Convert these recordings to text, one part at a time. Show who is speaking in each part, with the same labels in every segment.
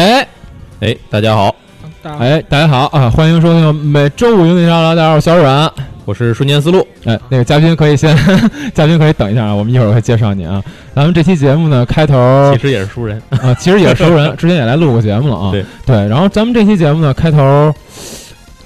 Speaker 1: 哎，大家好，
Speaker 2: 大家好
Speaker 3: 哎，大家好啊，欢迎收听每周五英语沙拉，大家好，我是小阮。
Speaker 1: 我是瞬间思路。
Speaker 3: 哎，那个嘉宾可以先， 嘉宾可以等一下啊，我们一会儿会介绍你啊。咱们这期节目呢，开头
Speaker 1: 其实也是熟人，
Speaker 3: 啊，其实也是熟 人，之前也来录过节目了啊。
Speaker 1: 对
Speaker 3: 然后咱们这期节目呢，开头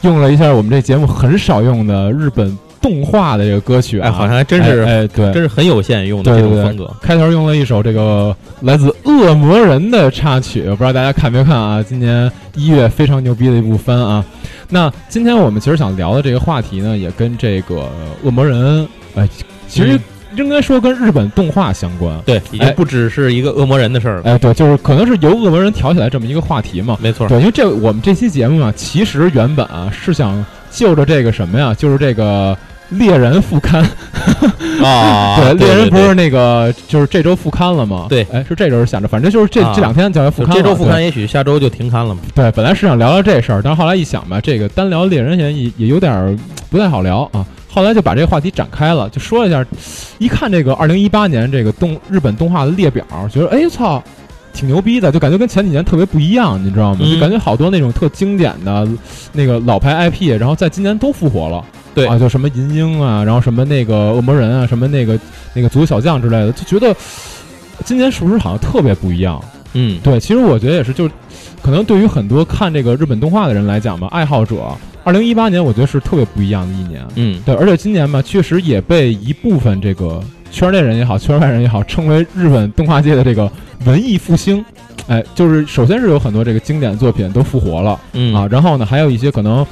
Speaker 3: 用了一下我们这节目很少用的日本动画的这个歌曲啊、
Speaker 1: 哎，好像还真是，
Speaker 3: 哎哎对，
Speaker 1: 真是很有限用的
Speaker 3: 对
Speaker 1: 这
Speaker 3: 对
Speaker 1: 种
Speaker 3: 对
Speaker 1: 风格。
Speaker 3: 开头用了一首这个来自恶魔人的插曲，不知道大家看没看啊？今年一月非常牛逼的一部番啊。那今天我们其实想聊的这个话题呢，也跟这个呃恶魔人，哎，其实
Speaker 1: 嗯
Speaker 3: 应该说跟日本动画相关。
Speaker 1: 对，已经不只是一个恶魔人的事儿了。
Speaker 3: 哎，对，就是可能是由恶魔人挑起来这么一个话题嘛。
Speaker 1: 没错，
Speaker 3: 哎对，因为这我们这期节目啊，其实原本啊是想就着这个什么呀，就是这个猎人副刊。
Speaker 1: 啊，
Speaker 3: 对，猎人不
Speaker 1: 对
Speaker 3: 是那个，就是这周复刊了吗？
Speaker 1: 对
Speaker 3: 哎，是这周想着，反正就是这
Speaker 1: 啊
Speaker 3: 这两天就要复
Speaker 1: 对
Speaker 3: 刊了。
Speaker 1: 这周复刊，也许下周就停刊了嘛。
Speaker 3: 对，对，本来是想聊聊这事儿，但是后来一想吧，这个单聊猎人也也也有点儿不太好聊啊。后来就把这个话题展开了，就说了一下，一看这个二零一八年这个动日本动画的列表，觉得哎操，挺牛逼的，就感觉跟前几年特别不一样，你知道吗？
Speaker 1: 嗯
Speaker 3: 就感觉好多那种特经典的那个老牌 IP，然后在今年都复活了。
Speaker 1: 对
Speaker 3: 啊，就什么银鹰啊，然后什么那个恶魔人啊，什么那个那个足球小将之类的，就觉得今年是不是好像特别不一样？
Speaker 1: 嗯，
Speaker 3: 对，其实我觉得也是，就可能对于很多看这个日本动画的人来讲吧，爱好者，二零一八年我觉得是特别不一样的一年。
Speaker 1: 嗯，
Speaker 3: 对，而且今年吧，确实也被一部分这个圈内人也好，圈外人也好，称为日本动画界的这个文艺复兴。哎，就是首先是有很多这个经典作品都复活了，
Speaker 1: 嗯
Speaker 3: 啊，，然后呢，还有一些可能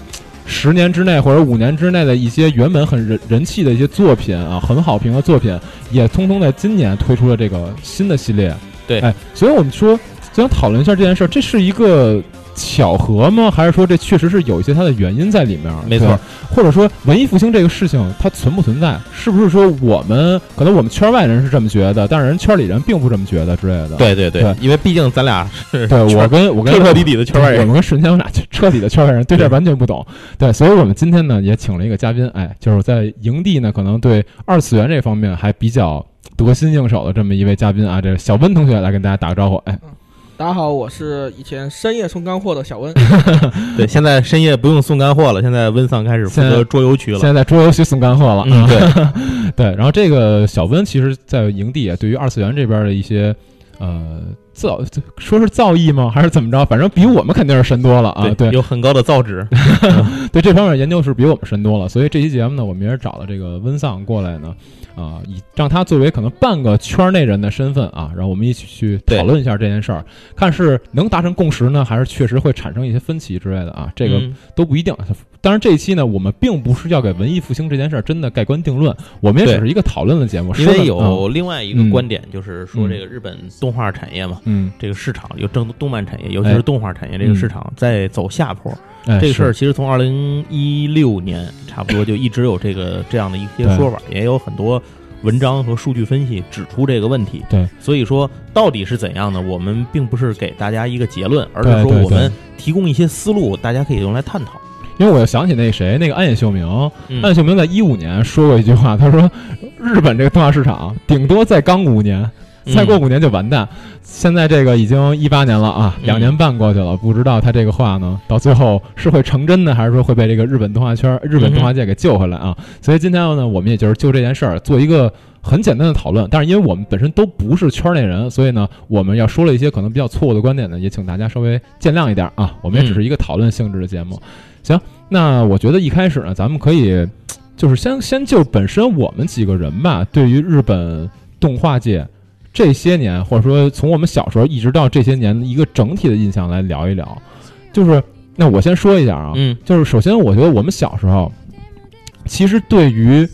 Speaker 3: 十年之内或者五年之内的一些原本很人人气的一些作品啊，很好评的作品，也通通在今年推出了这个新的系列。
Speaker 1: 对
Speaker 3: 哎，所以我们说就想讨论一下这件事儿，这是一个。巧合吗？还是说这确实是有一些它的原因在里面？
Speaker 1: 没错
Speaker 3: 对，或者说文艺复兴这个事情它存不存在？是不是说我们可能我们圈外人是这么觉得，但是人圈里人并不这么觉得之类的？
Speaker 1: 对对对
Speaker 3: 对，
Speaker 1: 因为毕竟咱俩是
Speaker 3: 对，
Speaker 1: 圈
Speaker 3: 我跟我跟
Speaker 1: 彻彻底底的圈外
Speaker 3: 我
Speaker 1: 人。
Speaker 3: 们跟瞬间我们俩彻底的圈外人，对这完全不懂。对，所以我们今天呢也请了一个嘉宾，哎，就是在营地呢，可能对二次元这方面还比较得心应手的这么一位嘉宾啊，这个小温同学来跟大家打个招呼，哎，
Speaker 2: 大家好，我是以前深夜送干货的小温。
Speaker 1: 对，现在深夜不用送干货了，现在温桑开始负
Speaker 3: 现
Speaker 1: 责
Speaker 3: 在
Speaker 1: 桌游区
Speaker 3: 现啊在
Speaker 1: 了。
Speaker 3: 在桌游区送干货了，
Speaker 1: 嗯，对，
Speaker 3: 对。然后这个小温其实，在营地啊也对于二次元这边的一些呃造，说是造诣吗，还是怎么着？反正比我们肯定是深多了啊，对，
Speaker 1: 有很高的造纸。
Speaker 3: 对这方面研究是比我们深多了，所以这期节目呢，我们也是找了这个温丧过来呢，啊、以让他作为可能半个圈内人的身份啊，然后我们一起去讨论一下这件事儿，看是能达成共识呢，还是确实会产生一些分歧之类的啊，这个
Speaker 1: 嗯
Speaker 3: 都不一定。啊当然这一期呢，我们并不是要给文艺复兴这件事儿真的盖棺定论，我们也
Speaker 1: 对
Speaker 3: 只是一个讨论的节目，
Speaker 1: 因
Speaker 3: 说的
Speaker 1: 为有另外一个
Speaker 3: 嗯
Speaker 1: 观点，就是说
Speaker 3: 嗯
Speaker 1: 这个日本动画产业嘛，
Speaker 3: 嗯，
Speaker 1: 这个市场有正动漫产业，尤其是动画产业这个市场在走下坡。
Speaker 3: 哎、
Speaker 1: 这个
Speaker 3: 是
Speaker 1: 事儿其实从二零一六年差不多就一直有这个这样的一些说法，也有很多文章和数据分析指出这个问题。
Speaker 3: 对，
Speaker 1: 所以说到底是怎样呢？我们并不是给大家一个结论，而是
Speaker 3: 对
Speaker 1: 说
Speaker 3: 对
Speaker 1: 我们
Speaker 3: 对
Speaker 1: 提供一些思路，大家可以用来探讨。
Speaker 3: 因为我又想起那谁，那个安野秀明，
Speaker 1: 嗯
Speaker 3: 安野秀明在一五年说过一句话，他说日本这个动画市场顶多再刚五年，再过
Speaker 1: 嗯
Speaker 3: 五年就完蛋。现在这个已经一八年了啊，
Speaker 1: 嗯
Speaker 3: 两年半过去了，不知道他这个话呢，到最后是会成真的，还是说会被这个日本动画圈儿、日本动画界给救回来啊？所以今天呢，我们也就是就这件事儿做一个。很简单的讨论，但是因为我们本身都不是圈内人，所以呢，我们要说了一些可能比较错误的观点呢，也请大家稍微见谅一点啊。我们也只是一个讨论性质的节目。行，那我觉得一开始呢，咱们可以就是先先就本身我们几个人吧，对于日本动画界这些年，或者说从我们小时候一直到这些年的一个整体的印象来聊一聊。就是那我先说一下啊，
Speaker 1: 嗯
Speaker 3: 就是首先我觉得我们小时候其实对于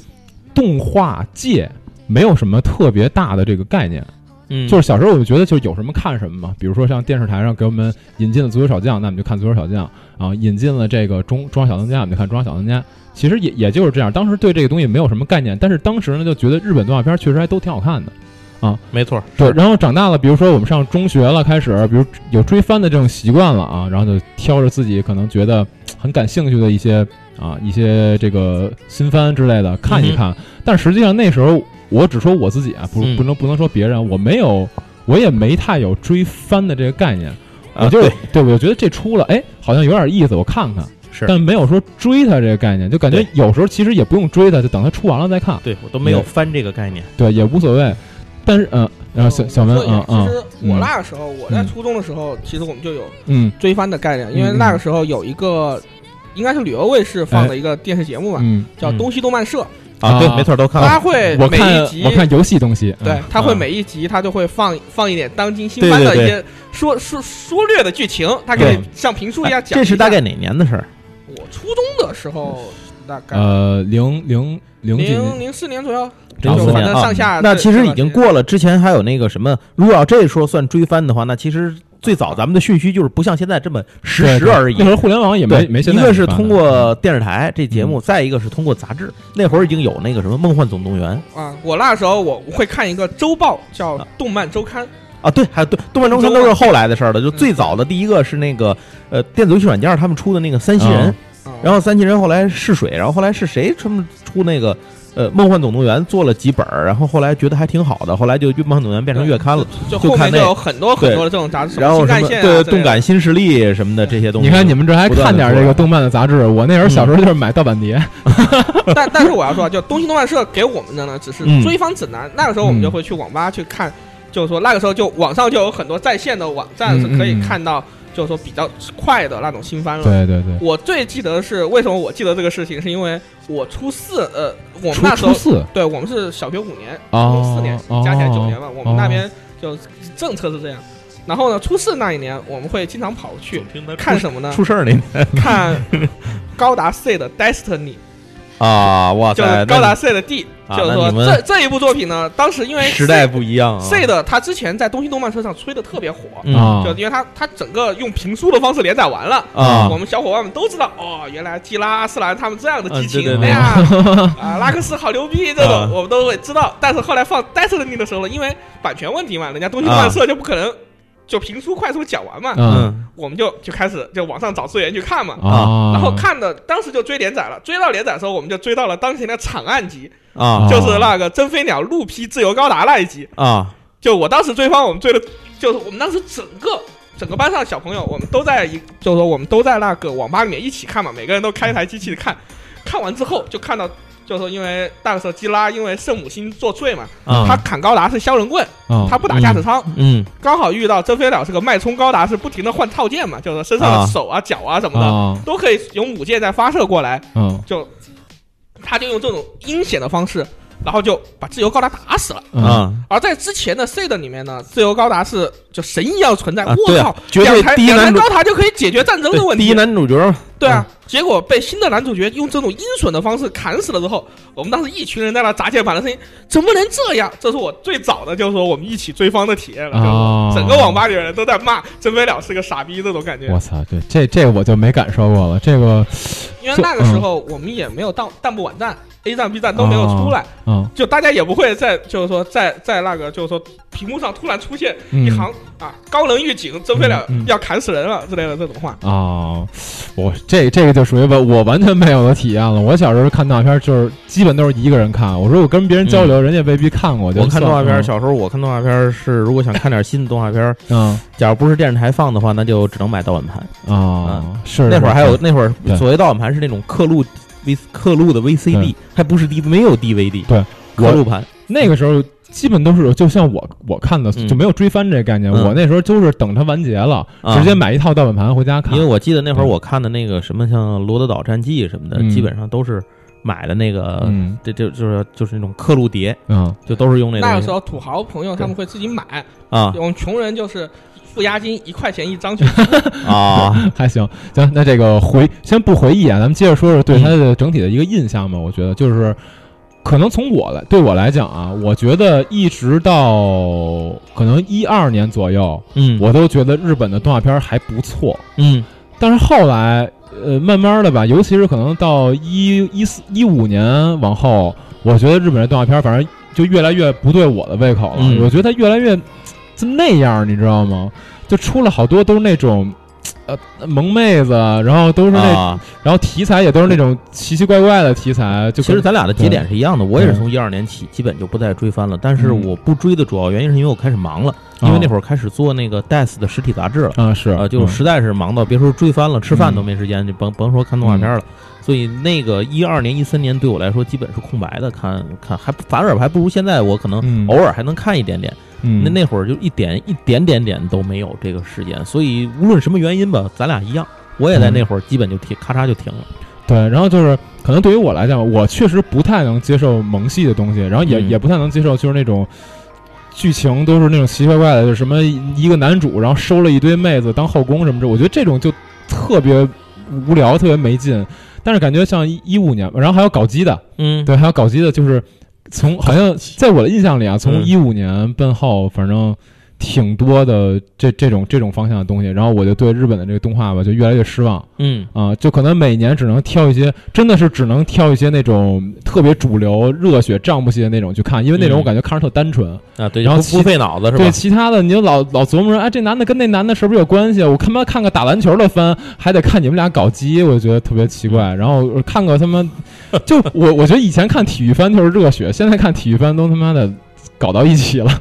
Speaker 3: 动画界没有什么特别大的这个概念。
Speaker 1: 嗯，
Speaker 3: 就是
Speaker 1: 是
Speaker 3: 小时候我就觉得就是有什么看什么嘛，比如说像电视台上给我们引进了《足球小将》，那我们就看《足球小将》啊；引进了这个中《中华小当家》，我们就看《中华小当家》。其实也也就是这样，当时对这个东西没有什么概念，但是当时呢就觉得日本动画片确实还都挺好看的。
Speaker 1: 没错，
Speaker 3: 对，
Speaker 1: 是
Speaker 3: 然后长大了，比如说我们上中学了，开始比如有追番的这种习惯了啊，然后就挑着自己可能觉得很感兴趣的一些啊一些这个新番之类的看一
Speaker 1: 嗯
Speaker 3: 看。但实际上那时候我只说我自己啊，不
Speaker 1: 嗯
Speaker 3: 不能不能说别人，我没有我也没太有追番的这个概念。
Speaker 1: 啊
Speaker 3: 我就是对，我就觉得这出了，哎，好像有点意思，我看看，
Speaker 1: 是
Speaker 3: 但没有说追它这个概念，就感觉
Speaker 1: 对
Speaker 3: 有时候其实也不用追它，就等它出完了再看，
Speaker 1: 对我都没有翻这个概念。
Speaker 3: 对，也无所谓。但是，嗯，然后小小文
Speaker 2: 我说一
Speaker 3: 啊
Speaker 2: 下
Speaker 3: 啊
Speaker 2: 哦其，实
Speaker 1: 嗯
Speaker 2: 我那个时候，我在初中的时候，其实我们就有
Speaker 3: 嗯
Speaker 2: 追番的概念，因为
Speaker 1: 嗯
Speaker 2: 那个时候有一个应该是旅游卫
Speaker 1: 哎
Speaker 2: 视放的一个电视节目吧，
Speaker 3: 嗯，
Speaker 2: 叫《东西动漫社》，
Speaker 3: 啊
Speaker 1: 对，没错，都看
Speaker 2: 它
Speaker 1: 了。
Speaker 2: 会
Speaker 3: 我
Speaker 2: 每
Speaker 3: 看
Speaker 2: 一集
Speaker 3: 我看游戏东西，嗯
Speaker 2: 对，他会
Speaker 1: 嗯
Speaker 2: 每一集他就会放放一点当今新番
Speaker 1: 对
Speaker 2: 的
Speaker 1: 对
Speaker 2: 一
Speaker 1: 对
Speaker 2: 些说说说略的剧情，他给
Speaker 3: 嗯
Speaker 2: 你像评书一样讲一下。
Speaker 1: 哎这是大概哪年的事儿？
Speaker 2: 我初中的时候，大概
Speaker 3: 呃，零零零几
Speaker 2: 零
Speaker 3: 年
Speaker 2: 零四年左右，
Speaker 1: 零
Speaker 2: 就
Speaker 1: 四
Speaker 2: 反
Speaker 1: 年
Speaker 2: 正
Speaker 1: 啊
Speaker 2: 上。
Speaker 3: 嗯
Speaker 2: 下
Speaker 1: 那
Speaker 2: 这
Speaker 1: 其
Speaker 2: 这
Speaker 1: 实已
Speaker 2: 段
Speaker 1: 经
Speaker 2: 时间
Speaker 1: 过了，之前还有那个什么，如果要这说算追番的话，那其实最早咱们的讯息就是不像现在这么实
Speaker 3: 对
Speaker 1: 时
Speaker 3: 对
Speaker 1: 而已
Speaker 3: 那。会儿互联网也没
Speaker 1: 对，
Speaker 3: 没现
Speaker 1: 一
Speaker 3: 在
Speaker 1: 个是
Speaker 3: 发达嗯
Speaker 1: 通过电视台这节目，再一个是通过杂志。那会儿已经有那个什么《梦幻总动员
Speaker 2: 啊，我那时候我会看一个周报叫《动漫周刊》，》
Speaker 1: 啊，对，还有对《动漫周刊》都是后来的事儿
Speaker 2: 嗯
Speaker 1: 了。就最早的第一个是那个呃电子游戏软件他们出的那个三栖
Speaker 3: 嗯
Speaker 1: 人，
Speaker 2: 啊
Speaker 1: 然后三栖人后来试水，然后后来是谁他们出那个呃《梦幻总动员》做了几本儿，然后后来觉得还挺好的，后来就《梦幻总动员》变成月刊了，
Speaker 2: 就
Speaker 1: 就
Speaker 2: 后
Speaker 1: 看
Speaker 2: 面
Speaker 1: 那
Speaker 2: 就有很多很多的这种杂志，
Speaker 1: 然后
Speaker 2: 新
Speaker 1: 什
Speaker 2: 干
Speaker 1: 么
Speaker 2: 线啊
Speaker 1: 对
Speaker 2: 之类
Speaker 1: 动
Speaker 2: 的
Speaker 1: 感新势力什么的这些东西。
Speaker 3: 你看你们这还
Speaker 1: 不断
Speaker 3: 看
Speaker 1: 地嗯
Speaker 3: 点儿
Speaker 1: 出
Speaker 3: 这
Speaker 1: 来
Speaker 3: 个动漫的杂志，我那时候小时候就是买盗版碟，
Speaker 2: 但但是我要说，啊就东西动漫社给我们的呢，只是
Speaker 1: 嗯
Speaker 2: 追番指南。那个时候我们就会去网吧去看，就是说那个时候就网上就有很多在线的网站
Speaker 3: 嗯
Speaker 2: 是可以
Speaker 3: 嗯嗯
Speaker 2: 看到，就是说比较快的那种新番了。
Speaker 3: 对对对，
Speaker 2: 我最记得的是为什么我记得这个事情，是因为我初四，呃，我们
Speaker 3: 初
Speaker 2: 那时
Speaker 3: 初
Speaker 2: 候
Speaker 3: 四
Speaker 2: 对我们是小学五年，初
Speaker 3: 哦
Speaker 2: 四年
Speaker 3: 哦
Speaker 2: 加起来九年嘛，我们那边就政策是这样。然后呢，初四那一年我们会经常跑去看什么呢？
Speaker 1: 出事儿那年
Speaker 2: 看高达 C 的 Destiny。
Speaker 1: 啊，哇
Speaker 2: 就
Speaker 1: 塞，
Speaker 2: 是高
Speaker 1: 那
Speaker 2: 达 C 的 D，
Speaker 1: 啊
Speaker 2: 就是
Speaker 1: 那
Speaker 2: 说
Speaker 1: 你们
Speaker 2: 这这一部作品呢，当时因为
Speaker 1: 时代不一样啊。
Speaker 2: C 的他之前在东西动漫社上吹的特别火，
Speaker 1: 嗯
Speaker 3: 啊
Speaker 2: 就因为他他整个用评书的方式连载完了。
Speaker 1: 啊
Speaker 2: 我，们小伙伴们都知道，哦，原来基拉、斯兰他们这样的激
Speaker 1: 嗯对对
Speaker 2: 情，
Speaker 1: 对
Speaker 2: 哎呀， 啊，拉克斯好牛逼，这
Speaker 1: 啊
Speaker 2: 种我们都会知道。但是后来放《Destiny》的时候呢，因为版权问题嘛，人家东西动漫社就不可能就评书快速讲完嘛，
Speaker 3: 嗯
Speaker 1: 嗯
Speaker 2: 我们就就开始就网上找资源去看嘛。
Speaker 3: 啊，
Speaker 2: 然后看的，当时就追连载了，追到连载的时候，我们就追到了当前的惨案集，
Speaker 1: 啊
Speaker 2: 就是那个真飞鸟怒劈自由高达那一集。
Speaker 1: 啊
Speaker 2: 就我当时追番，我们追的，就是我们当时整个整个班上小朋友，我们都在一，就是说我们都在那个网吧里面一起看嘛，每个人都开一台机器看，看完之后就看到。就是说因为那个时候基拉因为圣母心作祟嘛，
Speaker 1: 啊
Speaker 2: 他砍高达是削人棍，
Speaker 3: 嗯
Speaker 2: 他不打驾驶舱，
Speaker 1: 嗯
Speaker 2: 刚好遇到真飞鸟是个脉冲高达，是不停的换套件嘛，就是身上
Speaker 1: 啊
Speaker 2: 的手啊、脚啊什么的，
Speaker 3: 啊
Speaker 2: 都可以用母舰再发射过来，
Speaker 3: 嗯
Speaker 2: 就他就用这种阴险的方式，然后就把自由高达打死了。
Speaker 3: 啊
Speaker 1: 啊
Speaker 2: 而在之前的 seed 里面呢，自由高达是就神一样存在，
Speaker 1: 啊
Speaker 2: 我
Speaker 1: 对
Speaker 2: 靠
Speaker 1: 啊，绝对
Speaker 2: 两台
Speaker 1: 第一
Speaker 2: 两台
Speaker 1: 男主
Speaker 2: 高达就可以解决战争的
Speaker 1: 对
Speaker 2: 问题。
Speaker 1: 第一男主嗯角嘛
Speaker 2: 对啊，结果被新的男主角用这种阴损的方式砍死了之后，我们当时一群人在那砸键盘的声音，怎么能这样？这是我最早的，就是说我们一起追方的体验了，
Speaker 1: 哦嗯
Speaker 3: 啊
Speaker 2: 就是整个网吧里的人都在骂真飞鸟是个傻逼这种感觉。
Speaker 3: 我操，对，这这我就没感受过了，这个
Speaker 2: 因为那个时候我们也没有弹弹幕网站，A 站、B 站都没有出来，
Speaker 3: 嗯
Speaker 2: 就大家也不会在就是说在在那个就是说屏幕上突然出现
Speaker 3: 嗯
Speaker 2: 一行、啊高能预警，真飞鸟
Speaker 3: 嗯嗯
Speaker 2: 要砍死人了之类的这种话。
Speaker 3: 哦，我这这个就属于我我完全没有的体验了。我小时候看动画片，就是基本都是一个人看。我说我跟别人交流，人家未必看过。就
Speaker 1: 嗯我看
Speaker 3: 算
Speaker 1: 动画片儿，
Speaker 3: 嗯
Speaker 1: 小时候我看动画片儿是，如果想看点新的动画片儿，
Speaker 3: 嗯
Speaker 1: 假如不是电视台放的话，那就只能买盗版盘。
Speaker 3: 啊，是
Speaker 1: 嗯那会儿还有
Speaker 3: 是
Speaker 1: 那会
Speaker 3: 对
Speaker 1: 儿所谓盗版盘是那种刻录 V 刻录的 VCD，还不是 D 没有 DVD，
Speaker 3: 对
Speaker 1: 刻录盘
Speaker 3: 那个时候基本都是就像我我看的
Speaker 1: 嗯
Speaker 3: 就没有追番这概念。
Speaker 1: 嗯
Speaker 3: 我那时候就是等它完结了，
Speaker 1: 啊
Speaker 3: 直接买一套盗版盘回家看
Speaker 1: 因为。我记得那会儿
Speaker 3: 对
Speaker 1: 我看的那个什么像《罗德岛战记》什么的，
Speaker 3: 嗯
Speaker 1: 基本上都是买的那个，
Speaker 3: 嗯
Speaker 1: 这这就是就是那种刻录碟，
Speaker 3: 嗯
Speaker 1: 就都是用那
Speaker 2: 那
Speaker 1: 东
Speaker 2: 个
Speaker 1: 西
Speaker 2: 时候土豪朋友他们会自己买，
Speaker 1: 啊
Speaker 2: 我们穷人就是付押金一块钱一张去
Speaker 1: 啊，
Speaker 3: 还行，行，那这个回先不回忆啊，咱们接着说说对他的整体的一个印象吧。我觉得就是，可能从我来对我来讲啊，我觉得一直到可能一二年左右，
Speaker 1: 嗯，
Speaker 3: 我都觉得日本的动画片还不错。
Speaker 1: 嗯
Speaker 3: 但是后来，呃，慢慢的吧，尤其是可能到一一四一五年往后，我觉得日本的动画片反正就越来越不对我的胃口了。
Speaker 1: 嗯
Speaker 3: 我觉得它越来越就那样，你知道吗？就出了好多都是那种。呃萌妹子，然后都是那，
Speaker 1: 啊，
Speaker 3: 然后题材也都是那种奇奇怪怪的题材，就
Speaker 1: 其实
Speaker 3: 跟
Speaker 1: 咱俩的节点是一样的，我也是
Speaker 3: 对
Speaker 1: 从一二年起基本就不再追番了。但是
Speaker 3: 嗯
Speaker 1: 我不追的主要原因是因为我开始忙了，因为那
Speaker 3: 儿
Speaker 1: 会儿开始做那个 Death 的实体杂志了，
Speaker 3: 啊是
Speaker 1: 呃，就
Speaker 3: 嗯
Speaker 1: 实在是忙到别说追番了，吃饭都没时间，就甭甭说看动画片了。
Speaker 3: 嗯
Speaker 1: 所以那个一二年、一三年对我来说基本是空白的，看看还反而还不如现在我可能
Speaker 3: 嗯
Speaker 1: 偶尔还能看一点点。
Speaker 3: 嗯
Speaker 1: 那那会儿就一点一点点点都没有这个时间，所以无论什么原因吧，咱俩一样，我
Speaker 3: 嗯
Speaker 1: 也在那会儿基本就停，咔嚓就停了。
Speaker 3: 对，然后就是可能对于我来讲，我确实不太能接受萌系的东西，然后也、
Speaker 1: 嗯
Speaker 3: 也不太能接受就是那种剧情都是那种奇奇怪怪的，就是什么一个男主然后收了一堆妹子当后宫什么的，我觉得这种就特别无聊，特别没劲。但是感觉像一五年，然后还有搞基的，
Speaker 1: 嗯，
Speaker 3: 对，还有搞基的，就是从好像在我的印象里啊，从
Speaker 1: 嗯
Speaker 3: 一五年奔后，反正挺多的这这种这种方向的东西，然后我就对日本的这个动画吧就越来越失望。
Speaker 1: 嗯，
Speaker 3: 啊，就可能每年只能挑一些，真的是只能挑一些那种特别主流、热血、丈夫系的那种去看，因为那种
Speaker 1: 嗯
Speaker 3: 我感觉看着特单纯。
Speaker 1: 啊，对，
Speaker 3: 然后
Speaker 1: 不不
Speaker 3: 其
Speaker 1: 费脑子是
Speaker 3: 对
Speaker 1: 吧？
Speaker 3: 其他的，你就老老琢磨着，哎，这男的跟那男的是不是有关系啊？我他妈看个打篮球的番，还得看你们俩搞基，我就觉得特别奇怪。
Speaker 1: 嗯
Speaker 3: 然后我看个他妈，就我我觉得以前看体育番就是热血，现在看体育番都他妈的搞到一起了，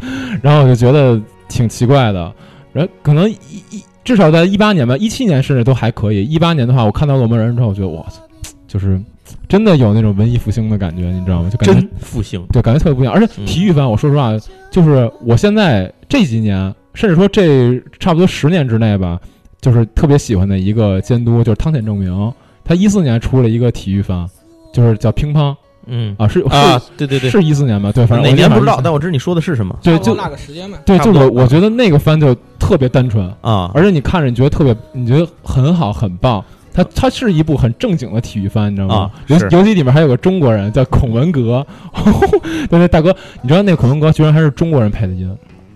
Speaker 3: 然后我就觉得挺奇怪的。然后可能一一至少在一八年吧，一七年甚至都还可以。一八年的话，我看到《罗摩人》之后，我觉得哇塞，就是真的有那种文艺复兴的感觉，你知道吗？就感觉
Speaker 1: 真复兴，
Speaker 3: 对，感觉特别不一样。而且
Speaker 1: 嗯
Speaker 3: 体育番，我说实话，就是我现在这几年，甚至说这差不多十年之内吧，就是特别喜欢的一个监督，就是汤浅证明。他一四年出了一个体育番，就是叫乒乓
Speaker 1: 嗯
Speaker 3: 啊，是
Speaker 1: 啊，对对对
Speaker 3: 是，是一四年吧？对，反正
Speaker 1: 哪
Speaker 3: 我
Speaker 1: 年不知
Speaker 3: 印
Speaker 1: 道，
Speaker 3: 象
Speaker 1: 但我知道你说的是什么
Speaker 3: 对
Speaker 2: 差 不
Speaker 3: 就
Speaker 2: 多那个时间嘛，
Speaker 3: 对
Speaker 1: 差
Speaker 3: 就
Speaker 1: 不多
Speaker 3: 我我觉得那个番就特别单纯，
Speaker 1: 啊。
Speaker 3: 而且你看着你觉得特别，你觉得很好很棒。它它是一部很正经的体育番，你知道吗
Speaker 1: 啊？
Speaker 3: 尤
Speaker 1: 是
Speaker 3: 尤其里面还有个中国人叫孔文革， 对对，大哥，你知道那孔文革居然还是中国人配的音，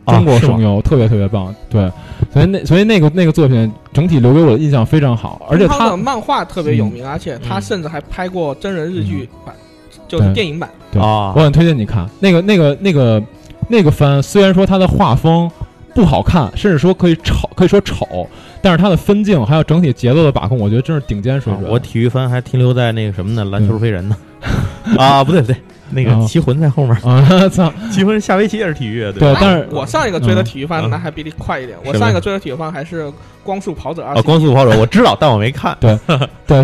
Speaker 1: 啊
Speaker 3: 中国
Speaker 1: 是吗
Speaker 3: 声优、特别特别棒。对，所以那所以那个那个作品整体留给我的印象非常好，而且
Speaker 2: 乒乓的
Speaker 3: 它
Speaker 2: 漫画特别有名，而且他
Speaker 1: 嗯
Speaker 2: 甚至还拍过真人日剧版，就是电影版。
Speaker 3: 嗯对
Speaker 1: 啊
Speaker 3: 我，很推荐你看那个那个那个那个番，虽然说它的画风不好看，甚至说可以丑，可以说丑，但是它的分镜还有整体节奏的把控，我觉得真是顶尖水
Speaker 1: 啊
Speaker 3: 准。
Speaker 1: 我体育番还停留在那个什么呢？篮球飞人呢？
Speaker 3: 嗯
Speaker 1: 啊，不对不对，那
Speaker 3: 啊
Speaker 1: 个棋魂在后面，
Speaker 3: 啊 操！
Speaker 1: 棋魂下围棋也是体育啊，
Speaker 3: 对呃
Speaker 1: 吧？
Speaker 3: 但是
Speaker 2: 我上一个追的体育番
Speaker 1: 嗯
Speaker 2: 那还比你快一点，我
Speaker 1: 是吧
Speaker 2: 上一个追的体育番还是《光速跑者二
Speaker 3: 哦
Speaker 1: 啊，》。光速跑者我知道，但我没看。
Speaker 3: 对，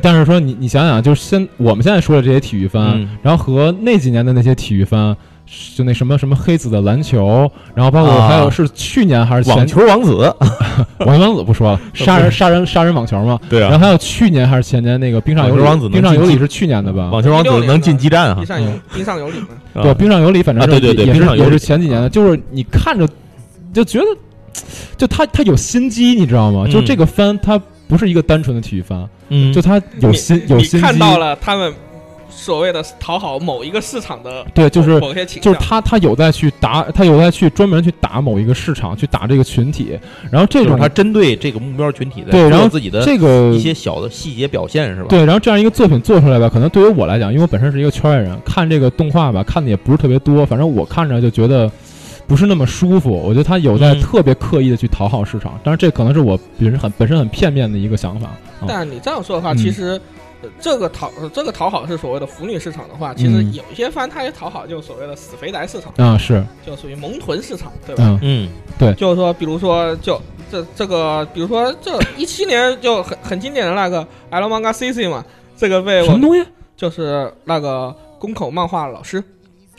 Speaker 3: 但是说你你想想，就是现我们现在说的这些体育番，
Speaker 1: 嗯
Speaker 3: 然后和那几年的那些体育番，就那什么什么黑子的篮球，然后包括
Speaker 1: 啊
Speaker 3: 还有是去年还是前
Speaker 1: 网，球王子，
Speaker 3: 网球王子不 说了，杀人杀人杀人网球嘛，
Speaker 1: 对 啊
Speaker 3: 然后，还有去年还是前年那个冰上有
Speaker 1: 网球王
Speaker 3: 理，
Speaker 1: 子能
Speaker 3: 冰上有
Speaker 1: 进
Speaker 3: 理是去年的吧？
Speaker 1: 网球王子能进基站啊
Speaker 2: 冰？上有冰上有你们，
Speaker 1: 啊
Speaker 3: 对，冰上有理，反正
Speaker 1: 啊
Speaker 3: 是
Speaker 1: 对对对
Speaker 3: 也
Speaker 1: 冰
Speaker 3: 是
Speaker 1: 上有啊
Speaker 3: 也
Speaker 1: 理
Speaker 3: 是前几年的，就是你看着就觉得，就他他有心机，你知道吗？就
Speaker 1: 嗯
Speaker 3: 这个番，它不是一个单纯的体育番，
Speaker 1: 嗯，
Speaker 3: 就它有心有
Speaker 2: 你
Speaker 3: 心
Speaker 2: 看
Speaker 3: 机，
Speaker 2: 到了他们所谓的讨好某一个市场的，
Speaker 3: 对，就是
Speaker 2: 某些情
Speaker 3: 就
Speaker 2: 况
Speaker 3: 是他他有在去打，他有在去专门去打某一个市场，去打这个群体，然后这
Speaker 1: 就是
Speaker 3: 种
Speaker 1: 他针对这个目标群体的，
Speaker 3: 对然后
Speaker 1: 做自己的
Speaker 3: 这个
Speaker 1: 一些小的细节表现是吧？
Speaker 3: 对，然后这样一个作品做出来吧，可能对于我来讲，因为我本身是一个圈外人，看这个动画吧，看的也不是特别多，反正我看着就觉得不是那么舒服。我觉得他有在
Speaker 1: 嗯
Speaker 3: 特别刻意的去讨好市场，但是这可能是我本身很本身很片面的一个想法。啊
Speaker 2: 但你这样说的话，
Speaker 3: 嗯
Speaker 2: 其实呃这个讨呃这个讨好是所谓的腐女市场的话，其实
Speaker 3: 嗯
Speaker 2: 有一些番它也讨好，就是所谓的死肥宅市场，
Speaker 3: 啊，是，
Speaker 2: 就属于萌臀市场，对吧？
Speaker 3: 嗯，
Speaker 1: 嗯，
Speaker 2: 就是说，比如说，就这这个，比如说这一七年就很很经典的那个《L Manga CC》嘛，这个被
Speaker 3: 什么
Speaker 2: 我
Speaker 3: 东西？
Speaker 2: 就是那个宫口漫画老师，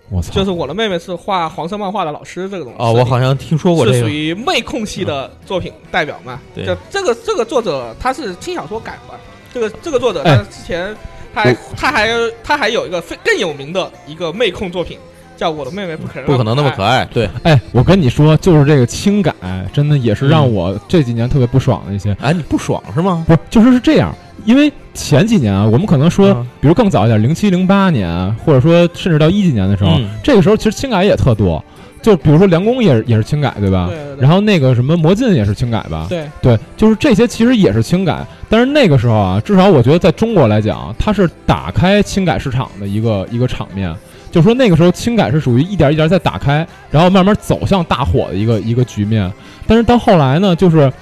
Speaker 3: 我操！哦
Speaker 2: 就是我的妹妹是画黄色漫画的老师，这个东西
Speaker 1: 啊，我好像听说过
Speaker 2: 是
Speaker 1: 这
Speaker 2: 属
Speaker 1: 个，
Speaker 2: 于妹控系的作品代表嘛？
Speaker 1: 对
Speaker 2: 就这个这个作者他是轻小说改的，这个这个作者
Speaker 3: 哎
Speaker 2: 他之前他还他还他还有一个非更有名的一个妹控作品，叫《我的妹妹不可能
Speaker 1: 不可能那么可
Speaker 2: 爱
Speaker 1: 爱，对，
Speaker 3: 哎，我跟你说，就是这个轻改，真的也是
Speaker 1: 嗯
Speaker 3: 让我这几年特别不爽的一些。
Speaker 1: 哎，你不爽是吗？
Speaker 3: 不是，就是是这样，因为前几年啊，我们可能说，
Speaker 1: 啊
Speaker 3: 比如更早一点，零七零八年，啊或者说甚至到一几年的时候，
Speaker 1: 嗯
Speaker 3: 这个时候其实轻改也特多，就比如说梁工也是也是轻改，对
Speaker 1: 啊
Speaker 3: 吧？
Speaker 2: 对对对
Speaker 3: 然后那个什么魔镜也是轻改吧？
Speaker 2: 对，
Speaker 3: 对，就是这些其实也是轻改，但是那个时候啊，至少我觉得在中国来讲，它是打开轻改市场的一个一个场面。就说那个时候轻改是属于一点一点在打开，然后慢慢走向大火的一个一个局面。但是到后来呢，就是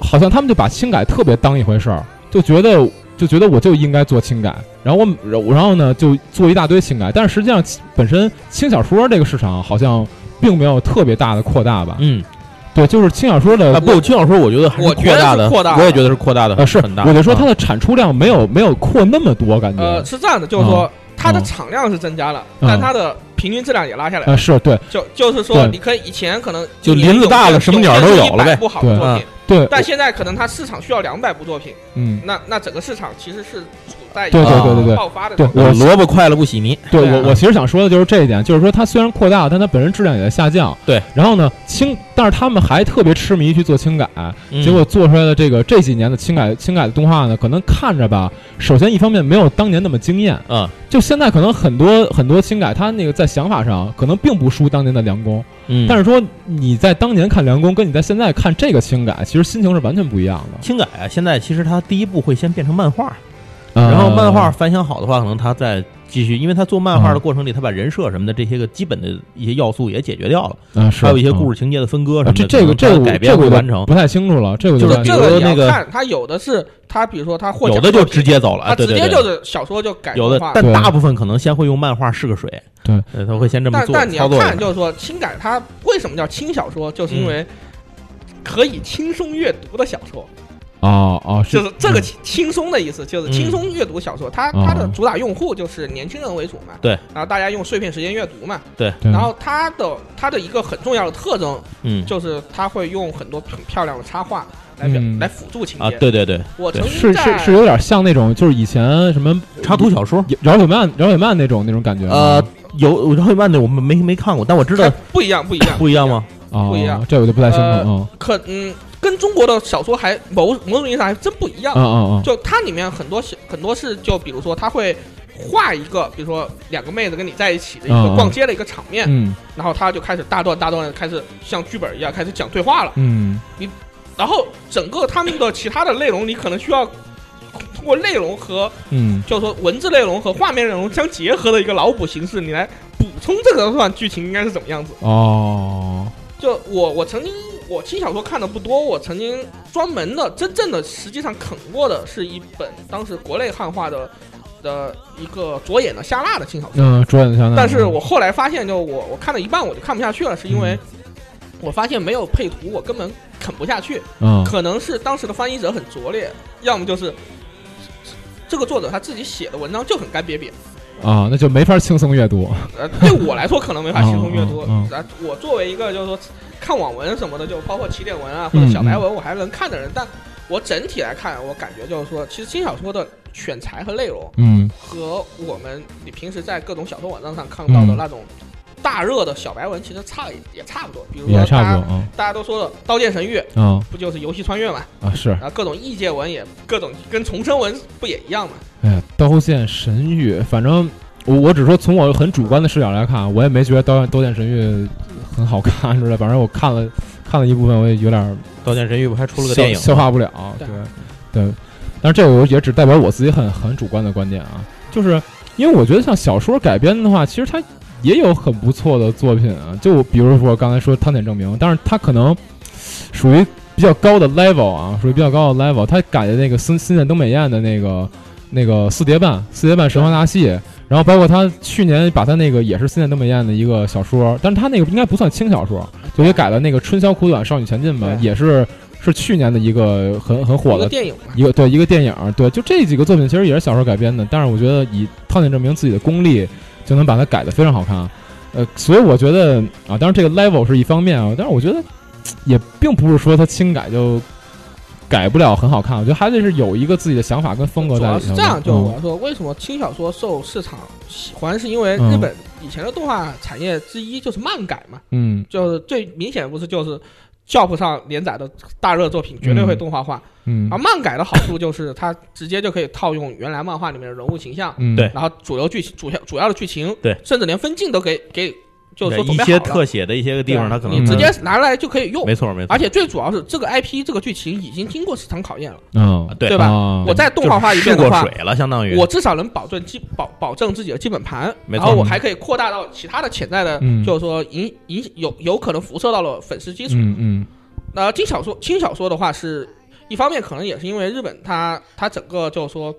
Speaker 3: 好像他们就把轻改特别当一回事儿，就觉得就觉得我就应该做轻改，然后我然后呢就做一大堆轻改，但是实际上其本身轻小说这个市场好像并没有特别大的扩大吧？
Speaker 1: 嗯，
Speaker 3: 对，就是轻小说的
Speaker 1: 啊不，轻小说我觉得还是
Speaker 2: 我觉
Speaker 1: 扩
Speaker 2: 得
Speaker 1: 大
Speaker 2: 是
Speaker 1: 的，
Speaker 2: 扩大
Speaker 1: 我也
Speaker 2: 的
Speaker 1: 觉得是扩大的，
Speaker 3: 呃是，
Speaker 1: 很大。
Speaker 3: 我就说它
Speaker 1: 啊
Speaker 3: 的产出量没有没有扩那么多，感觉
Speaker 1: 嗯
Speaker 2: 呃，是这样的，就是
Speaker 1: 哦
Speaker 2: 说它的产量是增加了，
Speaker 3: 嗯
Speaker 2: 但它的平均质量也拉下来了。
Speaker 3: 呃是对
Speaker 2: 就就是说，
Speaker 3: 对
Speaker 2: 你可以以前可能
Speaker 1: 就
Speaker 2: 一年
Speaker 1: 林子
Speaker 2: 有
Speaker 1: 大了
Speaker 2: 有
Speaker 1: 什么鸟都有了呗啊
Speaker 2: 100部好的
Speaker 3: 对
Speaker 2: 作品，
Speaker 3: 对，
Speaker 2: 但现在可能它市场需要两百部作品，
Speaker 3: 嗯。
Speaker 2: 那那整个市场其实是处在一
Speaker 3: 对
Speaker 2: 个
Speaker 1: 对对
Speaker 3: 对对
Speaker 2: 爆发的
Speaker 3: 对
Speaker 2: 状态。
Speaker 3: 我
Speaker 1: 呃萝卜快了不洗泥，
Speaker 3: 对
Speaker 2: 对啊
Speaker 3: 我，我其实想说的就是这一点，就是说它虽然扩大了，但它本身质量也在下降。
Speaker 1: 对，
Speaker 3: 然后呢，轻，但是他们还特别痴迷去做轻改，
Speaker 1: 嗯
Speaker 3: 结果做出来的这个这几年的轻改轻改的动画呢，可能看着吧，首先一方面没有当年那么惊艳，
Speaker 1: 啊，
Speaker 3: 就现在可能很多很多轻改，它那个在想法上可能并不输当年的梁工，
Speaker 1: 嗯，
Speaker 3: 但是说你在当年看梁工，跟你在现在看这个轻改，其实心情是完全不一样的。
Speaker 1: 轻改啊，现在其实它第一步会先变成漫画，
Speaker 3: 嗯
Speaker 1: 然后漫画反响好的话，可能他再继续，因为他做漫画的过程里，他把人设什么的这些个基本的一些要素也解决掉了，
Speaker 3: 啊，是
Speaker 1: 还有一些故
Speaker 3: 事，
Speaker 1: 事情节的分割
Speaker 3: 嗯
Speaker 1: 什么
Speaker 3: 啊这
Speaker 1: 的，
Speaker 3: 这个
Speaker 1: 可
Speaker 3: 这
Speaker 1: 能它
Speaker 3: 个我
Speaker 1: 的改
Speaker 3: 这
Speaker 1: 编
Speaker 3: 个
Speaker 1: 会
Speaker 3: 我
Speaker 1: 完成，
Speaker 3: 不太清楚了，这个
Speaker 1: 就
Speaker 3: 我
Speaker 1: 是
Speaker 3: 不太
Speaker 1: 比
Speaker 2: 这
Speaker 1: 如
Speaker 2: 个
Speaker 1: 那
Speaker 2: 你
Speaker 1: 个
Speaker 2: 要看，它有的是它，比如说它获奖
Speaker 1: 有的就
Speaker 2: 作品
Speaker 1: 直接走了，
Speaker 2: 它
Speaker 1: 对
Speaker 2: 直
Speaker 1: 对
Speaker 2: 接
Speaker 1: 对
Speaker 2: 就是小说就改
Speaker 1: 有的
Speaker 2: 动画，
Speaker 1: 但
Speaker 3: 对
Speaker 1: 大部分可能先会用漫画试个水，
Speaker 3: 对
Speaker 1: 呃，他会先这么
Speaker 2: 但
Speaker 1: 做
Speaker 2: 但你
Speaker 1: 操
Speaker 2: 要
Speaker 1: 作一嗯
Speaker 2: 看，
Speaker 1: 下，
Speaker 2: 就是说轻改它为什么叫轻小说，就是因为可以轻松阅读的小说，
Speaker 3: 哦哦，
Speaker 2: 就是这
Speaker 1: 嗯
Speaker 2: 个轻轻松的意思，就是轻松阅读小说。它
Speaker 3: 嗯
Speaker 2: 它的主打用户就是年轻人为主嘛，
Speaker 1: 哦对，
Speaker 2: 然后大家用碎片时间阅读嘛，
Speaker 3: 对
Speaker 2: 然后它的它的一个很重要的特征
Speaker 1: 嗯
Speaker 2: 就是它会用很多很漂亮的插画来表
Speaker 3: 嗯
Speaker 2: 来辅助情
Speaker 1: 啊，
Speaker 2: 节。
Speaker 1: 对对对，
Speaker 2: 我曾经
Speaker 3: 是是
Speaker 2: 在
Speaker 3: 是有点像那种，就是以前什么
Speaker 1: 插图小说，
Speaker 3: 饶雪漫饶雪漫那种那种感
Speaker 2: 嗯
Speaker 3: 觉吗。
Speaker 1: 呃，有然后漫的我们没没看过，但我知道
Speaker 2: 哎不一样不一样
Speaker 1: 不一样吗？
Speaker 3: 哦
Speaker 2: 不一样
Speaker 3: 这我就不太清楚。
Speaker 2: 呃
Speaker 3: 嗯
Speaker 2: 可嗯跟中国的小说还某某种意义上还真不一样
Speaker 3: 嗯。嗯嗯
Speaker 2: 就它里面很多是很多是，就比如说它会画一个，比如说两个妹子跟你在一起的一
Speaker 3: 嗯
Speaker 2: 个
Speaker 3: 嗯
Speaker 2: 逛街的一个场面，
Speaker 3: 嗯
Speaker 2: 然后他就开始大段大段的开始像剧本一样开始讲对话了，
Speaker 3: 嗯
Speaker 2: 然后整个他们的其他的内容你可能需要。通过内容和
Speaker 3: 嗯
Speaker 2: 就是说文字内容和画面内容相结合的一个脑补形式，你来补充这个段剧情应该是怎么样子？
Speaker 3: 嗯哦
Speaker 2: 就我我曾经我轻小说看的不多，我曾经专门的真正的实际上啃过的是一本当时国内汉化的的一个左眼的夏娜的轻小说，
Speaker 3: 嗯，主演的相当。
Speaker 2: 但是我后来发现，就我我看到一半我就看不下去了，是因为
Speaker 3: 嗯
Speaker 2: 我发现没有配图，我根本啃不下去，
Speaker 3: 嗯
Speaker 2: 可能是当时的翻译者很拙劣，要么就是这个作者他自己写的文章就很干瘪瘪，
Speaker 3: 啊，那就没法轻松阅读。
Speaker 2: 呃，对我来说可能没法轻松阅读
Speaker 3: 嗯嗯。
Speaker 2: 啊，我作为一个就是说看网文什么的，就包括起点文啊或者小白
Speaker 3: 嗯
Speaker 2: 文，我还能看的人，但我整体来看，我感觉就是说，其实轻小说的选材和内容
Speaker 3: 嗯
Speaker 2: 和我们你平时在各种小说网站上看到
Speaker 3: 嗯
Speaker 2: 的那种大热的小白文，其实差也也差不多。比如说
Speaker 3: 也
Speaker 2: 大
Speaker 3: 差不
Speaker 2: 家
Speaker 3: 多啊
Speaker 2: 大家都说的《刀剑神域》，
Speaker 3: 嗯
Speaker 2: 不就是游戏穿越嘛？
Speaker 3: 啊是。
Speaker 2: 然后各种异界文也各种跟重生文不也一样嘛？
Speaker 3: 哎呀，刀剑神域，反正我我只说从我很主观的视角来看，我也没觉得刀剑刀剑神域很好看之类的。反正我看了看了一部分，我也有点
Speaker 1: 《刀剑神域》不还出了个
Speaker 3: 消
Speaker 1: 电影吗？
Speaker 3: 消化不了。对
Speaker 2: 对
Speaker 3: 对，但是这个我也只代表我自己很很主观的观点啊，就是因为我觉得像小说改编的话，其实它也有很不错的作品啊，就比如说我刚才说《汤浅证明》，但是它可能属于比较高的 level 啊，属于比较高的 level，它改的那个森森见登美彦的那个那个四叠半四叠半神话大戏。然后包括他去年把他那个也是森见登美彦的一个小说，但是他那个应该不算轻小说，就也改了那个《春宵苦短，少女前进》吧，
Speaker 2: 对
Speaker 3: 也是是去年的一个很很火
Speaker 2: 一个
Speaker 3: 的
Speaker 2: 电影嘛。
Speaker 3: 一个对一个电影儿，对，就这几个作品其实也是小说改编的，但是我觉得以汤浅证明自己的功力，就能把它改得非常好看。呃，所以我觉得啊，当然这个 level 是一方面啊，但是我觉得嘖也并不是说它轻改就改不了很好看，我觉得还得是有一个自己的想法跟风格
Speaker 2: 主
Speaker 3: 在
Speaker 2: 要
Speaker 3: 里
Speaker 2: 是
Speaker 3: 头的。
Speaker 2: 这样，就我
Speaker 3: 嗯
Speaker 2: 要说，为什么轻小说受市场喜欢，是因为
Speaker 3: 嗯
Speaker 2: 日本以前的动画产业之一就是漫改嘛，
Speaker 3: 嗯
Speaker 2: 就是最明显不是就是 Jump 上连载的大热作品绝对会动画化，
Speaker 3: 嗯
Speaker 2: 而漫改的好处就是它直接就可以套用原来漫画里面的人物形象，
Speaker 3: 嗯
Speaker 1: 对
Speaker 2: 然后主流剧情主要主要的剧情，
Speaker 1: 对，
Speaker 2: 甚至连分镜都给给就是说
Speaker 1: 对一
Speaker 2: 准备
Speaker 1: 些
Speaker 2: 好了
Speaker 1: 特写的一些个地方，
Speaker 2: 对
Speaker 1: 它可
Speaker 2: 你
Speaker 1: 能嗯
Speaker 2: 直接拿来就可以用，
Speaker 1: 没错没错，
Speaker 2: 而且最主要是这个 IP 这个剧情已经经过市场考验了，
Speaker 3: 嗯
Speaker 1: 对
Speaker 2: 对吧
Speaker 3: 啊
Speaker 2: 我再动画化一遍
Speaker 1: 就是
Speaker 2: 的
Speaker 1: 试过
Speaker 2: 话。
Speaker 1: 水了，相当于
Speaker 2: 我至少能保证基保保证自己的基本盘，
Speaker 1: 没错
Speaker 2: 然后我还可以扩大到其他的潜在的，
Speaker 3: 嗯
Speaker 2: 就是说影影有有可能辐射到了粉丝基础。
Speaker 3: 嗯嗯
Speaker 2: 那、轻小说轻小说的话是一方面可能也是因为日本它它整个就是说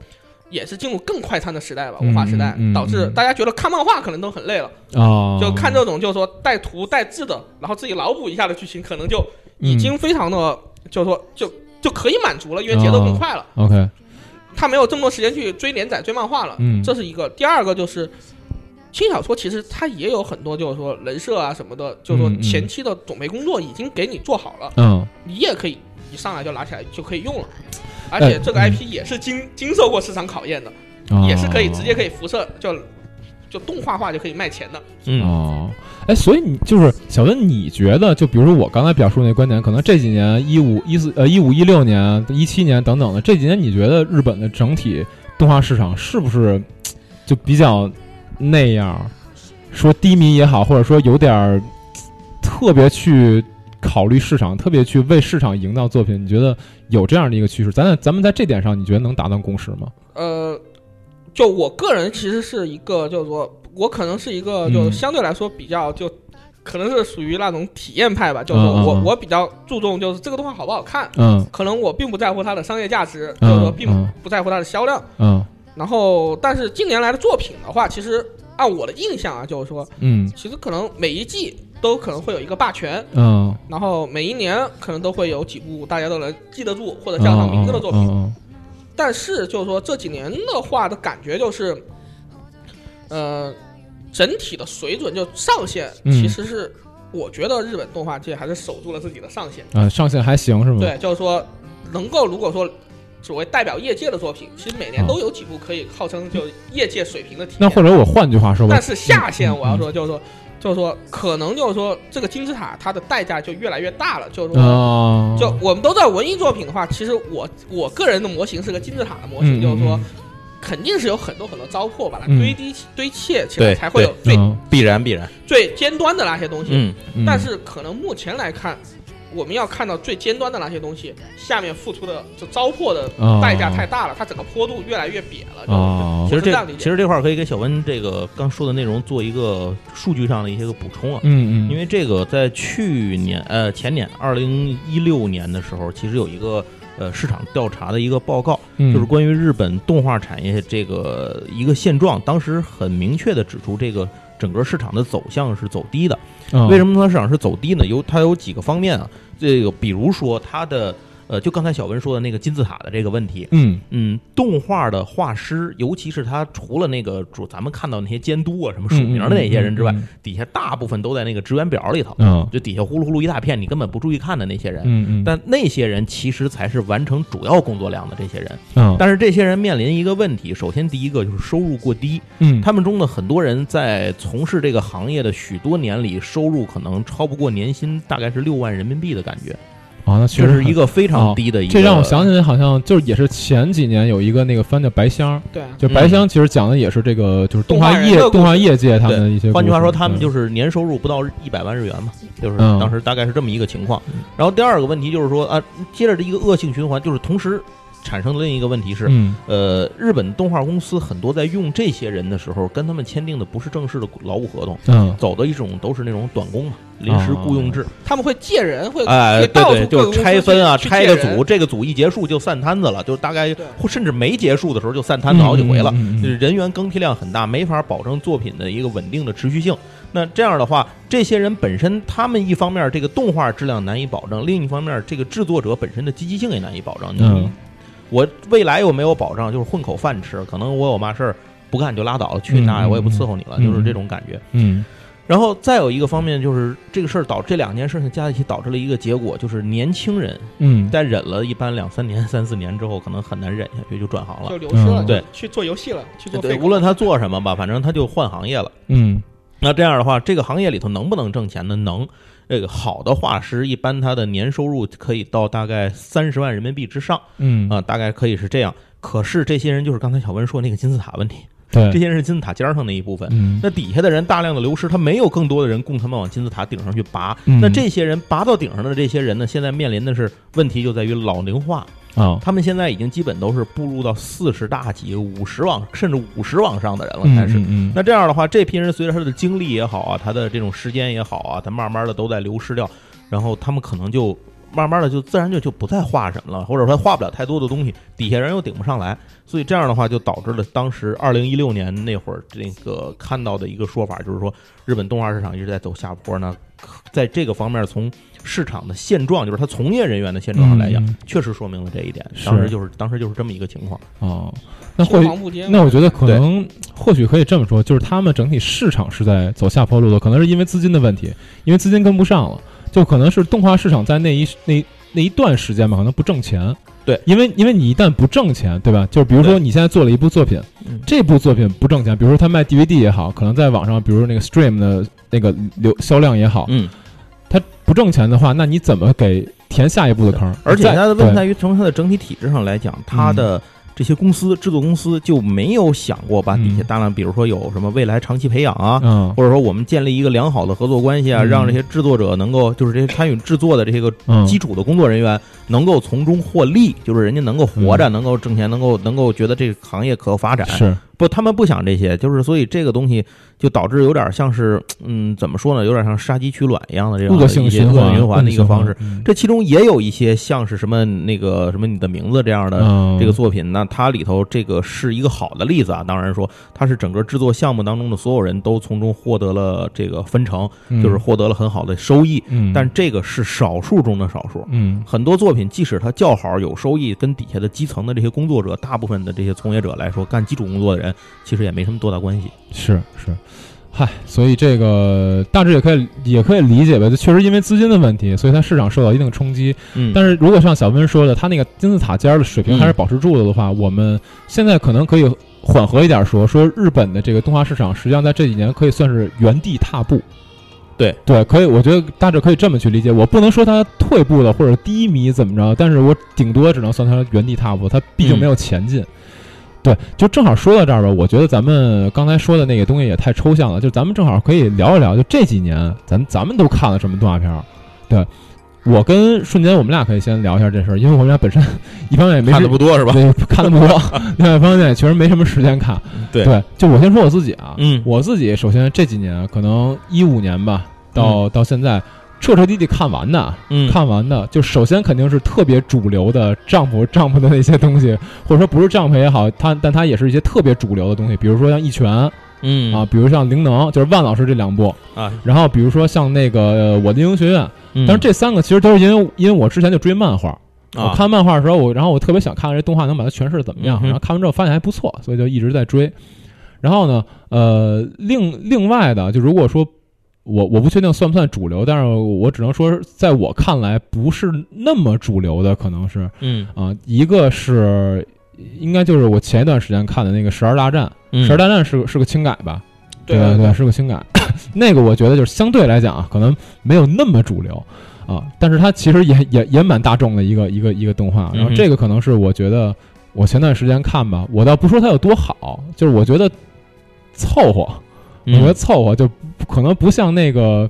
Speaker 2: 也是进入更快餐的时代吧，文化时代，
Speaker 3: 嗯嗯嗯
Speaker 2: 导致
Speaker 3: 嗯
Speaker 2: 大家觉得看漫画可能都很累了，
Speaker 3: 哦，
Speaker 2: 就看这种就是说带图带字的，然后自己脑补一下的剧情，可能就已
Speaker 3: 嗯
Speaker 2: 经非常的就是说就就可以满足了，因为节奏更快了，
Speaker 3: 嗯 OK，
Speaker 2: 他没有这么多时间去追连载追漫画了，
Speaker 3: 嗯
Speaker 2: 这是一个。第二个就是。轻小说其实它也有很多，就是说人设啊什么的，就是说
Speaker 3: 嗯嗯
Speaker 2: 前期的准备工作已经给你做好了，
Speaker 3: 嗯，
Speaker 2: 你也可以一上来就拿起来就可以用了。而
Speaker 3: 哎
Speaker 2: 且这个
Speaker 3: 嗯
Speaker 2: IP 也是经经受过市场考验的，
Speaker 3: 哦
Speaker 2: 也是可以直接可以辐射，就就动画化就可以卖钱的。
Speaker 1: 嗯，
Speaker 3: 哦，哎，所以你就是小文，你觉得就比如说我刚才表述那观点，可能这几年一五一四呃一五一六年一七年等等的这几年，你觉得日本的整体动画市场是不是嘖就比较那样？说低迷也好，或者说有点儿嘖特别去考虑市场，特别去为市场营造作品，你觉得有这样的一个趋势？咱咱们在这点上，你觉得能达到共识吗？
Speaker 2: 呃，就我个人其实是一个，就是说我可能是一个，就
Speaker 3: 嗯
Speaker 2: 相对来说比较就。可能是属于那种体验派吧，就是说我
Speaker 3: 嗯嗯嗯
Speaker 2: 我比较注重就是这个动画好不好看，
Speaker 3: 嗯
Speaker 2: 可能我并不在乎它的商业价值，
Speaker 3: 嗯
Speaker 2: 就是说并
Speaker 3: 嗯
Speaker 2: 不在乎它的销量。
Speaker 3: 嗯
Speaker 2: 然后，但是近年来的作品的话，其实按我的印象啊，就是说
Speaker 3: 嗯
Speaker 2: 其实可能每一季都可能会有一个霸权，
Speaker 3: 嗯，
Speaker 2: 然后每一年可能都会有几部大家都能记得住或者叫上名字的作品。
Speaker 3: 嗯
Speaker 2: 但是就是说这几年的话的感觉就是，呃，整体的水准就上限
Speaker 3: 嗯
Speaker 2: 其实是。我觉得日本动画界还是守住了自己的上限，
Speaker 3: 嗯啊，上线还行是吗？
Speaker 2: 对，就是说，能够如果说所谓代表业界的作品，其实每年都有几部可以号称就业界水平的体
Speaker 3: 啊那
Speaker 2: 验。
Speaker 3: 或者我换句话说吧
Speaker 2: 但，是下限
Speaker 3: 嗯
Speaker 2: 我要说就是说，就是说，可能就是说这个金字塔它的代价就越来越大了，就是说。
Speaker 3: 啊，
Speaker 2: 就我们都在文艺作品的话，其实我我个人的模型是个金字塔的模型，
Speaker 3: 嗯
Speaker 2: 就是说
Speaker 3: 嗯
Speaker 2: 肯定是有很多很多糟粕把它
Speaker 3: 嗯
Speaker 2: 堆积起堆砌起来，
Speaker 1: 对
Speaker 2: 才会有最
Speaker 3: 嗯
Speaker 1: 必然必然，
Speaker 2: 最尖端的那些东西。
Speaker 1: 嗯
Speaker 3: 嗯
Speaker 2: 但是可能目前来看，我们要看到最尖端的那些东西，下面付出的就糟粕的
Speaker 3: 哦
Speaker 2: 代价太大了，它整个坡度越来越瘪了。就
Speaker 3: 哦
Speaker 1: 其，实
Speaker 2: 我是这样
Speaker 1: 这
Speaker 2: 理解
Speaker 1: 其实这块儿可以给小温这个刚说的内容做一个数据上的一些个补充啊，
Speaker 3: 嗯嗯，
Speaker 1: 因为这个在去年呃前年二零一六年的时候，其实有一个呃市场调查的一个报告，
Speaker 3: 为
Speaker 2: 嗯
Speaker 1: 就是关于日本动画产业这个一个现状，当时很明确的指出这个。整个市场的走向是走低的，
Speaker 3: 嗯
Speaker 1: 为什么它市场是走低呢？有它有几个方面啊，这个比如说它的呃，就刚才小文说的那个金字塔的这个问题，
Speaker 3: 嗯
Speaker 1: 嗯，动画的画师，尤其是他除了那个主咱们看到那些监督啊什么署
Speaker 3: 嗯
Speaker 1: 名的那些人之外，
Speaker 3: 嗯
Speaker 1: 底下大部分都在那个职员表里头，
Speaker 3: 嗯
Speaker 1: 就底下呼噜呼噜一大片，你根本不注意看的那些人。
Speaker 3: 嗯嗯，
Speaker 1: 但那些人其实才是完成主要工作量的这些人，
Speaker 3: 嗯
Speaker 1: 但是这些人面临一个问题，首先第一个就是收入过低，
Speaker 3: 嗯
Speaker 1: 他们中的很多人在从事这个行业的许多年里，收入可能超不过年薪大概是六万人民币的感觉，
Speaker 3: 啊，那确
Speaker 1: 这
Speaker 3: 实
Speaker 1: 是一
Speaker 3: 很。
Speaker 1: 个非常低的一个。
Speaker 3: 这让我想起来，好像就是也是前几年有一个那个番叫《白箱》，
Speaker 2: 对啊，
Speaker 3: 就《
Speaker 1: 嗯
Speaker 3: 白箱》其实讲的也是这个，就是动
Speaker 2: 动画人
Speaker 3: 业
Speaker 2: 的故事
Speaker 3: 动画业界他们的一些故事。
Speaker 1: 换句话说，他们就是是年收入不到一百万日元嘛，就是
Speaker 3: 嗯
Speaker 1: 当时大概是这么一个情况。然后第二个问题就是说啊，接着的一个恶性循环，就是同时产生的另一个问题是，
Speaker 3: 嗯
Speaker 1: 呃，日本动画公司很多在用这些人的时候，跟他们签订的不是正式的劳务合同，
Speaker 3: 嗯
Speaker 1: 走的一种都是那种短工嘛，临时雇佣制，
Speaker 2: 他们会借人，会
Speaker 1: 哎，
Speaker 2: 会
Speaker 1: 对
Speaker 2: 呃到
Speaker 1: 对，
Speaker 2: 处各
Speaker 1: 就
Speaker 2: 个公司
Speaker 1: 是拆分啊，
Speaker 2: 去
Speaker 1: 拆个，
Speaker 2: 去借人
Speaker 1: 组，这个组一结束就散摊子了，就大概
Speaker 2: 对
Speaker 1: 或甚至没结束的时候就散摊子好几回了。
Speaker 3: 嗯嗯嗯
Speaker 1: 就是人员更替量很大，没法保证作品的一个稳定的持续性。那这样的话，这些人本身他们一方面这个动画质量难以保证，另一方面这个制作者本身的积极性也难以保证。你
Speaker 3: 嗯
Speaker 1: 我未来有没有保障，就是混口饭吃，可能我有嘛事儿不干就拉倒了，去
Speaker 3: 嗯
Speaker 1: 那儿
Speaker 3: 嗯
Speaker 1: 我也不伺候你了，
Speaker 3: 嗯
Speaker 1: 就是这种感觉。
Speaker 3: 嗯
Speaker 1: 然后再有一个方面就是这个事儿导这两件事情加在一起导致了一个结果，就是年轻人
Speaker 3: 嗯
Speaker 1: 在忍了一般两三年、三四年之后，可能很难忍下去，就转行了
Speaker 2: 就。流失了，
Speaker 3: 嗯
Speaker 1: 对，
Speaker 2: 去做游戏了，去做
Speaker 1: 对，
Speaker 2: 废
Speaker 1: 无论他做什么吧，反正他就换行业了。
Speaker 3: 嗯
Speaker 1: 那这样的话，这个行业里头能不能挣钱呢？能。这个好的画师，一般他的年收入可以到大概三十万人民币之上
Speaker 3: 嗯
Speaker 1: 啊、大概可以是这样。可是这些人就是刚才小文说那个金字塔问题，
Speaker 3: 对
Speaker 1: 这些人是金字塔尖上那一部分。
Speaker 3: 嗯
Speaker 1: 那底下的人大量的流失，他没有更多的人供他们往金字塔顶上去拔。
Speaker 3: 嗯
Speaker 1: 那这些人拔到顶上的这些人呢，现在面临的是问题就在于老龄化，
Speaker 3: 啊
Speaker 1: 他们现在已经基本都是步入到四十大几、五十往甚至五十往上的人了，
Speaker 3: 嗯
Speaker 1: 开始。
Speaker 3: 嗯
Speaker 1: 那这样的话，这批人随着他的经历也好啊，他的这种时间也好啊，他慢慢的都在流失掉，然后他们可能就慢慢的就自然就就不再画什么了，或者说画不了太多的东西，底下人又顶不上来，所以这样的话就导致了当时二零一六年那会儿那个看到的一个说法，就是说日本动画市场一直在走下坡呢，在这个方面从市场的现状，就是它从业人员的现状上来讲，
Speaker 3: 嗯
Speaker 1: 确实说明了这一点。
Speaker 3: 是
Speaker 1: 当时就是当时就是这么一个情况，
Speaker 3: 哦，那或
Speaker 2: 青
Speaker 3: 许
Speaker 2: 黄不接嘛。
Speaker 3: 那我觉得可能或许可以这么说，就是他们整体市场是在走下坡路的，可能是因为资金的问题，因为资金跟不上了，就可能是动画市场在那一那那一段时间吧，可能不挣钱。
Speaker 1: 对，
Speaker 3: 因为因为你一旦不挣钱，对吧？就是比如说
Speaker 1: 对
Speaker 3: 你现在做了一部作品，
Speaker 1: 嗯
Speaker 3: 这部作品不挣钱，比如说它卖 DVD 也好，可能在网上，比如说那个 Stream 的那个流销量也好，
Speaker 1: 嗯，
Speaker 3: 它不挣钱的话，那你怎么给填下一步的坑？
Speaker 1: 而且
Speaker 3: 再
Speaker 1: 它的问题
Speaker 3: 对嗯
Speaker 1: 在于从它的整体体制上来讲，它的。这些公司、制作公司就没有想过把底下
Speaker 3: 嗯
Speaker 1: 大量，比如说有什么未来长期培养啊，
Speaker 3: 嗯
Speaker 1: 或者说我们建立一个良好的合作关系啊，
Speaker 3: 嗯
Speaker 1: 让这些制作者能够，就是这些参与制作的这些个
Speaker 3: 嗯
Speaker 1: 基础的工作人员能够从中获利，就是人家能够活着，能够挣钱，能够能够觉得这个行业可发展。
Speaker 3: 嗯是
Speaker 1: 不，他们不想这些，就是所以这个东西就导致有点像是，嗯，怎么说呢，有点像杀鸡取卵一样的这样
Speaker 3: 恶
Speaker 1: 的
Speaker 3: 性
Speaker 1: 一些
Speaker 3: 循
Speaker 1: 恶
Speaker 3: 环
Speaker 1: 性循环的一个方式。，
Speaker 3: 嗯
Speaker 1: 这其中也有一些像是什么那个什么你的名字这样的
Speaker 3: 嗯
Speaker 1: 呃这个作品，那它里头这个是一个好的例子啊。当然说，它是整个制作项目当中的所有人都从中获得了这个分成，就是获得了很好的收益。
Speaker 3: 嗯，
Speaker 1: 但这个是少数中的少数，
Speaker 3: 嗯
Speaker 1: 很多作品即使它叫好有收益，跟底下的基层的这些工作者，大部分的这些从业者来说，干基础工作的人其实也没什么多大关系。
Speaker 3: 是是，嗨，所以这个大致也可以也可以理解吧，就确实因为资金的问题，所以它市场受到一定冲击。
Speaker 1: 嗯，
Speaker 3: 但是如果像小温说的，它那个金字塔尖儿的水平还是
Speaker 1: 嗯
Speaker 3: 保持住了的话，我们现在可能可以缓和一点说，说日本的这个动画市场实际上在这几年可以算是原地踏步。
Speaker 1: 对
Speaker 3: 对，可以，我觉得大致可以这么去理解。我不能说它退步了或者低迷怎么着，但是我顶多只能算它原地踏步，它毕竟没有前
Speaker 1: 嗯
Speaker 3: 进。对，就正好说到这儿吧。我觉得咱们刚才说的那个东西也太抽象了，就咱们正好可以聊一聊，就这几年咱咱们都看了什么动画片儿。对，我跟瞬间我们俩可以先聊一下这事儿，因为我们俩本身一方面也没
Speaker 1: 看
Speaker 3: 时
Speaker 1: 的不多是吧？
Speaker 3: 对，看的不 多。另外一方面，确实没什么时间看。
Speaker 1: 对
Speaker 3: 就我先说我自己啊，
Speaker 1: 嗯
Speaker 3: 我自己首先这几年，可能一五年吧，到、到现在，彻彻底底看完的，
Speaker 1: 嗯，
Speaker 3: 看完的，就首先肯定是特别主流的丈夫 丈夫的那些东西，或者说不是丈夫也好，它但它也是一些特别主流的东西，比如说像《一拳》
Speaker 1: 嗯
Speaker 3: 啊，比如像《灵能》，就是万老师这两部，
Speaker 1: 啊，
Speaker 3: 然后比如说像那个呃《我的英雄学院》，
Speaker 1: 但
Speaker 3: 但是这三个其实都是因为因为我之前就追漫画，
Speaker 1: 嗯
Speaker 3: 我看漫画的时候，我然后我特别想看看这动画能把它诠释得怎么样
Speaker 1: 啊嗯，哼
Speaker 3: 然后看完之后发现还不错，所以就一直在追。然后呢，呃，另另外的，就如果说我我不确定算不算主流，但是我只能说是，在我看来不是那么主流的，可能是
Speaker 1: 嗯
Speaker 3: 啊、一个是应该就是我前一段时间看的那个《十二大战》，
Speaker 1: 嗯
Speaker 3: 十二大战》是个是个轻改吧？
Speaker 2: 对啊
Speaker 3: 吧？
Speaker 2: 对
Speaker 3: 对吧，是个情感。 那个我觉得就是相对来讲啊，可能没有那么主流啊，但是它其实也也也蛮大众的一个一个一个动画。啊然后
Speaker 1: 嗯哼
Speaker 3: 这个可能是我觉得我前段时间看吧，我倒不说它有多好，就是我觉得凑合，我觉得
Speaker 1: 嗯
Speaker 3: 凑合，就可能不像那个，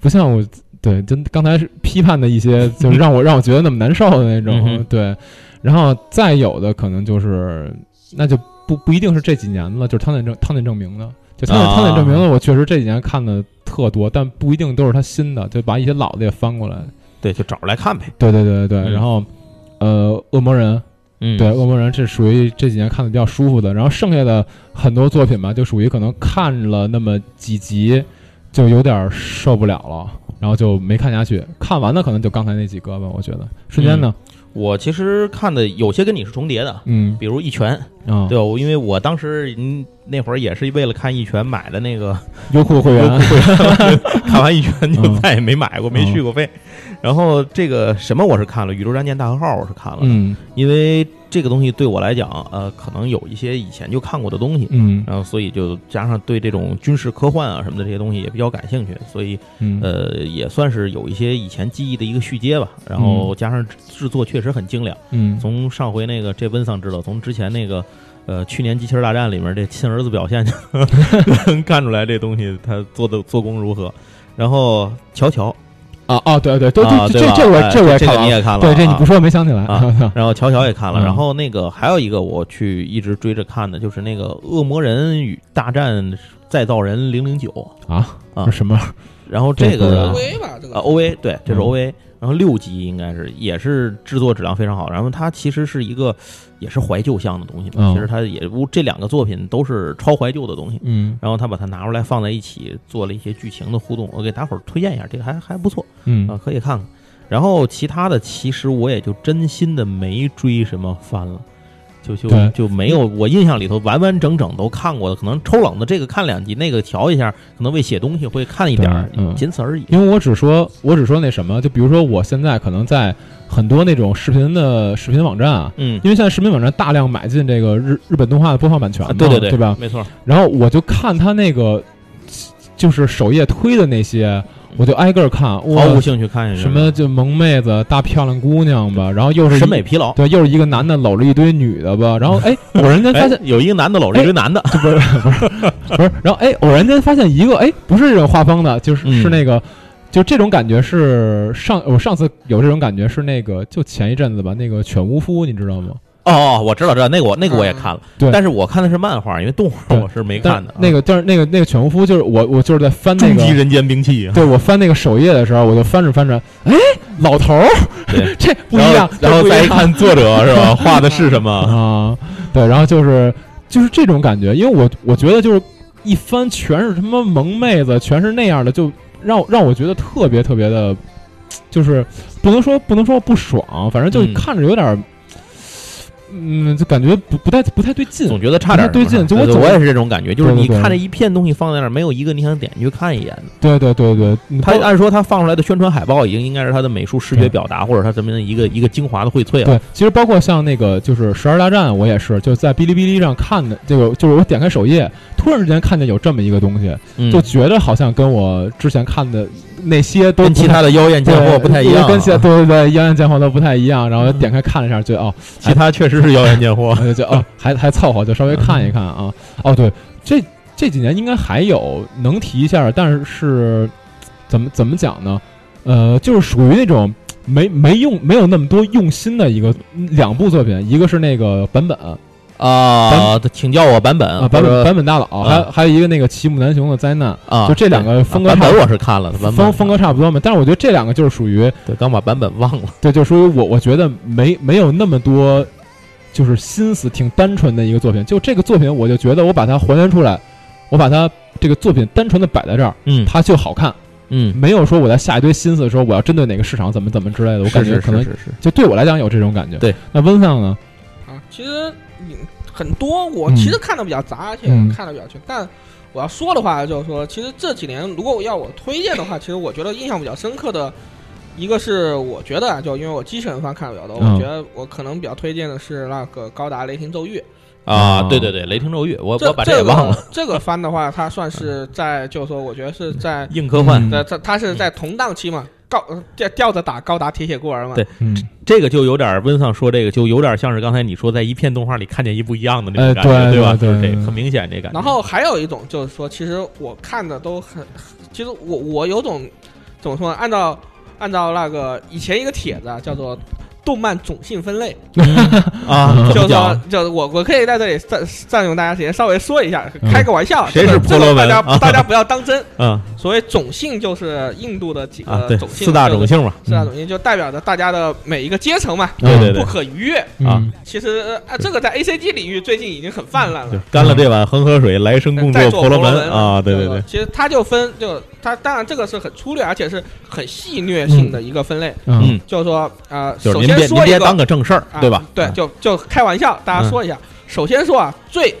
Speaker 3: 不像我对，就刚才是批判的一些，就是让我让我觉得那么难受的那
Speaker 1: 嗯
Speaker 3: 种
Speaker 1: 哼，
Speaker 3: 对。然后再有的可能就是，那就不不一定是这几年了，就是汤浅证汤浅证明的，就汤浅
Speaker 1: 啊
Speaker 3: 汤浅证明的，我确实这几年看的特多，但不一定都是他新的，就把一些老的也翻过来。
Speaker 1: 对，就找着来看呗。
Speaker 3: 对对对对对，
Speaker 1: 嗯
Speaker 3: 然后。呃，恶魔人，
Speaker 1: 嗯，
Speaker 3: 对，恶魔人，这属于这几年看的比较舒服的。然后剩下的很多作品吧，就属于可能看了那么几集，就有点受不了了，然后就没看下去。看完的可能就刚才那几个吧，我觉
Speaker 1: 嗯
Speaker 3: 得。瞬间呢，
Speaker 1: 我其实看的有些跟你是重叠的，
Speaker 3: 嗯
Speaker 1: 比如一拳，
Speaker 3: 啊，
Speaker 1: 对，我因为我当时嗯那会儿也是为了看一拳买的那个，
Speaker 3: 优酷会员，
Speaker 1: 看完一拳就
Speaker 3: 嗯
Speaker 1: 再也没买过，没
Speaker 3: 嗯
Speaker 1: 续过费。然后这个什么我是看了，《宇宙战舰大和号》我是看了，
Speaker 3: 嗯
Speaker 1: 因为这个东西对我来讲，呃，可能有一些以前就看过的东西，
Speaker 3: 嗯
Speaker 1: 然后所以就加上对这种军事科幻啊什么的这些东西也比较感兴趣，所以
Speaker 3: 嗯，
Speaker 1: 呃也算是有一些以前记忆的一个续接吧。然后加上制作确实很精良。
Speaker 3: 嗯
Speaker 1: 从上回那个这温桑知道，从之前那个呃去年机器人大战里面这亲儿子表现 就能看出来这东西他做的做工如何。然后乔乔
Speaker 3: 啊哦，对对对
Speaker 1: 啊，
Speaker 3: 这
Speaker 1: 对
Speaker 3: 这
Speaker 1: 吧
Speaker 3: 这我我
Speaker 1: 哎
Speaker 3: 也
Speaker 1: 这
Speaker 3: 看
Speaker 1: 个你
Speaker 3: 了，
Speaker 1: 也看了，
Speaker 3: 对，这你不
Speaker 1: 啊。
Speaker 3: 说没想起来
Speaker 1: 啊然后乔乔也看了，
Speaker 3: 嗯
Speaker 1: 然后那个还有一个我去一直追着看的，就是那个《恶魔人与大战再造人零零九》，
Speaker 3: 啊
Speaker 1: 啊
Speaker 3: 这什么？
Speaker 1: 然后这
Speaker 3: 这不知
Speaker 1: 个
Speaker 3: 道
Speaker 2: ，OVA 吧，这个
Speaker 1: 呃 O A 对，这是
Speaker 3: 嗯
Speaker 1: O A，、然后六集应该是也是制作质量非常好。然后它其实是一个也是怀旧向的东西
Speaker 3: 嗯
Speaker 1: 嘛，其实它也不这两个作品都是超怀旧的东西。
Speaker 3: 嗯
Speaker 1: 然后他把它拿出来放在一起，做了一些剧情的互动。我给大伙儿推荐一下，这个还还不错啊、
Speaker 3: 嗯
Speaker 1: 可以看看。然后其他的，其实我也就真心的没追什么番了，就就
Speaker 3: 对
Speaker 1: 就没有我印象里头完完整整都看过的，可能抽冷的这个看两集，那个调一下，可能为写东西会看一点儿，
Speaker 3: 对嗯
Speaker 1: 仅此而已。
Speaker 3: 因为我只说，我只说那什么，就比如说我现在可能在很多那种视频的视频网站啊，
Speaker 1: 嗯，
Speaker 3: 因为现在视频网站大量买进这个日日本动画的播放版权嘛，
Speaker 1: 啊对对对，
Speaker 3: 对吧？
Speaker 1: 没错，
Speaker 3: 然后我就看他那个，就是首页推的那些，我就挨个儿看，哇
Speaker 1: 毫无兴趣看下去。
Speaker 3: 什么就萌妹子、大漂亮姑娘吧，然后又是一
Speaker 1: 审美，疲劳？
Speaker 3: 对，又是一个男的搂着一堆女的吧， 然后哎，偶然间发
Speaker 1: 哎
Speaker 3: 现，
Speaker 1: 有一个男的搂着一堆男的，
Speaker 3: 这不是 不是不是，然后哎，偶然间发现一个哎，不是这种画风的，就是、
Speaker 1: 嗯
Speaker 3: 是那个。就这种感觉是上我上次有这种感觉是那个就前一阵子吧，那个犬巫夫你知道吗？
Speaker 1: 哦哦，我知道，知道那个我那个我也看了，
Speaker 3: 嗯对
Speaker 1: 但是我看的是漫画，因为动画我是没
Speaker 3: 但
Speaker 1: 看的。啊
Speaker 3: 那个但是那个那个犬巫夫就是我我就是在翻那
Speaker 1: 终
Speaker 3: 个
Speaker 1: 极人间兵器，
Speaker 3: 对我翻那个首页的时候，我就翻着翻着，哎，老头儿，
Speaker 1: 对
Speaker 3: 这不
Speaker 1: 然
Speaker 3: 一样
Speaker 1: 后，然
Speaker 3: 这
Speaker 1: 后
Speaker 3: 不一
Speaker 1: 再一
Speaker 3: 样
Speaker 1: 看作者是吧，画的是什么？
Speaker 3: 啊，对，然后就是就是这种感觉，因为我我觉得就是一翻全是他妈萌妹子，全是那样的，就让让我觉得特别特别的，就是不能说不能说不爽，反正就是
Speaker 1: 嗯
Speaker 3: 看着有点儿，嗯，就感觉不不太不 太对劲，
Speaker 1: 总觉得差点
Speaker 3: 不太对劲
Speaker 1: 什么
Speaker 3: 就我总
Speaker 1: 我也是这种感觉，就是
Speaker 3: 对
Speaker 1: 你
Speaker 3: 对对
Speaker 1: 看这一片东西放在那儿，没有一个你想点进去看一眼的。
Speaker 3: 对对对对，你
Speaker 1: 他
Speaker 3: 包
Speaker 1: 按说他放出来的宣传海报已经应该是他的美术视觉表达，或者他什么一个一个精华的荟萃了。
Speaker 3: 对，其实包括像那个就是《十二大战》，我也是就是在哔哩哔哩上看的，这个就是我点开首页，突然之间看见有这么一个东西，
Speaker 1: 嗯
Speaker 3: 就觉得好像跟我之前看的那些都
Speaker 1: 跟
Speaker 3: 不
Speaker 1: 其
Speaker 3: 太
Speaker 1: 他的妖艳
Speaker 3: 对
Speaker 1: 贱货不太一样，啊哎
Speaker 3: 跟其他对对对妖艳贱货都不太一样。然后
Speaker 1: 嗯
Speaker 3: 点开看了一下，觉得哦，
Speaker 1: 其他确实是妖艳贱货
Speaker 3: 我。就觉得哦，还还凑合，就稍微看一看啊。哦，对，这这几年应该还有能提一下，但是是怎么怎么讲呢？呃，就是属于那种没没用没有那么多用心的一个两部作品，一个是那个版本啊，
Speaker 1: 啊，请叫我版本
Speaker 3: 版
Speaker 1: 呃或者
Speaker 3: 本版本大佬，还
Speaker 1: 啊
Speaker 3: 还有一个那个骑木南雄的灾难，
Speaker 1: 啊，
Speaker 3: 就这两
Speaker 1: 对
Speaker 3: 个风格
Speaker 1: 啊
Speaker 3: 差
Speaker 1: 版
Speaker 3: 不
Speaker 1: 本我是看了的，版本
Speaker 3: 风风格差不多嘛。但是我觉得这两个就是属于
Speaker 1: 对，刚把版本忘了。
Speaker 3: 对，就属于我，我觉得没没有那么多，就是心思挺单纯的一个作品。就这个作品，我就觉得我把它还原出来，我把它这个作品单纯的摆在这儿，
Speaker 1: 嗯
Speaker 3: 它就好看，
Speaker 1: 嗯，
Speaker 3: 没有说我在下一堆心思的时候，我要针对哪个市场怎么怎么之类的。嗯我
Speaker 1: 是
Speaker 3: 感觉
Speaker 1: 是
Speaker 3: 可
Speaker 1: 是
Speaker 3: 能
Speaker 1: 是是，
Speaker 3: 就对我来讲有这种感觉。
Speaker 1: 对，
Speaker 3: 那温丧呢？
Speaker 2: 啊，其实你很多我
Speaker 3: 嗯
Speaker 2: 其实看的比较杂，而且
Speaker 3: 嗯
Speaker 2: 看的比较全。但我要说的话就是说，其实这几年如果要我推荐的话，其实我觉得印象比较深刻的一个是，我觉得啊，就因为我机器人番看的比较多，
Speaker 3: 嗯
Speaker 2: 我觉得我可能比较推荐的是那个高达雷霆咒域。
Speaker 1: 啊
Speaker 3: 啊，
Speaker 1: 对对对，雷霆咒语，我
Speaker 2: 这
Speaker 1: 我把也忘 了。。
Speaker 2: 这个、这个番的话，它算是在就是说，我觉得是在
Speaker 1: 硬科幻
Speaker 3: 嗯
Speaker 2: 在在它是在同档期嘛，高呃吊吊着打高达铁血孤儿嘛。
Speaker 1: 对
Speaker 3: 嗯，
Speaker 1: 这个就有点温丧说这个就有点像是刚才你说在一片动画里看见一不一样的那
Speaker 3: 哎
Speaker 1: 种感觉，
Speaker 3: 对
Speaker 1: 吧？
Speaker 3: 对
Speaker 1: 就是
Speaker 3: 对
Speaker 1: 这个很明显这感觉。
Speaker 2: 然后还有一种就是说，其实我看的都很，其实我我有种怎么说呢？按照按照那个以前一个帖子啊，叫做。动漫种性分 类，
Speaker 3: 嗯
Speaker 1: 啊，怎么
Speaker 2: 就是说
Speaker 1: 讲？，
Speaker 2: 就是我我可以在这里占占用大家时间，稍微说一下，
Speaker 3: 嗯
Speaker 2: 开个玩笑。
Speaker 1: 谁
Speaker 2: 这个
Speaker 1: 是婆罗门
Speaker 2: 这个大
Speaker 1: 啊
Speaker 2: 家大 家不要当真。
Speaker 1: 嗯
Speaker 2: 所谓种姓，就是印度的几
Speaker 1: 啊，
Speaker 2: 个
Speaker 1: 对，
Speaker 2: 种姓，
Speaker 1: 四大
Speaker 2: 就是
Speaker 1: 种姓嘛，
Speaker 2: 四大种姓就代表着大家的每一个阶层嘛，
Speaker 1: 对对
Speaker 2: 不
Speaker 1: 对，
Speaker 2: 可逾越。
Speaker 1: 啊
Speaker 3: 嗯
Speaker 2: 其实啊，这个在 A C G 领域最近已经很泛滥
Speaker 1: 就是
Speaker 2: 了。
Speaker 1: 干了这碗恒河水，来生共
Speaker 2: 在
Speaker 1: 做
Speaker 2: 嗯做
Speaker 1: 婆罗
Speaker 2: 婆罗
Speaker 1: 门
Speaker 2: 门
Speaker 1: 啊！对对对，
Speaker 2: 其实它就分，就它当然这个是很粗略，而且是很戏谑性的一个分类。
Speaker 1: 嗯，
Speaker 2: 就是说，呃，
Speaker 1: 就是
Speaker 2: 首
Speaker 1: 您别
Speaker 2: 先
Speaker 1: 您
Speaker 2: 说一
Speaker 1: 别
Speaker 2: 个，
Speaker 1: 当个正事儿，
Speaker 2: 啊
Speaker 1: 对吧？嗯
Speaker 2: 对，
Speaker 1: 啊
Speaker 2: 就就开玩笑，大家说一下。首先说啊，最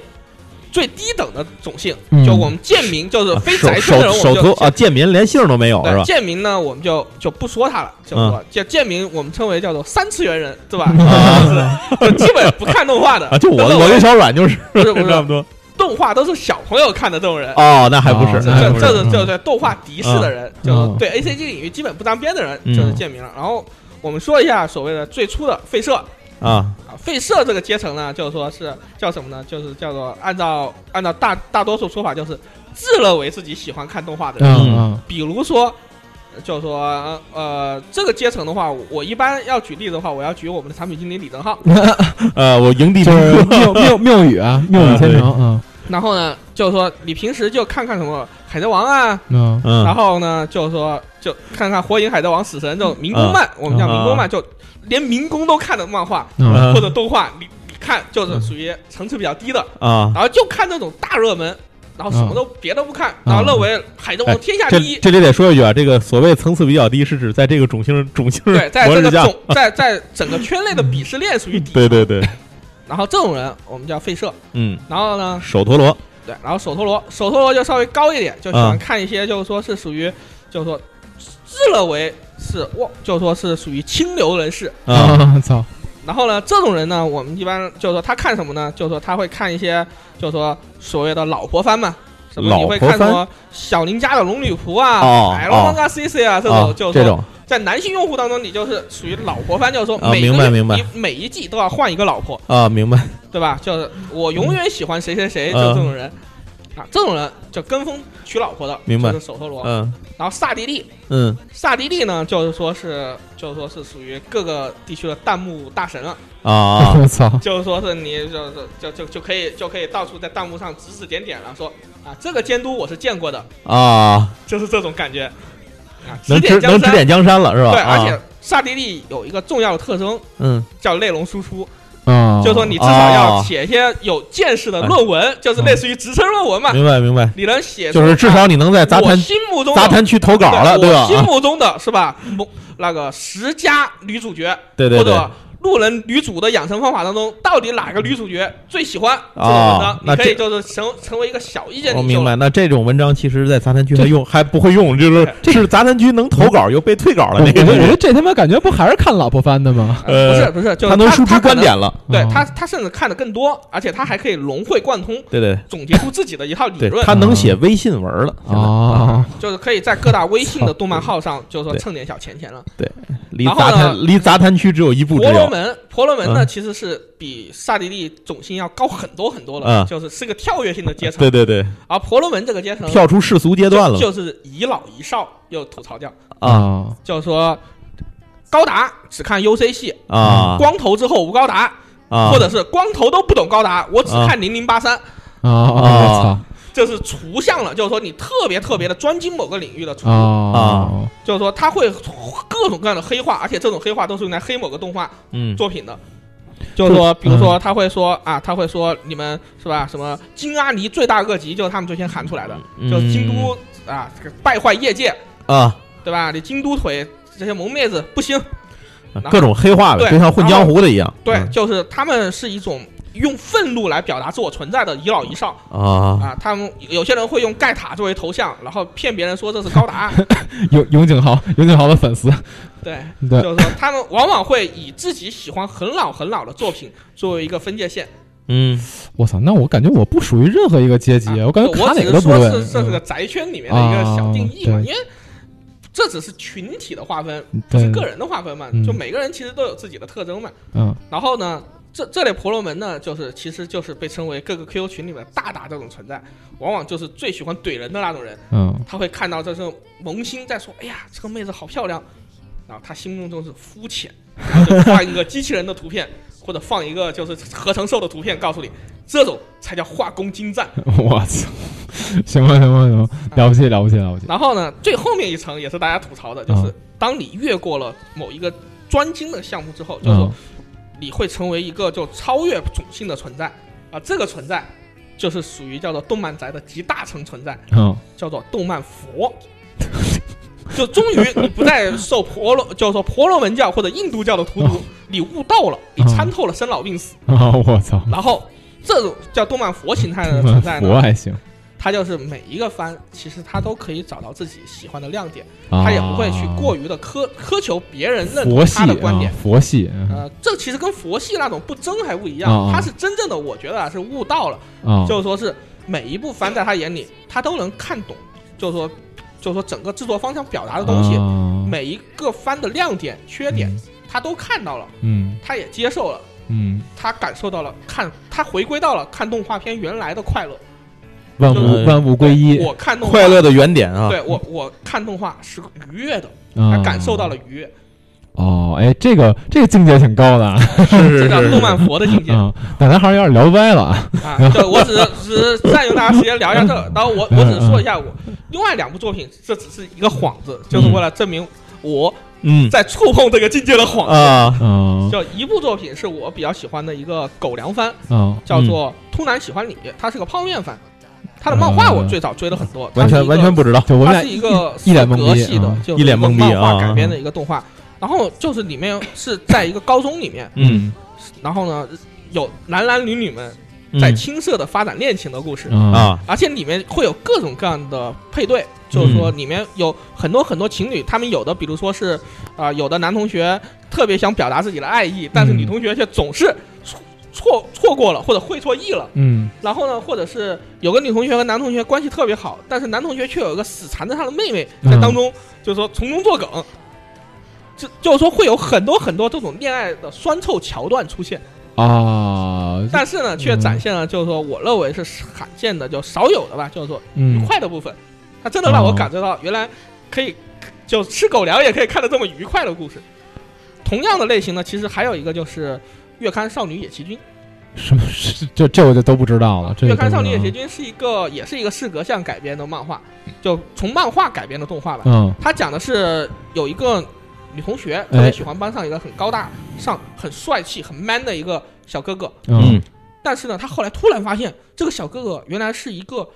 Speaker 2: 最低等的种姓，
Speaker 3: 嗯
Speaker 2: 就我们贱民，就是非
Speaker 1: 啊手
Speaker 2: 宅村
Speaker 1: 手
Speaker 2: 的人，我
Speaker 1: 手
Speaker 2: 们
Speaker 1: 足
Speaker 2: 就
Speaker 1: 啊，贱民连姓都没有是
Speaker 2: 对
Speaker 1: 吧？嗯
Speaker 2: 贱民呢，我们就就不说他了，就说叫贱民，我们称为叫做三次元人，对吧？ 就是就基本不看动画的
Speaker 1: 啊啊，就 我
Speaker 2: 真的
Speaker 1: 我跟小阮就是
Speaker 2: 不是不哎 是
Speaker 1: 差不多
Speaker 2: 动画都是小朋友看的这种人，
Speaker 1: 哦，那还不是
Speaker 3: 哦，
Speaker 2: 这
Speaker 3: 那还
Speaker 1: 那还
Speaker 3: 不
Speaker 1: 不
Speaker 2: 这
Speaker 1: 是
Speaker 2: 这是这对动画敌视的人，
Speaker 3: 嗯
Speaker 2: 就对 A C G 领域基本不沾边的人，
Speaker 1: 嗯
Speaker 2: 就是贱民了。然后我们说一下所谓的最初的废社。
Speaker 1: 啊，
Speaker 2: 啊，废社这个阶层呢，就是说是叫什么呢？就是叫做按照按照大大多数说法，就是自认为自己喜欢看动画的人，
Speaker 3: 嗯嗯
Speaker 2: 比如说，呃就是说，呃，这个阶层的话，我我一般要举例子的话，我要举我们的产品经理李正浩。
Speaker 3: 嗯
Speaker 1: 呃，我营地
Speaker 3: 就是 谬谬谬语啊，谬语天成啊，
Speaker 2: 然后呢，就是说，你平时就看看什么《海海贼王》啊，
Speaker 3: 嗯
Speaker 1: 嗯，
Speaker 2: 然后呢，就说就看看《火影》《海贼王》《死神》这种民工漫，我们叫民工漫，就连民工都看的漫画
Speaker 3: 嗯
Speaker 1: 嗯
Speaker 2: 或者动画，你你看就是属于层次比较低的，
Speaker 1: 啊，
Speaker 2: 然后就看那种大热门，然后什么都别的不看，
Speaker 3: 嗯
Speaker 2: 然后认为《海贼王》天下
Speaker 1: 这
Speaker 2: 第一。
Speaker 1: 这里得说一句啊，这个所谓层次比较低，是指在这个种姓种姓
Speaker 2: 对，在
Speaker 1: 模式
Speaker 2: 这 个
Speaker 1: 下，
Speaker 2: 总在在整个圈内的鄙视链属于底，
Speaker 1: 嗯对对对，
Speaker 2: 然后这种人我们叫废社，
Speaker 1: 嗯，
Speaker 2: 然后呢，
Speaker 1: 手陀螺，
Speaker 2: 对，然后手陀螺，手陀螺就稍微高一点，就喜欢看一些就是说是属于，就是说自认为是哇，就是说是属于清流人士。
Speaker 1: 啊，
Speaker 3: 嗯操，
Speaker 2: 然后呢，这种人呢，我们一般就是说他看什么呢？就是说他会看一些，就是说所谓的老婆番嘛。什么你会看什
Speaker 1: 老婆
Speaker 2: 么小林家的龙女仆啊，
Speaker 1: 哦
Speaker 2: 海
Speaker 1: 哦
Speaker 2: 龙王啊，C C 啊，这种
Speaker 1: 啊
Speaker 2: 就是
Speaker 1: 这
Speaker 2: 说
Speaker 1: 种
Speaker 2: 在男性用户当中，你就是属于老婆番，就是说
Speaker 1: 啊
Speaker 2: 每
Speaker 1: 明
Speaker 2: 个
Speaker 1: 白
Speaker 2: 月
Speaker 1: 明白
Speaker 2: 你每一季都要换一个老婆，
Speaker 1: 啊，明白，
Speaker 2: 对吧？就是我永远喜欢谁谁谁，
Speaker 1: 嗯
Speaker 2: 就这种人啊，这种人就跟风娶老婆的，
Speaker 1: 明白
Speaker 2: 就是手陀螺。
Speaker 1: 嗯
Speaker 2: 然后萨迪利，
Speaker 1: 嗯
Speaker 2: 萨迪利呢，就是说是，就是说是属于各个地区的弹幕大神了，
Speaker 1: 啊，
Speaker 3: 操，
Speaker 2: 就是说是你就是就就就可以就可以到处在弹幕上指指点点了，说啊这个监督我是见过的，
Speaker 1: 啊，
Speaker 2: 就是这种感觉啊，指
Speaker 1: 能指
Speaker 2: 点江
Speaker 1: 能指
Speaker 2: 山。
Speaker 1: 点江山了是吧？
Speaker 2: 对，而
Speaker 1: 啊
Speaker 2: 且萨迪利有一个重要的特征
Speaker 1: 嗯，
Speaker 2: 叫内容输出，
Speaker 3: 嗯，
Speaker 2: 就说你至少要
Speaker 1: 哦哎嗯
Speaker 2: 写一些有见识的论文，就是类似于职称论文嘛。
Speaker 1: 明白明白，
Speaker 2: 你能写出
Speaker 1: 就是至少你能在杂
Speaker 2: 啊我
Speaker 1: 谈
Speaker 2: 心目中的
Speaker 1: 杂谈区投稿了，
Speaker 2: 对
Speaker 1: 对
Speaker 2: 我心
Speaker 1: 吧？啊
Speaker 2: 目中的是吧？某那个十佳女主角
Speaker 1: 对对
Speaker 2: 或
Speaker 1: 对，
Speaker 2: 者路人女主的养成方法当中，到底哪个女主角最喜欢这种文章
Speaker 1: 哦？
Speaker 2: 你
Speaker 1: 那
Speaker 2: 可
Speaker 1: 这
Speaker 2: 以就是成成为一个小意见
Speaker 1: 我哦
Speaker 2: 领
Speaker 1: 明
Speaker 2: 袖了。
Speaker 1: 白。那这种文章其实，在杂谈区还用还不会用，就是是杂谈区能投稿又被退稿
Speaker 3: 我嗯
Speaker 1: 了
Speaker 3: 我
Speaker 1: 那
Speaker 3: 觉得
Speaker 1: 个，
Speaker 3: 这他妈感觉不还是看老婆番的 吗？
Speaker 2: 呃不
Speaker 1: 呃
Speaker 2: 是不是，就是
Speaker 1: 能
Speaker 2: 他
Speaker 1: 输出
Speaker 2: 他可
Speaker 1: 观
Speaker 2: 能，
Speaker 1: 点了。
Speaker 2: 对
Speaker 3: 嗯
Speaker 2: 他他甚至看的更多，而且他还可以融会贯通，
Speaker 1: 对对
Speaker 2: 总结出自己的一套理
Speaker 1: 对，
Speaker 2: 论。
Speaker 1: 他能写微信文了。现在
Speaker 3: 哦，
Speaker 2: 就是可以在各大微信的动漫号上，就是说
Speaker 1: 对
Speaker 2: 蹭点小钱钱了。
Speaker 1: 离
Speaker 2: 然后
Speaker 1: 杂
Speaker 2: 呢
Speaker 1: 谈离杂谈区只有一步之
Speaker 2: 婆罗
Speaker 1: 遥。
Speaker 2: 门，婆罗门呢，
Speaker 1: 嗯
Speaker 2: 其实是比萨迪利总星要高很多很多了，
Speaker 1: 嗯
Speaker 2: 就是是个跳跃性的阶层。
Speaker 1: 对对对，
Speaker 2: 而婆罗门这个阶层
Speaker 1: 跳出世俗阶段了
Speaker 2: 就就是以老一少又吐槽掉，
Speaker 1: 啊
Speaker 3: 啊，
Speaker 2: 就是说高达只看 UC 系，
Speaker 1: 啊
Speaker 2: 光头之后无高达，
Speaker 1: 啊！
Speaker 2: 或者是光头都不懂高达，我只
Speaker 1: 啊
Speaker 2: 看零零八三，
Speaker 3: 啊啊
Speaker 1: 啊
Speaker 2: 这是除项了，就是说你特别特别的专精某个领域的
Speaker 3: 操
Speaker 2: 除，
Speaker 3: 啊
Speaker 2: 就是说他会各种各样的黑化，而且这种黑化都是用来黑某个动画
Speaker 1: 嗯
Speaker 2: 作品的。就是说，比如说，他会说啊，他会说你们是吧？什么金阿尼罪大恶极，就是他们最先喊出来的，就是京都啊，这个败坏业界，
Speaker 1: 嗯啊，
Speaker 2: 对吧？你京都腿这些萌妹子不行，后
Speaker 1: 各种黑化呗，
Speaker 2: 对
Speaker 1: 就像混江湖的一样。
Speaker 2: 对，
Speaker 1: 嗯
Speaker 2: 就是他们是一种用愤怒来表达自我存在的一老一少
Speaker 1: 啊，
Speaker 3: 哦
Speaker 2: 啊。他们有些人会用盖塔作为头像，然后骗别人说这是 高达，
Speaker 3: 永永井豪，永井豪的粉丝，
Speaker 2: 对，
Speaker 3: 对，
Speaker 2: 就是说他们往往会以自己喜欢很老很老的作品作为一个分界线。
Speaker 1: 嗯
Speaker 3: 我操，那我感觉我不属于任何一个阶级，
Speaker 2: 啊
Speaker 3: 我感觉
Speaker 2: 对我
Speaker 3: 卡哪
Speaker 2: 只
Speaker 3: 个
Speaker 2: 是
Speaker 3: 都不对
Speaker 2: 说。是这是个宅圈里面的一个小定义嘛，
Speaker 3: 啊对
Speaker 2: 因为这只是群体的划分，
Speaker 3: 嗯
Speaker 2: 不是
Speaker 3: 对
Speaker 2: 个人的划分嘛
Speaker 3: 嗯，
Speaker 2: 就每个人其实都有自己的特征嘛。
Speaker 3: 嗯
Speaker 2: 然后呢，这这类婆罗门呢，就是其实就是被称为各个 QQ 群里面的大大这种存在，往往就是最喜欢怼人的那种人，
Speaker 3: 嗯
Speaker 2: 他会看到这种萌新在说，哎呀，这个妹子好漂亮，然后他心目中是肤浅，然后就放一个机器人的图片。 或者放一个就是合成兽的图片，告诉你，这种才叫画工精湛。
Speaker 3: 我操，行吧行吧行吧，了不起了不起了不起，
Speaker 2: 然后呢，最后面一层也是大家吐槽的，就是当你越过了某一个专精的项目之后，就
Speaker 3: 嗯
Speaker 2: 是说你会成为一个就超越种姓的存在啊，这个存在就是属于叫做动漫宅的集大成存在，
Speaker 3: 嗯
Speaker 2: 叫做动漫佛。 就终于你不再受婆罗，就是说婆罗门教或者印度教的荼毒
Speaker 3: 哦，
Speaker 2: 你悟到了，你参透了生老病死，
Speaker 3: 啊我操，
Speaker 2: 然后这种叫动漫佛形态的 存在
Speaker 3: 我
Speaker 2: 呢，
Speaker 3: 还行，
Speaker 2: 它就是每一个番其实它都可以找到自己喜欢的亮点。
Speaker 3: 他
Speaker 2: 他也不会去过于的苛苛求别人认
Speaker 3: 啊佛
Speaker 2: 同
Speaker 3: 系
Speaker 2: 他的观点
Speaker 3: 啊。佛系嗯
Speaker 2: 呃，这其实跟佛系那种不争还不一
Speaker 3: 啊
Speaker 2: 样
Speaker 3: 啊，
Speaker 2: 他是真正的，我觉得啊是悟到了，
Speaker 3: 啊，
Speaker 2: 就是说是每一部番在他眼里，他都能看懂，就是说，就是说整个制作方向表达的东西，
Speaker 3: 啊
Speaker 2: 每一个番的亮点、缺点，他都看到了，
Speaker 3: 嗯
Speaker 2: 他也接受了，
Speaker 3: 嗯，嗯
Speaker 2: 他感受到了，看他回归到了看动画片原来的快乐，
Speaker 3: 万
Speaker 1: 就是
Speaker 3: 物万物归一，
Speaker 2: 我看动画
Speaker 1: 快乐的原点啊，
Speaker 2: 对我我看动画是愉悦的，
Speaker 3: 啊
Speaker 2: 他感受到了愉悦。
Speaker 3: 哦，哎，这个这个境界挺高的啊，
Speaker 1: 是
Speaker 2: 这叫动漫佛的境界
Speaker 3: 嗯那咱还是有点聊歪了啊。
Speaker 2: 啊！对，我只是只是占用大家时间聊一下这个，然后我
Speaker 1: 嗯
Speaker 2: 我只是说一下我另外两部作品，这只是一个幌子，就是为了证明我
Speaker 1: 嗯
Speaker 2: 在触碰这个境界的幌子。
Speaker 1: 啊
Speaker 3: 嗯
Speaker 2: 就一部作品是我比较喜欢的一个狗粮番，
Speaker 3: 嗯
Speaker 2: 叫做《突然喜欢你》，它是个泡面番，它的漫画我最早追了很多，
Speaker 1: 嗯
Speaker 2: 它
Speaker 1: 完
Speaker 2: 是一
Speaker 1: 全
Speaker 2: 个
Speaker 1: 完全不知道，
Speaker 3: 就我们
Speaker 2: 它
Speaker 3: 俩
Speaker 2: 是一个
Speaker 3: 一脸懵
Speaker 2: 格
Speaker 3: 逼
Speaker 2: 系的
Speaker 3: 啊，
Speaker 2: 就是
Speaker 1: 一脸懵逼啊
Speaker 2: 漫画改编的一个动画。然后就是里面是在一个高中里面，
Speaker 1: 嗯，
Speaker 2: 然后呢有男男女女们
Speaker 1: 嗯
Speaker 2: 在青涩的发展恋情的故事，
Speaker 3: 嗯
Speaker 1: 啊
Speaker 2: 而且里面会有各种各样的配对，就是说里面有很多很多情侣，他们有的比如说是啊、呃有的男同学特别想表达自己的爱意，但是
Speaker 3: 嗯
Speaker 2: 女同学却总是错错错过了或者会错意了。
Speaker 3: 嗯
Speaker 2: 然后呢，或者是有个女同学和男同学关系特别好，但是男同学却有一个死缠着他的妹妹在当中，就是说从中作梗，就就是说会有很多很多这种恋爱的酸臭桥段出现，
Speaker 3: 啊，
Speaker 2: 但是呢，却展现了就是说我认为是罕见的，就少有的吧，就是说愉
Speaker 3: 嗯
Speaker 2: 快的部分，它真的让我感觉到原来可以就吃狗粮也可以看得这么愉快的故事。同样的类型呢，其实还有一个就是。月刊少女野崎君，
Speaker 3: 什么是这这我就都不知道了。这
Speaker 2: 月
Speaker 3: 个
Speaker 2: 刊
Speaker 3: 都
Speaker 2: 少
Speaker 3: 不
Speaker 2: 女野
Speaker 3: 知
Speaker 2: 崎
Speaker 3: 道
Speaker 2: 君是一个，也是一个适格向改编的漫画，就从漫画改编的动画吧。
Speaker 3: 嗯
Speaker 2: 它讲的是有一个女同学特别喜欢班上一个很高大上、很帅气、很 man 的一个小哥哥，
Speaker 1: 嗯
Speaker 2: 但是呢，她后来突然发现这个小哥哥原来是一个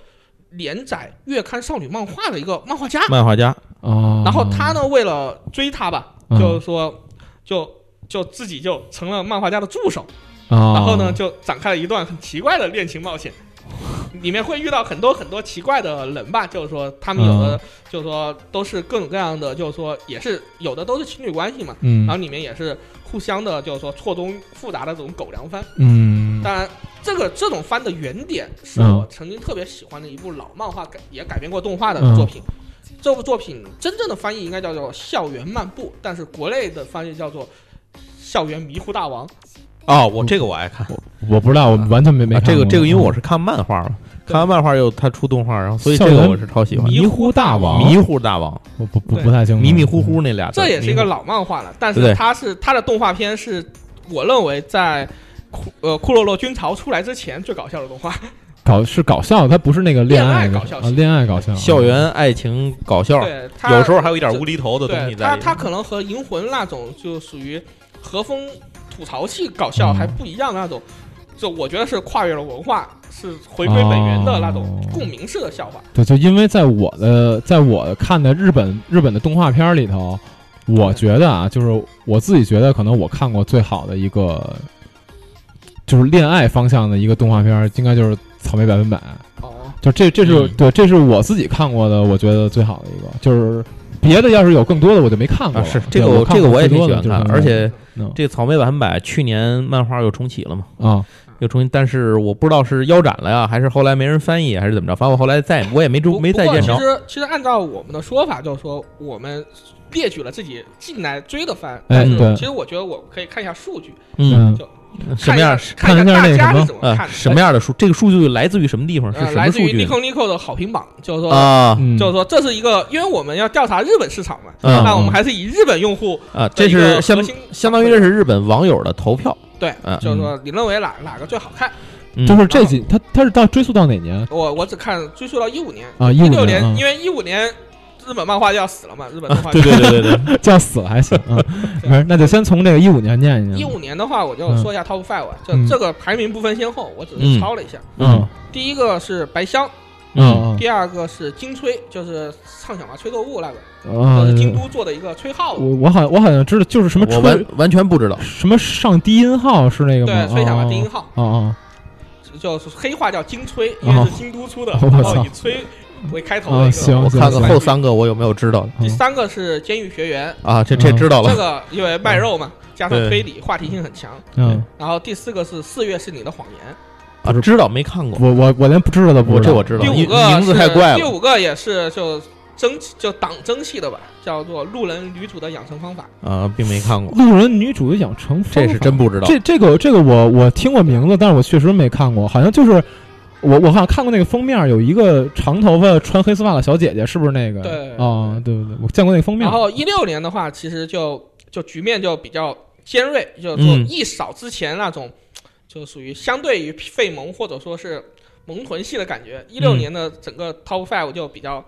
Speaker 2: 连载月刊少女漫画的一个漫画家。
Speaker 1: 漫画家
Speaker 3: 哦，
Speaker 2: 然后他呢，为了追她吧，
Speaker 3: 嗯
Speaker 2: 就是说，就就自己就成了漫画家的助手。
Speaker 3: 哦，
Speaker 2: 然后呢，就展开了一段很奇怪的恋情冒险，里面会遇到很多很多奇怪的人吧，就是说他们有的
Speaker 3: 嗯
Speaker 2: 就是说都是各种各样的，就是说也是有的都是情侣关系嘛，
Speaker 3: 嗯
Speaker 2: 然后里面也是互相的，就是说错综复杂的这种狗粮番。
Speaker 3: 嗯
Speaker 1: 啊
Speaker 2: 当然，这个这种番的原点是
Speaker 1: 嗯
Speaker 2: 我曾经特别喜欢的一部老漫画改也改编过动画的
Speaker 1: 嗯
Speaker 2: 作品。这部作品真正的翻译应该叫做《校园漫步》，但是国内的翻译叫做《校园迷糊大王》。
Speaker 1: 哦，我这个我爱看，
Speaker 3: 我不知道，我完全没没
Speaker 1: 啊这
Speaker 3: 看
Speaker 1: 个
Speaker 3: 过
Speaker 1: 这个，因为我是看漫画了，
Speaker 2: 嗯
Speaker 1: 看完漫画又他出动画，然后所以这
Speaker 3: 校园
Speaker 1: 个我是超喜欢。
Speaker 3: 迷糊大王嗯
Speaker 1: 迷糊大王，
Speaker 3: 我不不
Speaker 2: 对
Speaker 3: 不太清楚，
Speaker 1: 迷迷糊糊那俩字儿，
Speaker 2: 这也是一个
Speaker 1: 迷糊
Speaker 2: 老漫画了，但
Speaker 1: 对
Speaker 2: 是它是它的动画片是我认为在库呃库洛洛军曹出来之前最搞笑的动
Speaker 1: 哦
Speaker 2: 画，
Speaker 3: 搞是搞笑，它不是那个
Speaker 2: 恋
Speaker 3: 爱
Speaker 2: 爱
Speaker 3: 的
Speaker 2: 搞笑
Speaker 3: 啊，恋爱搞笑，
Speaker 1: 校园爱情搞笑，
Speaker 2: 对它
Speaker 1: 有时候还有一点无厘头的东
Speaker 2: 对
Speaker 1: 西在
Speaker 2: 它
Speaker 1: 里
Speaker 2: 它
Speaker 1: 面。
Speaker 2: 可能和银魂那种就属于和风吐槽系搞笑
Speaker 3: 嗯
Speaker 2: 还不一样的那种，就我觉得是跨越了文化，是回归本源的那种
Speaker 3: 哦
Speaker 2: 共鸣式的笑话。
Speaker 3: 对，就因为在我的在我看的日本日本的动画片儿里头，我觉得啊，就是我自己觉得，可能我看过最好的一个，就是恋爱方向的一个动画片儿，应该就是《草莓百分百》。
Speaker 2: 哦，
Speaker 3: 就这，这是、
Speaker 1: 嗯
Speaker 3: 对，这是我自己看过的，我觉得最好的一个。就是别的要是有更多的，我就没看过了。
Speaker 1: 啊，是
Speaker 3: 对
Speaker 1: 这个
Speaker 3: 我
Speaker 1: 我
Speaker 3: 看
Speaker 1: 这个
Speaker 3: 过
Speaker 1: 我也
Speaker 3: 最
Speaker 1: 挺
Speaker 3: 多
Speaker 1: 喜
Speaker 3: 的
Speaker 1: 欢
Speaker 3: 就是
Speaker 1: 看，
Speaker 3: 那
Speaker 1: 而
Speaker 3: 个
Speaker 1: 且
Speaker 3: 嗯
Speaker 1: 这个草莓百分百去年漫画又重启了嘛，
Speaker 3: 啊，
Speaker 1: 又重新，但是我不知道是腰斩了呀，还是后来没人翻译，还是怎么着。反正我后来再我也没
Speaker 2: 不
Speaker 1: 注没
Speaker 2: 不
Speaker 1: 再
Speaker 2: 过
Speaker 1: 见
Speaker 2: 其
Speaker 1: 着。
Speaker 2: 实其实按照我们的说法，就是说我们列举了自己近来追的番，
Speaker 3: 哎
Speaker 2: 但是
Speaker 3: 对
Speaker 2: 其实我觉得我可以看一下数据。
Speaker 1: 嗯，
Speaker 3: 嗯
Speaker 2: 就
Speaker 1: 什么样
Speaker 2: 一？下看
Speaker 3: 看一下
Speaker 2: 大
Speaker 3: 那
Speaker 2: 家
Speaker 3: 什么
Speaker 2: 是怎么看
Speaker 1: 呃，
Speaker 2: 的？
Speaker 1: 什么样的数？这个数据来自于什么地方？是
Speaker 2: 呃
Speaker 1: 什
Speaker 2: 来
Speaker 1: 么数
Speaker 2: 自于
Speaker 1: 据
Speaker 2: Nico Nico 的好评榜，就是说，
Speaker 1: 啊？
Speaker 3: 嗯
Speaker 2: 就是说这是一个，因为我们要调查日本市场嘛，
Speaker 1: 嗯
Speaker 2: 那我们还是以日本用户
Speaker 1: 啊，
Speaker 2: 的
Speaker 1: 这
Speaker 2: 一个
Speaker 1: 是
Speaker 2: 核
Speaker 1: 相
Speaker 2: 心，
Speaker 1: 相当于这是日本网友的投票，
Speaker 2: 对，
Speaker 1: 嗯
Speaker 3: 啊
Speaker 2: 就是说你认为哪哪个最好看？
Speaker 1: 嗯
Speaker 3: 就是这几，他他是到追溯到哪 年
Speaker 2: 我我只看追溯到一五年，
Speaker 3: 啊？一
Speaker 2: 一
Speaker 3: 五
Speaker 2: 六
Speaker 3: 啊
Speaker 2: 年，因为一五年日本漫画就要死了嘛，日本漫画
Speaker 1: 对对对对对，
Speaker 3: 叫死了还行啊，没事，那就先从这个一五年念一念。
Speaker 2: 一五年的话，我就说一下 Top Five，啊就
Speaker 3: 嗯
Speaker 2: 这个排名不分先后，我只
Speaker 1: 嗯
Speaker 2: 是抄了一下。
Speaker 3: 嗯
Speaker 2: 第一个是白香，
Speaker 3: 嗯
Speaker 2: 第二个是金吹，就是畅想吧吹奏物那个，
Speaker 3: 啊，
Speaker 2: 就是京都做的一个吹号
Speaker 3: 我我好像我好像知道，就是什么
Speaker 1: 我
Speaker 3: 吹
Speaker 1: 完完全不知道。
Speaker 3: 什么上低音号是那个吗？
Speaker 2: 对，吹响吧
Speaker 3: 哦
Speaker 2: 低音。号，
Speaker 3: 哦哦，
Speaker 2: 就是黑话叫京吹，因为是京都出的，
Speaker 3: 哦
Speaker 2: 然
Speaker 3: 啊 我操
Speaker 2: 后以吹为开头
Speaker 3: 啊
Speaker 2: 的一
Speaker 3: 行
Speaker 2: 个。
Speaker 1: 我看看
Speaker 2: 行
Speaker 1: 后三个我有没有知道的
Speaker 2: 第三个是监狱学员，
Speaker 1: 啊？这这
Speaker 3: 嗯
Speaker 1: 知道
Speaker 2: 这
Speaker 1: 了，
Speaker 2: 个因为卖肉嘛，加上
Speaker 1: 对
Speaker 2: 推理，话题性很强。
Speaker 3: 嗯，
Speaker 2: 然后第四个是四月是你的谎言，
Speaker 1: 啊，知道没看过，
Speaker 3: 我我我连不知道都不
Speaker 1: 我
Speaker 3: 知道。
Speaker 1: 这我知道，
Speaker 2: 第五
Speaker 1: 因
Speaker 2: 个
Speaker 1: 名字太怪
Speaker 2: 是第
Speaker 1: 了。
Speaker 2: 五个也是就蒸就党争系的吧，叫做路人女主的养成方法。
Speaker 1: 啊，并没看过，
Speaker 3: 路人女主的养成方法
Speaker 1: 这是真不知道。
Speaker 3: 这这个这个我我听过名字，但是我确实没看过，好像就是。我我好像看过那个封面，有一个长头发穿黑丝袜的小姐姐，是不是那个？啊
Speaker 2: 对
Speaker 3: 哦，对对对，我见过那个封面。
Speaker 2: 然后一六年的话，其实就就局面就比较尖锐，就是说
Speaker 1: 嗯
Speaker 2: 一扫之前那种，就属于相对于费蒙或者说是蒙豚系的感觉。一六
Speaker 1: 嗯
Speaker 2: 年的整个 Top Five 就比较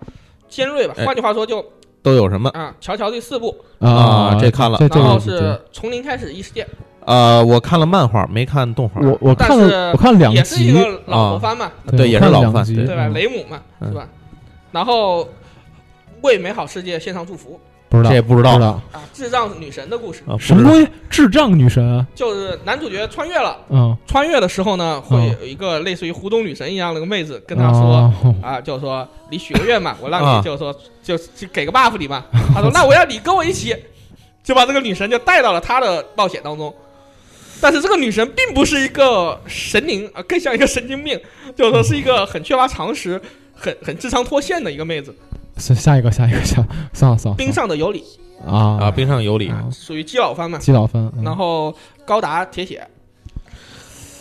Speaker 2: 尖锐吧，
Speaker 1: 哎
Speaker 2: 换句话说就
Speaker 1: 都有什么
Speaker 2: 啊，乔乔第四部，
Speaker 1: 啊？这看了
Speaker 3: 这这
Speaker 2: 然后
Speaker 3: 个对
Speaker 2: 是从零开始异世界，
Speaker 1: 呃，我看了漫画，没看动画。
Speaker 3: 我我看
Speaker 2: 但是
Speaker 3: 了我看了两
Speaker 2: 也是一
Speaker 3: 集，
Speaker 2: 个老头番嘛，
Speaker 1: 对也是老
Speaker 3: 番
Speaker 1: 番，
Speaker 3: 集
Speaker 1: 对
Speaker 2: 对吧？
Speaker 3: 嗯
Speaker 2: 雷姆嘛，
Speaker 1: 嗯
Speaker 2: 是吧？然后为美好世界献上祝福
Speaker 3: 不知道
Speaker 1: 这不知
Speaker 3: 不
Speaker 1: 道
Speaker 3: 知道
Speaker 2: 啊，智障女神的故事，
Speaker 1: 啊，不
Speaker 3: 什么
Speaker 1: 知道
Speaker 3: 东西？智障女神啊，
Speaker 2: 就是男主角穿越了。
Speaker 3: 嗯，
Speaker 2: 穿越的时候呢，会
Speaker 3: 嗯
Speaker 2: 有一个类似于湖中女神一样的个妹子跟他说。
Speaker 3: 哦
Speaker 2: 啊，就是说你许个 愿嘛，我让
Speaker 1: 啊
Speaker 2: 你就是说就就给个 buff 你嘛。他说那我要你跟我一起，就把这个女神就带到了他的冒险当中。但是这个女神并不是一个神灵，啊，更像一个神经病，就是说是一个很缺乏常识、很很智商脱线的一个妹子。
Speaker 3: 下下一个下一个下，算了算了，
Speaker 2: 冰上的尤里
Speaker 3: 算了啊
Speaker 1: 啊，冰上有理
Speaker 3: 啊
Speaker 2: 属于基佬番嘛，
Speaker 3: 基佬番，嗯
Speaker 2: 然后高达铁血，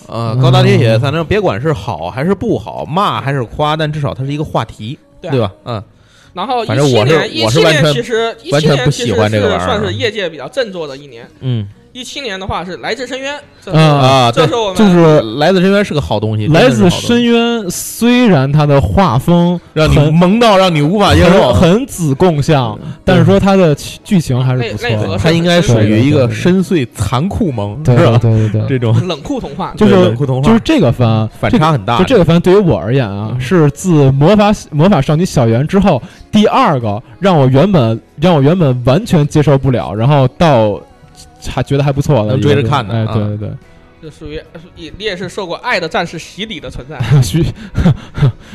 Speaker 1: 啊，
Speaker 3: 嗯
Speaker 1: 高达铁血，反正别管是好还是不好，骂还是夸，但至少它是一个话题，
Speaker 2: 对啊
Speaker 1: 对吧？嗯，
Speaker 2: 然后一
Speaker 1: 反正
Speaker 2: 七
Speaker 1: 我是
Speaker 2: 年，一
Speaker 1: 我是
Speaker 2: 七
Speaker 1: 完
Speaker 2: 年
Speaker 1: 全
Speaker 2: 其实一
Speaker 1: 完
Speaker 2: 七
Speaker 1: 全
Speaker 2: 年
Speaker 1: 不
Speaker 2: 其
Speaker 1: 喜
Speaker 2: 实
Speaker 1: 欢这个
Speaker 2: 是
Speaker 1: 玩意儿
Speaker 2: 算是
Speaker 1: 嗯
Speaker 2: 业界比较振作的一年。
Speaker 1: 嗯
Speaker 2: 一七年的话是来自深渊，这
Speaker 3: 啊
Speaker 1: 啊，
Speaker 2: 这
Speaker 1: 对
Speaker 2: 是，我们
Speaker 3: 就是
Speaker 1: 来自深渊是个好东西，
Speaker 3: 来
Speaker 1: 真的
Speaker 3: 自
Speaker 1: 是好东
Speaker 3: 深
Speaker 1: 西，
Speaker 3: 渊，虽然它的画风
Speaker 1: 让你
Speaker 3: 很
Speaker 1: 萌到让你无法接受
Speaker 3: 很。很子共向，但是说它的剧剧情还是不错
Speaker 2: 内内核
Speaker 3: 的，
Speaker 1: 嗯它应该属于一
Speaker 3: 对对对
Speaker 1: 个
Speaker 3: 对
Speaker 1: 深邃残酷萌，
Speaker 3: 对
Speaker 1: 是
Speaker 3: 对
Speaker 1: 吧？
Speaker 3: 对对对，
Speaker 1: 这种
Speaker 2: 冷酷童话。
Speaker 3: 就
Speaker 1: 对
Speaker 3: 是
Speaker 1: 冷酷童话
Speaker 3: 就是这个番
Speaker 1: 反
Speaker 3: 这个
Speaker 1: 差很大嗯
Speaker 3: 就。这个番对于我而言啊，是自《魔法魔法少女小圆》之后第二个让我原本让我原本完全接受不了，然后到还觉得还不错的
Speaker 1: 能
Speaker 3: 一个
Speaker 1: 追着看的
Speaker 3: 哎，
Speaker 1: 啊
Speaker 3: 对对对，
Speaker 2: 就属于你你也是受过爱的战士洗礼的存在。
Speaker 3: 虚，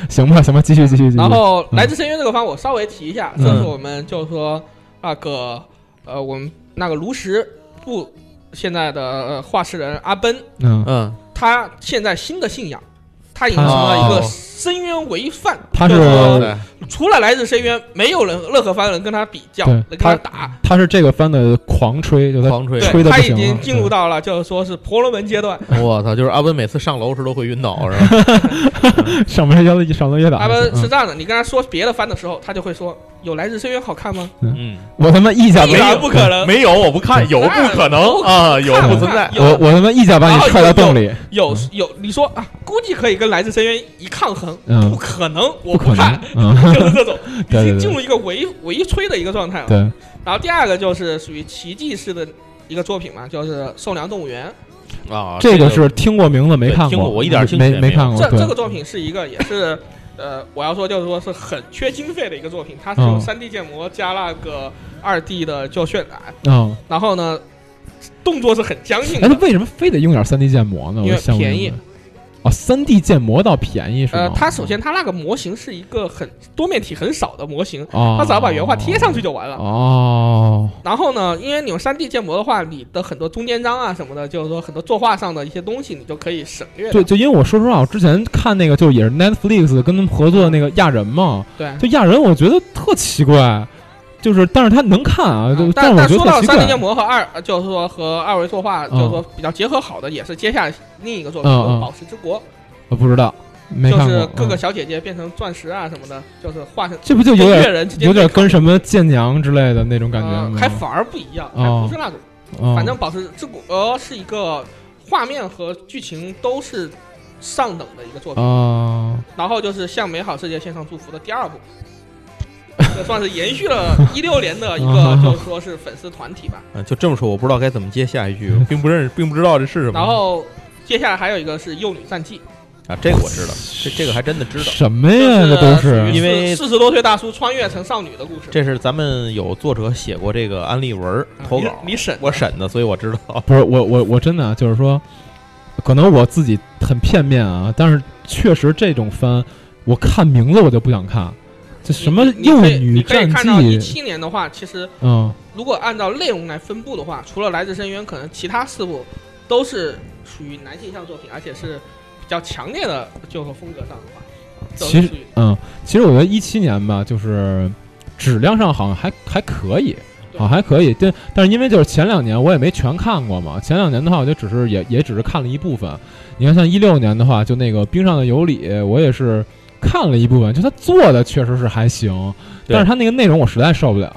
Speaker 3: 行吧行吧，继续继续继续。
Speaker 2: 然后来自深渊这个方我稍微提一下，
Speaker 3: 嗯
Speaker 2: 这是我们就是说那个呃，我们那个炉石部现在的呃画师人阿奔，
Speaker 3: 嗯，
Speaker 1: 嗯，
Speaker 2: 他现在新的信仰，他引成了一个深渊为范，
Speaker 3: 他
Speaker 2: 就是
Speaker 3: 呃
Speaker 2: 说
Speaker 1: 对
Speaker 2: 除了来呃自深渊，没有人任何番能跟他比较，
Speaker 3: 对
Speaker 2: 能跟
Speaker 3: 他
Speaker 2: 他打。
Speaker 3: 他是这个番的狂吹，就他
Speaker 1: 狂吹，
Speaker 3: 吹
Speaker 2: 对
Speaker 3: 得
Speaker 2: 他
Speaker 3: 不
Speaker 2: 已
Speaker 3: 行了
Speaker 2: 经进入到了就是说是婆罗门阶段，
Speaker 1: 我操！就是阿文每次上楼时都会晕倒，是吧？
Speaker 3: 上面腰一上楼也打
Speaker 2: 他
Speaker 3: 不
Speaker 2: 们
Speaker 3: 行。
Speaker 2: 是
Speaker 3: 嗯
Speaker 2: 这样的，你跟他说别的番的时候，他就会说有来自深渊好看吗？
Speaker 1: 嗯，
Speaker 3: 我他妈一脚
Speaker 2: 一
Speaker 3: 把
Speaker 2: 点儿不可能，
Speaker 1: 没有，我不看，有不可能啊，有
Speaker 2: 看
Speaker 1: 不
Speaker 2: 不
Speaker 1: 存在
Speaker 2: 看。有
Speaker 3: 我我他妈一脚把你踹到洞里，
Speaker 2: 有有，你说啊，估计可以跟来自深渊一抗衡，
Speaker 3: 嗯
Speaker 2: 不可能，我
Speaker 3: 不可能
Speaker 2: 看，，
Speaker 3: 嗯，
Speaker 2: 就是这种已
Speaker 3: 对对对
Speaker 2: 经进入一个围围吹的一个状态了。啊
Speaker 3: 对，
Speaker 2: 然后第二个就是属于奇迹式的一个作品嘛，就是《寿良动物园
Speaker 1: 啊，
Speaker 3: 这个是听过名字没
Speaker 1: 对
Speaker 3: 看
Speaker 1: 听过我一点兴趣
Speaker 3: 没
Speaker 1: 也没有
Speaker 3: 看》过，
Speaker 2: 这
Speaker 3: 哦对
Speaker 2: 这个作品是一个也是。呃，我要说就是说是很缺经费的一个作品，它是用
Speaker 3: 嗯
Speaker 2: 三 D 建模加那个二 D 的就渲染，
Speaker 3: 嗯，
Speaker 2: 然后呢，动作是很僵硬
Speaker 3: 哎，他
Speaker 2: 的。
Speaker 3: 为什么非得用点三 D 建模呢？
Speaker 2: 因
Speaker 3: 我
Speaker 2: 为
Speaker 3: 想不明白
Speaker 2: 便宜。
Speaker 3: 哦，三 D 建模倒便宜是吗？
Speaker 2: 呃，它首先它那个模型是一个很多面体很少的模型，
Speaker 3: 哦，
Speaker 2: 它只要把原画贴上去就完了。
Speaker 3: 哦，
Speaker 2: 然后呢，因为你用三 D 建模的话，你的很多中间章啊什么的，就是说很多作画上的一些东西，你都可以省略
Speaker 3: 对，
Speaker 2: 掉。
Speaker 3: 就因为我说实话，我之前看那个就也是 Netflix 跟他们合作的那个亚人嘛，
Speaker 2: 对。
Speaker 3: 就亚人我觉得特奇怪，就是但是他能看啊，就
Speaker 2: 啊但
Speaker 3: 我
Speaker 2: 但
Speaker 3: 觉
Speaker 2: 说
Speaker 3: 得
Speaker 2: 到
Speaker 3: 特奇
Speaker 2: 三 D
Speaker 3: 怪
Speaker 2: 建。模和二，呃就是说和二维作画，就是说比较结合好的，也是接下来另一个作
Speaker 3: 嗯
Speaker 2: 品就是
Speaker 3: 嗯
Speaker 2: 宝石之国》，
Speaker 3: 我呃不知道，没
Speaker 2: 就
Speaker 3: 看
Speaker 2: 是
Speaker 3: 过。
Speaker 2: 各个
Speaker 3: 嗯
Speaker 2: 小姐姐变成钻石啊什么的，就是画成
Speaker 3: 这不就有
Speaker 2: 跟
Speaker 3: 点
Speaker 2: 月人之间
Speaker 3: 有点
Speaker 2: 对抗
Speaker 3: 跟什么剑娘之类的那种感觉
Speaker 2: 呃
Speaker 3: 吗？
Speaker 2: 还反而不一样，还
Speaker 3: 哦
Speaker 2: 不是那种。
Speaker 3: 嗯
Speaker 2: 反正《宝石之国》呃是一个画面和剧情都是上等的一个作品，
Speaker 3: 哦，
Speaker 2: 然后就是向美好世界献上祝福的第二 部，这算是延续了一六年的一个
Speaker 3: 啊，
Speaker 2: 就是说是粉丝团体吧。
Speaker 1: 嗯就这么说，我不知道该怎么接下一 句，我并不认识，并不知道这是什么。
Speaker 2: 然后接下来还有一个是幼女战记，
Speaker 1: 啊，这个我知道，这这个还真的知道。
Speaker 3: 什么
Speaker 2: 就
Speaker 3: 哎呀？这都
Speaker 2: 属于
Speaker 1: 因为
Speaker 2: 四十多岁大叔穿越成少女的故事。
Speaker 1: 这是咱们有作者写过这个案例文儿
Speaker 3: 啊
Speaker 1: 投稿，
Speaker 2: 你你审
Speaker 1: 我审的，所以我知道。
Speaker 3: 不是我我我真的啊就是说，可能我自己很片面啊，但是确实这种番，我看名字我就不想看，这什么
Speaker 2: 你
Speaker 3: 幼
Speaker 2: 可以
Speaker 3: 女
Speaker 2: 你可以
Speaker 3: 战
Speaker 2: 看到一
Speaker 3: 绩，
Speaker 2: 七年的话，其实
Speaker 3: 嗯，
Speaker 2: 如果按照内容来分布的话，除了《来自深渊》，可能其他四部都是属于男性向作品，而且是比较强烈的，就是说风格上的话，都
Speaker 3: 其
Speaker 2: 是
Speaker 3: 实
Speaker 2: 属于
Speaker 3: 嗯，其实我觉得一七年吧，就是质量上好像还还可以。
Speaker 2: 对
Speaker 3: 啊，还可以，但但是因为就是前两年我也没全看过嘛，前两年的话，我就只是也也只是看了一部分。你看，像一六年的话，就那个《冰上的尤里》，我也是看了一部分，就他做的确实是还行，
Speaker 1: 对
Speaker 3: 但是他那个内容我实在受不了。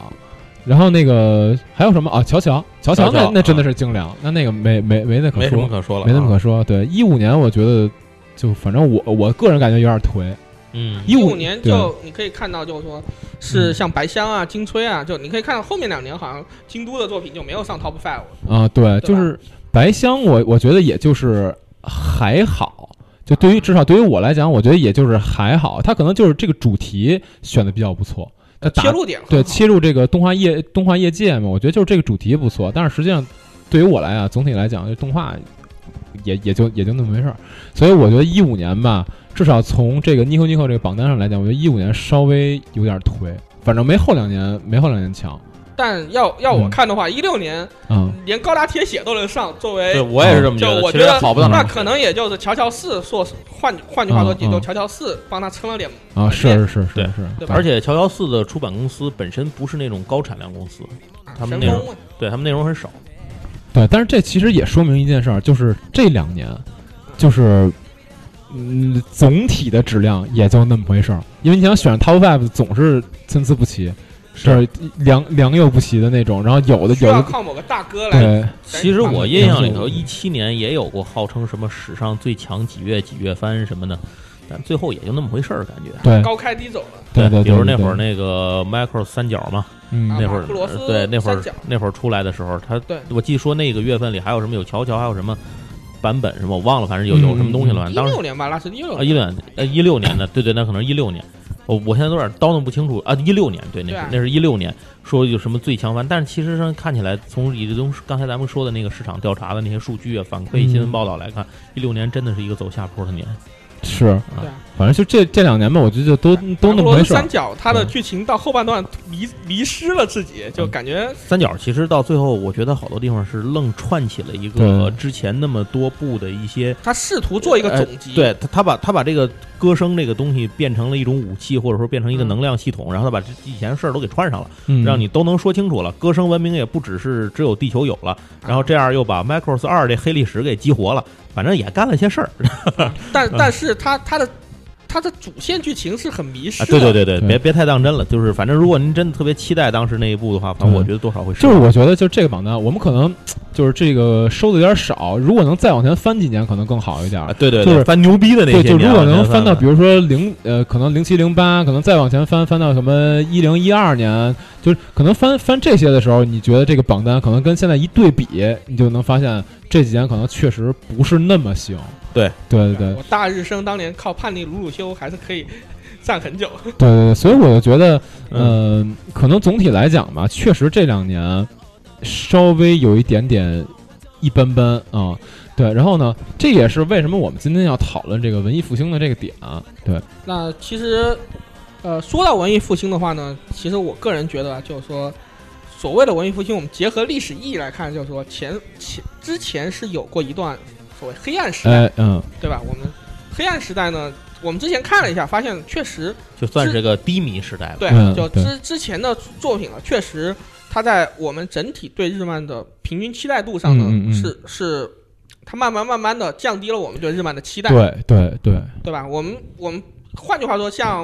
Speaker 3: 然后那个还有什么啊？乔乔，乔
Speaker 1: 乔
Speaker 3: 那
Speaker 1: 乔
Speaker 3: 那真的
Speaker 1: 啊
Speaker 3: 是精良，那那个没没没得可
Speaker 1: 没什
Speaker 3: 说
Speaker 1: 么，可说了，啊
Speaker 3: 没什么可说。对，一五年我觉得就反正我我个人感觉有点颓，
Speaker 1: 嗯
Speaker 3: 一
Speaker 2: 一
Speaker 3: 五
Speaker 2: 五年
Speaker 3: 对啊嗯
Speaker 2: 就你可以看到，就是说是像白香啊、金吹啊，就你可以看到后面两年好像京都的作品就没有上 top five 了。
Speaker 3: 啊，对，
Speaker 2: 对吧
Speaker 3: 就是白香我，我觉得也就是还好，就对于至少对于我来讲，我觉得也就是还好。它可能就是这个主题选的比较不错，它打
Speaker 2: 切入点很
Speaker 3: 对
Speaker 2: 好
Speaker 3: 切入这个动画业动画业界嘛，我觉得就是这个主题不错。但是实际上对于我来啊，总体来讲，这动画也也就也就那么回事儿。所以我觉得一五年吧，至少从这个 Nico Nico 这个榜单上来讲，我觉得一五年稍微有点颓，反正没后两年没后两年强。
Speaker 2: 但要要我
Speaker 3: 嗯
Speaker 2: 看的话，一六年
Speaker 3: 嗯，
Speaker 2: 连高达铁血都能上，作
Speaker 1: 对，
Speaker 2: 为
Speaker 1: 我也是这么
Speaker 2: 就
Speaker 1: 觉得，
Speaker 2: 我
Speaker 1: 其
Speaker 2: 觉
Speaker 1: 实
Speaker 2: 得
Speaker 1: 好不到哪
Speaker 2: 那
Speaker 1: 儿。
Speaker 2: 可能也就是乔乔四说，换换句话说，
Speaker 3: 嗯
Speaker 2: 也就
Speaker 3: 嗯
Speaker 2: 乔乔四帮他撑了点。
Speaker 3: 啊，是是是是
Speaker 1: 对
Speaker 3: 是，
Speaker 2: 对吧
Speaker 1: 而且乔乔四的出版公司本身不是那种高产量公司，他们
Speaker 2: 啊神
Speaker 1: 那种
Speaker 2: 风
Speaker 1: 对他们内容很少。
Speaker 3: 对，但是这其实也说明一件事儿，就是这两年，就是嗯，总体的质量也就那么回事儿。因为你想选 Top Five 总是参差不齐，是良良莠不齐的那种，然后有的
Speaker 2: 需
Speaker 3: 有
Speaker 2: 要
Speaker 3: 的
Speaker 2: 靠某个大哥来。
Speaker 3: 对
Speaker 1: 其实我印象里头，
Speaker 3: 嗯
Speaker 1: 一七年也有过号称什么史上最强几月几月番什么的，但最后也就那么回事儿，感觉。
Speaker 3: 对
Speaker 2: 高开低走了，
Speaker 3: 对对，
Speaker 1: 比如
Speaker 3: 对
Speaker 1: 那会儿
Speaker 3: 对
Speaker 1: 那个 Michael 三角嘛，
Speaker 3: 嗯
Speaker 2: 啊
Speaker 1: 那会儿
Speaker 2: 马库罗斯
Speaker 1: 对那会儿
Speaker 2: 三角
Speaker 1: 那会儿出来的时候，他
Speaker 2: 对
Speaker 1: 我记得说那个月份里还有什么有乔乔，还有什么版本什么我忘了，反正有有什么东西了，反
Speaker 2: 一
Speaker 1: 正当时
Speaker 2: 六年吧，那是一六
Speaker 1: 啊一六呃一六年的，对对，那可能一六年，我我现在有点叨弄不清楚啊，一六年对，那
Speaker 2: 对
Speaker 1: 是
Speaker 2: 啊
Speaker 1: 那是一六年说有什么最强番，但是其实上看起来从李志东刚才咱们说的那个市场调查的那些数据啊，反馈
Speaker 3: 嗯
Speaker 1: 新闻报道来看，一六年真的是一个走下坡的年，
Speaker 3: 是
Speaker 2: 对啊，
Speaker 3: 反正就这这两年吧，我觉得就都都那
Speaker 2: 马库
Speaker 3: 么
Speaker 2: 罗
Speaker 3: 回
Speaker 2: 斯
Speaker 3: 事儿
Speaker 2: 三。角他的
Speaker 3: 嗯
Speaker 2: 剧情到后半段迷迷失了自己，就感觉
Speaker 1: 三角其实到最后，我觉得好多地方是愣串起了一个
Speaker 3: 对
Speaker 1: 之前那么多部的一些。
Speaker 2: 他试图做一个
Speaker 3: 呃
Speaker 2: 总结，
Speaker 1: 对他，他把他把这个歌声这个东西变成了一种武器，或者说变成一个能量系统，然后他把这以前的事儿都给串上了，
Speaker 3: 嗯，
Speaker 1: 让你都能说清楚了。歌声文明也不只是只有地球有了，然后这样又把 Macross 二这黑历史给激活了，反正也干了些事儿。
Speaker 2: 但但是他他的他的主线剧情是很迷失
Speaker 1: 啊，
Speaker 2: 的，
Speaker 1: 对对对对，
Speaker 3: 对
Speaker 1: 别别太当真了，就是反正如果您真的特别期待当时那一部的话，反正
Speaker 3: 对
Speaker 1: 我觉得多少会失
Speaker 3: 就是
Speaker 1: 望
Speaker 3: 我觉得，就这个榜单，我们可能就是这个收的有点少，如果能再往前翻几年，可能更好一点儿
Speaker 1: 啊，。对对
Speaker 3: 就是
Speaker 1: 对，翻牛逼的那
Speaker 3: 对，
Speaker 1: 些
Speaker 3: 就
Speaker 1: 年啊，
Speaker 3: 如果能
Speaker 1: 真
Speaker 3: 翻到，比
Speaker 1: 了
Speaker 3: 如说零呃，可能零七零八，可能再往前翻，翻到什么一零一二年，就是可能翻翻这些的时候，你觉得这个榜单可能跟现在一对比，你就能发现这几年可能确实不是那么行。
Speaker 1: 对
Speaker 3: 对对对
Speaker 2: 我大日升当年靠叛逆鲁鲁修还是可以站很久，
Speaker 3: 对对对，所以我就觉得，
Speaker 1: 嗯
Speaker 3: 呃，可能总体来讲吧，确实这两年稍微有一点点一般般啊、对，然后呢，这也是为什么我们今天要讨论这个文艺复兴的这个点啊。对，
Speaker 2: 那其实，呃，说到文艺复兴的话呢，其实我个人觉得啊，就是说，所谓的文艺复兴，我们结合历史意义来看，就是说前前之前是有过一段所谓黑暗时代，
Speaker 3: 哎，嗯，
Speaker 2: 对吧？我们黑暗时代呢，我们之前看了一下，发现确实
Speaker 1: 就算
Speaker 2: 是
Speaker 1: 是个低迷时代吧。
Speaker 2: 对，
Speaker 3: 嗯
Speaker 2: 就
Speaker 3: 对
Speaker 2: 之之前的作品啊，确实它在我们整体对日漫的平均期待度上呢，
Speaker 3: 嗯嗯嗯
Speaker 2: 是是。它慢慢慢慢的降低了我们对日漫的期待，
Speaker 3: 对对对，
Speaker 2: 对吧？我们我们换句话说，像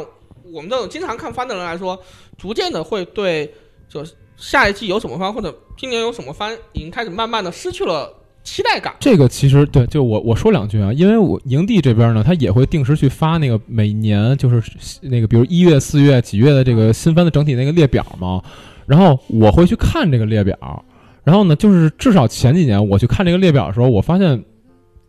Speaker 2: 我们这种经常看番的人来说，逐渐的会对就是下一季有什么番或者今年有什么番，已经开始慢慢的失去了期待感。
Speaker 3: 这个其实对，就我我说两句啊，因为我营地这边呢，他也会定时去发那个每年就是那个，比如一月、四月、几月的这个新番的整体那个列表嘛，然后我会去看这个列表，然后呢，就是至少前几年我去看这个列表的时候，我发现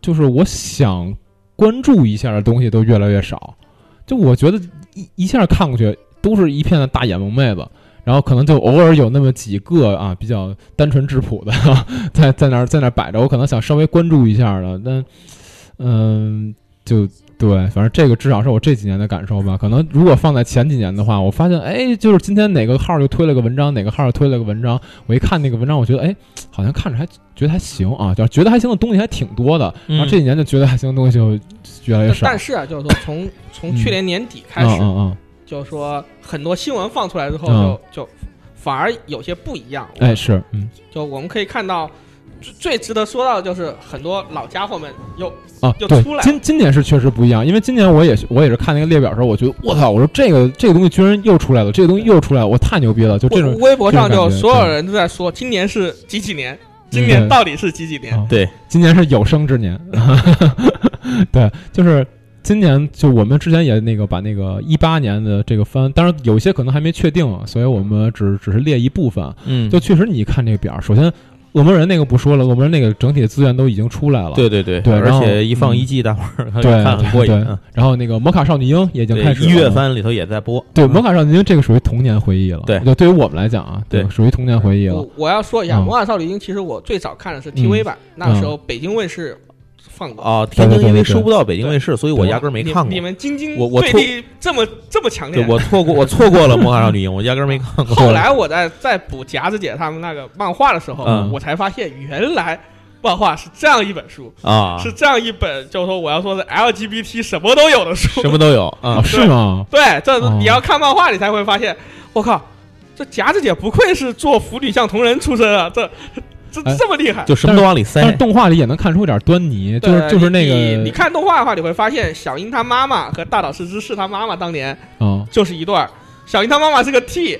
Speaker 3: 就是我想关注一下的东西都越来越少，就我觉得一一下看过去都是一片的大眼萌妹子。然后可能就偶尔有那么几个啊，比较单纯质朴的，在在那儿在那儿摆着，我可能想稍微关注一下的，但嗯，就对，反正这个至少是我这几年的感受吧。可能如果放在前几年的话，我发现哎，就是今天哪个号又推了个文章，哪个号又推了个文章，我一看那个文章，我觉得哎，好像看着还觉得还行啊，就是觉得还行的东西还挺多的。
Speaker 1: 嗯
Speaker 3: 然后这几年就觉得还行的东西就越来越少。
Speaker 2: 但是啊，就是说从从去年年底开
Speaker 3: 嗯
Speaker 2: 始，
Speaker 3: 嗯嗯，
Speaker 2: 就是说很多新闻放出来之后就，
Speaker 3: 嗯
Speaker 2: 就反而有些不一样。
Speaker 3: 哎是，嗯
Speaker 2: 就我们可以看到，最最值得说到的就是很多老家伙们又
Speaker 3: 啊，
Speaker 2: 就
Speaker 3: 对
Speaker 2: 出来，了
Speaker 3: 今今年是确实不一样，因为今年我也我也是看那个列表的时候，我觉得我操，我说这个这个东西居然又出来了，这个东西又出来了，我太牛逼了，就这种
Speaker 2: 微微博上
Speaker 3: 这种
Speaker 2: 就
Speaker 3: 感觉
Speaker 2: 所有人都在说今年是几几年，
Speaker 3: 嗯
Speaker 2: 今年到底是几几年？
Speaker 3: 啊
Speaker 1: 对，
Speaker 3: 今年是有生之年， 对，就是今年就我们之前也那个把那个一八年的这个番，当然有些可能还没确定，啊所以我们只只是列一部分。啊
Speaker 1: 嗯，
Speaker 3: 就确实你看这个表，首先恶魔人那个不说了，恶魔人那个整体资源都已经出来了，
Speaker 1: 对对对
Speaker 3: 对
Speaker 1: 而
Speaker 3: 然后
Speaker 1: 且一放
Speaker 3: 嗯
Speaker 1: 一季，大伙儿看
Speaker 3: 对
Speaker 1: 看很过瘾。
Speaker 3: 对
Speaker 1: 嗯
Speaker 3: 然后那个魔卡少女樱也已经
Speaker 1: 对
Speaker 3: 开，始
Speaker 1: 一月
Speaker 3: 了
Speaker 1: 番里头也在播。
Speaker 3: 对《
Speaker 1: 嗯
Speaker 3: 魔卡少女樱》这个属于童年回忆了，
Speaker 1: 对
Speaker 3: 就对于我们来讲啊，
Speaker 1: 对
Speaker 3: 属于童年回忆了
Speaker 2: 我。我要说一下，
Speaker 3: 嗯
Speaker 2: 魔法少女樱》其实我最早看
Speaker 1: 嗯
Speaker 2: 的是 TV 版，那个时候北京卫视放过，
Speaker 1: 啊，天津
Speaker 3: 对对
Speaker 1: 因为
Speaker 3: 对
Speaker 1: 收不到北京卫视，所以我压根儿没
Speaker 2: 你
Speaker 1: 看过
Speaker 2: 你。们京津
Speaker 1: 我我
Speaker 2: 对
Speaker 1: 错
Speaker 2: 立这么这么强
Speaker 1: 对
Speaker 2: 烈，，
Speaker 1: 我错过我错过了《魔法少女樱》，我压根儿没看过。
Speaker 2: 后来我在在补夹子姐他们那个漫画的时候，
Speaker 1: 嗯
Speaker 2: 我才发现原来漫画是这样一本书，
Speaker 1: 啊，
Speaker 2: 是这样一本，就是说我要说是 LGBT 什么都有的书。
Speaker 1: 什么都有啊
Speaker 3: 啊，。是吗？
Speaker 2: 对，这
Speaker 3: 哦
Speaker 2: 你要看漫画，你才会发现，我靠，这夹子姐不愧是做腐女向同人出身啊，这这
Speaker 3: 哎
Speaker 2: 这么厉害。
Speaker 1: 就什么都往里塞
Speaker 3: 但是动画里也能看出点端倪，就
Speaker 2: 对啊
Speaker 3: 是就是那
Speaker 2: 你你
Speaker 3: 个
Speaker 2: 看动画的话，你会发现小樱她妈妈和大岛世之是她妈妈当年
Speaker 3: 啊
Speaker 2: 就是一对儿。小樱她妈妈是个 T，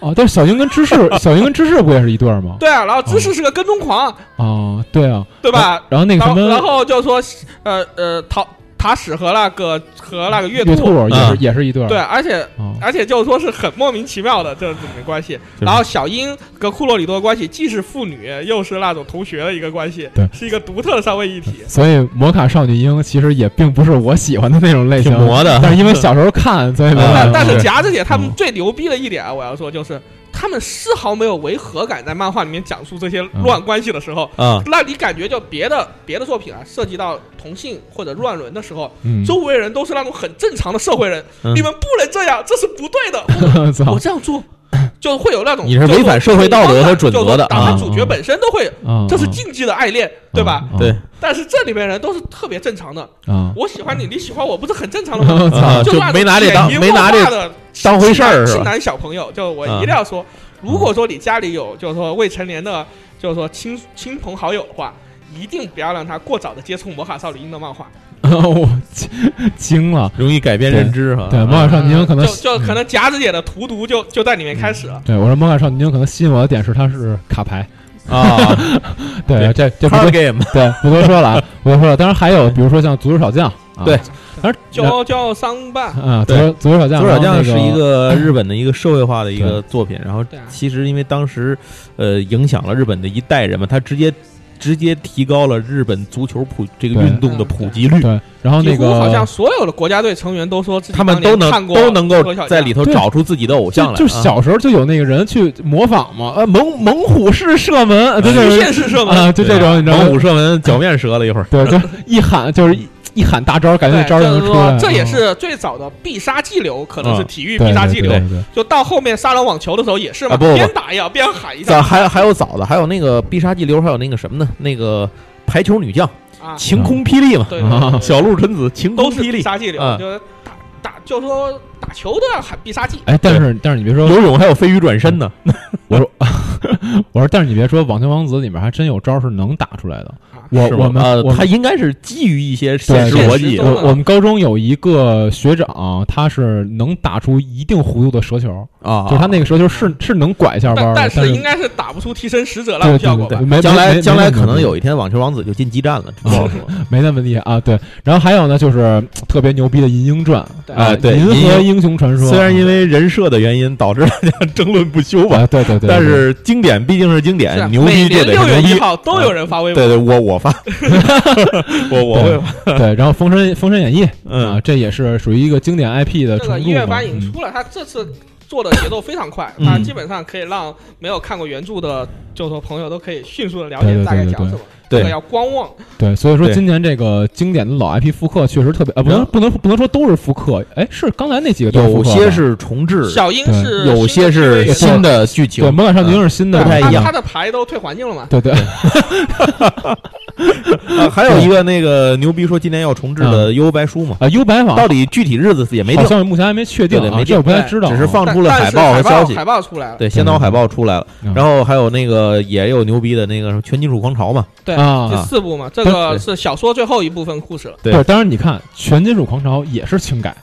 Speaker 3: 啊！但是小樱跟芝士，小樱跟芝士不也是一对儿吗？
Speaker 2: 对啊，然后芝士是个跟踪狂，
Speaker 3: 啊，对啊，
Speaker 2: 对吧？
Speaker 3: 然后那个
Speaker 2: 然
Speaker 3: 什
Speaker 2: 后然
Speaker 3: 么
Speaker 2: 后就说，呃呃，塔塔史和那个和那个月
Speaker 3: 月兔也
Speaker 1: 啊
Speaker 3: 是也是一对儿，
Speaker 2: 对，而且
Speaker 3: 啊
Speaker 2: 而且就是说是很莫名其妙的这种关系。
Speaker 1: 是
Speaker 2: 然后小樱跟库洛里多的关系既是父女，又是那种同学的一个关系，
Speaker 3: 对
Speaker 2: 是一个独特的三位一体。
Speaker 3: 所以魔卡少女樱其实也并不是我喜欢的那种类
Speaker 1: 挺
Speaker 3: 型，
Speaker 1: 魔的。
Speaker 3: 但是因为小时候看，所以没
Speaker 1: 啊
Speaker 3: 办
Speaker 2: 但
Speaker 3: 法。
Speaker 2: 但是
Speaker 1: 是
Speaker 2: 夹子姐他们
Speaker 3: 嗯
Speaker 2: 最牛逼的一点啊，我要说就是他们丝毫没有违和感，在漫画里面讲述这些
Speaker 3: 嗯
Speaker 2: 乱关系的时候。
Speaker 1: 啊，
Speaker 2: 让你感觉就别的别的作品啊，涉及到同性或者乱伦的时候，
Speaker 3: 嗯，
Speaker 2: 周围人都是那种很正常的社会人，
Speaker 1: 嗯
Speaker 2: 你们不能这样，这是不对的。我
Speaker 3: 操
Speaker 2: 我这样做，就会有那种
Speaker 1: 你是违反社会道德和准则的
Speaker 2: 打
Speaker 1: 啊嗯
Speaker 2: 开主角本身都会，
Speaker 3: 啊！
Speaker 2: 这是禁忌的爱恋，对吧？
Speaker 3: 啊
Speaker 1: 对
Speaker 2: 但是这里面人都是特别正常的，
Speaker 3: 啊，
Speaker 2: 我喜欢你，你喜欢我，不是很正常的吗？
Speaker 3: 我操
Speaker 1: 嗯啊！
Speaker 2: 就
Speaker 1: 就没拿这当没拿这
Speaker 2: 这
Speaker 1: 当回事儿是
Speaker 2: 性
Speaker 1: 吧？
Speaker 2: 男小朋友，就我
Speaker 1: 嗯
Speaker 2: 一定要说，如果说你家里有就是说未成年的，就是说亲亲朋好友的话。一定不要让他过早的接触《魔法少女樱》的漫画，
Speaker 3: 我惊惊了。
Speaker 1: 容易改变认知哈。
Speaker 3: 对，
Speaker 1: 啊
Speaker 3: 魔法少女樱可能
Speaker 2: 就就可能夹子姐的荼毒就就在里面开始
Speaker 1: 嗯
Speaker 2: 了。
Speaker 3: 对，我说《魔法少女樱》可能吸引我的点是它是卡牌，
Speaker 1: 啊
Speaker 3: 对，这这不多
Speaker 1: ，card game
Speaker 3: 对不多说了啊，不多说了。当然还有比如说像足球小将，啊
Speaker 1: 对，
Speaker 3: 当然
Speaker 2: 就就伤疤，
Speaker 3: 啊，足
Speaker 1: 对
Speaker 3: 球足球小将，
Speaker 1: 左
Speaker 3: 然
Speaker 1: 小
Speaker 3: 后
Speaker 1: 将
Speaker 3: 那
Speaker 1: 是一 个日本的一个社会化的一个作品，然后
Speaker 2: 对啊
Speaker 1: 其实因为当时呃影响了日本的一代人嘛，他直接直接提高了日本足球普这个
Speaker 3: 对
Speaker 1: 运动的普及率，
Speaker 3: 对，然后那
Speaker 2: 几乎
Speaker 3: 个
Speaker 2: 好像所有的国家队成员都说自己
Speaker 1: 哦他们都
Speaker 2: 当年
Speaker 1: 能
Speaker 2: 看过
Speaker 1: 都能够
Speaker 2: 何小
Speaker 1: 在
Speaker 2: 将
Speaker 1: 里头
Speaker 3: 对
Speaker 1: 找出自己的偶像
Speaker 3: 就
Speaker 1: 来，
Speaker 3: 就
Speaker 1: 啊
Speaker 3: 小时候就有那个人去模仿嘛，呃，猛猛虎式射门，啊就
Speaker 2: 无
Speaker 3: 这
Speaker 2: 限
Speaker 3: 种
Speaker 2: 式射门，
Speaker 3: 啊，就这种，你知道
Speaker 1: 然后
Speaker 3: 吗？
Speaker 1: 武射门脚面折了一会儿，
Speaker 3: 对，就一喊就是一一喊大招，感觉
Speaker 2: 对
Speaker 3: 那招就
Speaker 2: 就是
Speaker 3: 能出来
Speaker 2: 说
Speaker 3: 了，
Speaker 2: 这也
Speaker 1: 啊
Speaker 3: 嗯
Speaker 2: 是最早的必杀技流，可能是体育
Speaker 3: 对
Speaker 2: 必杀
Speaker 3: 对
Speaker 2: 技
Speaker 3: 对
Speaker 2: 流。
Speaker 3: 对对
Speaker 2: 就到后面沙狼网球的时候也是嘛，
Speaker 1: 啊不不不
Speaker 2: 边打一样边喊一
Speaker 1: 早
Speaker 2: 下
Speaker 1: 还有还有早的，还有那个必杀技流，还有那个什么呢？那个排球女将
Speaker 2: 啊，
Speaker 1: 晴空霹雳嘛，啊
Speaker 2: 对对对对
Speaker 1: 小鹿纯子晴空
Speaker 2: 都是
Speaker 1: 霹
Speaker 2: 必
Speaker 1: 雳，
Speaker 2: 杀技流，
Speaker 1: 嗯
Speaker 2: 就是打打就说打球都要喊必杀技。
Speaker 3: 哎，但是但是你别说，
Speaker 1: 游泳还有飞鱼转身呢。
Speaker 3: 我说，但是你别说，《网球王子》里面还真有招是能打出来的。
Speaker 2: 啊
Speaker 3: 我
Speaker 1: 是吗
Speaker 3: 我们
Speaker 1: 呃
Speaker 3: 我，们
Speaker 1: 它应该是基于一些现实
Speaker 3: 对
Speaker 1: 逻辑
Speaker 2: 现实中
Speaker 3: 我我们高中有一个学长，他是能打出一定弧度的蛇球，
Speaker 1: 啊，
Speaker 3: 就是他那个蛇球是是能拐一下弯
Speaker 2: 但
Speaker 3: 儿，但
Speaker 2: 是应
Speaker 3: 对
Speaker 2: 该是打不出替身使者那种效果
Speaker 3: 对
Speaker 2: 吧
Speaker 3: 对，？没
Speaker 1: 将
Speaker 3: 没
Speaker 1: 来
Speaker 3: 没
Speaker 1: 将来可
Speaker 3: 没那么啊
Speaker 1: 能
Speaker 3: 厉
Speaker 1: 有一天网球王子就进基站了，不好说。
Speaker 3: 害没那么厉害啊。对，然后还有呢，就是特别牛逼的《银鹰传》
Speaker 2: 对
Speaker 3: 啊，
Speaker 1: 啊对
Speaker 3: 银
Speaker 1: 银
Speaker 3: 河
Speaker 1: 鹰
Speaker 3: 英雄传说》，
Speaker 1: 虽然因为人设的原因导致大家争论不休吧，
Speaker 3: 啊，对对对，
Speaker 1: 但是经典毕竟是经
Speaker 2: 是啊
Speaker 1: 典，牛
Speaker 2: 每
Speaker 1: 逼就
Speaker 2: 年
Speaker 1: 得是
Speaker 2: 六月
Speaker 1: 牛
Speaker 2: 一
Speaker 1: 逼。
Speaker 2: 号都有人发微博
Speaker 1: 对，对，我我发， 我我
Speaker 3: 对
Speaker 1: 会发，
Speaker 3: 对对，然后《封神封神演义》啊
Speaker 1: 嗯，，
Speaker 3: 这也是属于一个经典 IP
Speaker 1: 呃
Speaker 3: 的
Speaker 2: 这个
Speaker 3: 重
Speaker 2: 音
Speaker 3: 录
Speaker 2: 乐
Speaker 3: 嘛
Speaker 2: 版已经
Speaker 3: 嗯
Speaker 2: 出了，它这次做的节奏非常快，
Speaker 1: 嗯
Speaker 2: 它基本上可以让没有看过原著的，就是说朋友都可以迅速的了解大概讲什么。
Speaker 1: 对
Speaker 2: 这个要观望。
Speaker 3: 对，所以说
Speaker 1: 对
Speaker 3: 今年这个经典的老 IP 复刻确实特别，呃，不能
Speaker 1: 然后
Speaker 3: 不能不能说都是复刻，哎，是刚才那几个都复
Speaker 1: 有
Speaker 3: 刻吧
Speaker 1: 些是重置，
Speaker 2: 小樱
Speaker 3: 对
Speaker 2: 是
Speaker 1: 有些是
Speaker 2: 新
Speaker 1: 新的剧情
Speaker 3: 对，，魔改少女是新的，
Speaker 1: 嗯不太一样
Speaker 2: 啊他的牌都退环境了嘛？
Speaker 3: 对对，
Speaker 1: 啊还有一个那个牛逼说今年要重置的《幽游白书》嘛，
Speaker 3: 啊，U 白网
Speaker 1: 到底具体日子也没定
Speaker 3: 好，像目前还没确定
Speaker 1: 对对
Speaker 3: 啊，
Speaker 1: 没
Speaker 3: 这我不太
Speaker 2: 定
Speaker 3: 知道啊，
Speaker 1: 只是放
Speaker 2: 但
Speaker 1: 出了
Speaker 2: 但
Speaker 1: 海
Speaker 2: 是
Speaker 1: 报和
Speaker 2: 海
Speaker 1: 消息
Speaker 2: 海报出来了，
Speaker 1: 对，先导海报出来了，
Speaker 3: 嗯
Speaker 1: 然后还有那个也有牛逼的那个什么《全金属狂潮》嘛，
Speaker 2: 对，
Speaker 3: 啊
Speaker 2: 第四部嘛，这个
Speaker 1: 嗯对
Speaker 2: 是小说最后一部分故事了。
Speaker 1: 对
Speaker 3: 对，当然你看《全金属狂潮》也是轻改，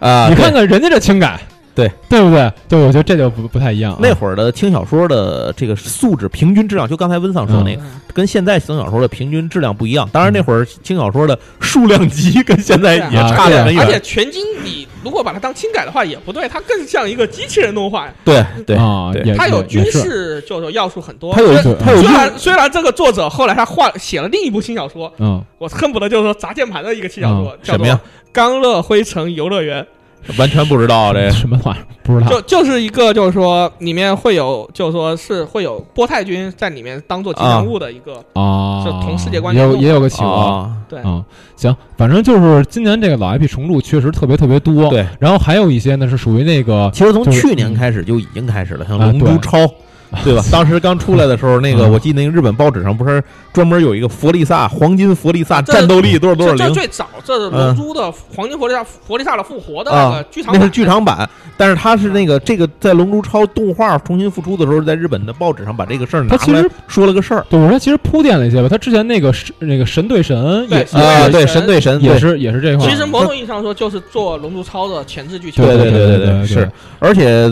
Speaker 1: 啊，
Speaker 3: 你
Speaker 1: 对
Speaker 3: 看看人家这轻改，
Speaker 1: 对
Speaker 3: 对不对？对，我觉得这就不不太一样啊。
Speaker 1: 那会儿的轻小说的这个素质平均质量，就刚才温桑说那个，
Speaker 2: 嗯
Speaker 1: 跟现在轻小说的平均质量不一样。当然那会儿轻小说的数量级跟现在也差得很
Speaker 2: 啊而且
Speaker 1: 远。
Speaker 2: 全金你如果把它当轻改的话也不对，它更像一个机器人动画，
Speaker 1: 对对，
Speaker 3: 啊，
Speaker 1: 对
Speaker 3: 也
Speaker 2: 它有
Speaker 3: 也
Speaker 2: 军
Speaker 3: 也是嗯
Speaker 2: 事就是说要素很多。
Speaker 1: 它有
Speaker 2: 虽
Speaker 3: 对
Speaker 1: 它有
Speaker 2: 虽
Speaker 1: 硬
Speaker 2: 然虽然这个作者后来他换写了另一部新小说，
Speaker 3: 嗯，
Speaker 2: 我恨不得就是说砸键盘的一个轻小说，叫
Speaker 1: 嗯什么
Speaker 2: 做《
Speaker 1: 呀？
Speaker 2: 刚乐灰尘游乐园》。
Speaker 1: 完全不知道啊这
Speaker 3: 什么玩意儿不知
Speaker 1: 啊
Speaker 3: 道
Speaker 2: 就就是一个，就是说里面会有，就是说是会有波太君在里面当做吉祥物的一个，
Speaker 3: 啊？
Speaker 2: 就同世界观
Speaker 3: 也有
Speaker 2: 联动
Speaker 3: 也有个企鹅。
Speaker 1: 啊，
Speaker 2: 对
Speaker 3: 嗯，行，反正就是今年这个老 IP 重录确实特别特别多，
Speaker 1: 对。
Speaker 3: 然后还有一些呢是属于那个
Speaker 1: 其实从
Speaker 3: 就是
Speaker 1: 去年开始就已经开始了，像
Speaker 3: 啊
Speaker 1: 《龙珠超》。对吧？ 当时刚出来的时候，那个
Speaker 3: 嗯
Speaker 1: 我记得那个日本报纸上不是专门有一个佛利萨黄金佛利萨
Speaker 2: 这是
Speaker 1: 战斗力多少多少
Speaker 2: 这这
Speaker 1: 零，
Speaker 2: 最早这是龙珠的黄金佛利萨佛利萨的复活的那
Speaker 1: 嗯啊
Speaker 2: 个剧场
Speaker 1: 那是
Speaker 2: 版，
Speaker 1: 剧场版，但是它是那个这个在《龙珠超》动画重新复出的时候，在日本的报纸上把这个事儿拿
Speaker 3: 它其
Speaker 1: 出来
Speaker 3: 实
Speaker 1: 说了个事儿
Speaker 3: 对我说其实铺垫了一些吧，他之前那个神那个神对神
Speaker 2: 对
Speaker 3: 也
Speaker 2: 神
Speaker 1: 啊，对
Speaker 2: 对
Speaker 1: 神对神
Speaker 3: 也
Speaker 1: 对
Speaker 3: 是也是这块儿，
Speaker 2: 其实某种意义上说就是做龙珠超的前置剧情。
Speaker 1: 对
Speaker 3: 对对
Speaker 1: 对
Speaker 3: 对对
Speaker 1: 是，而且。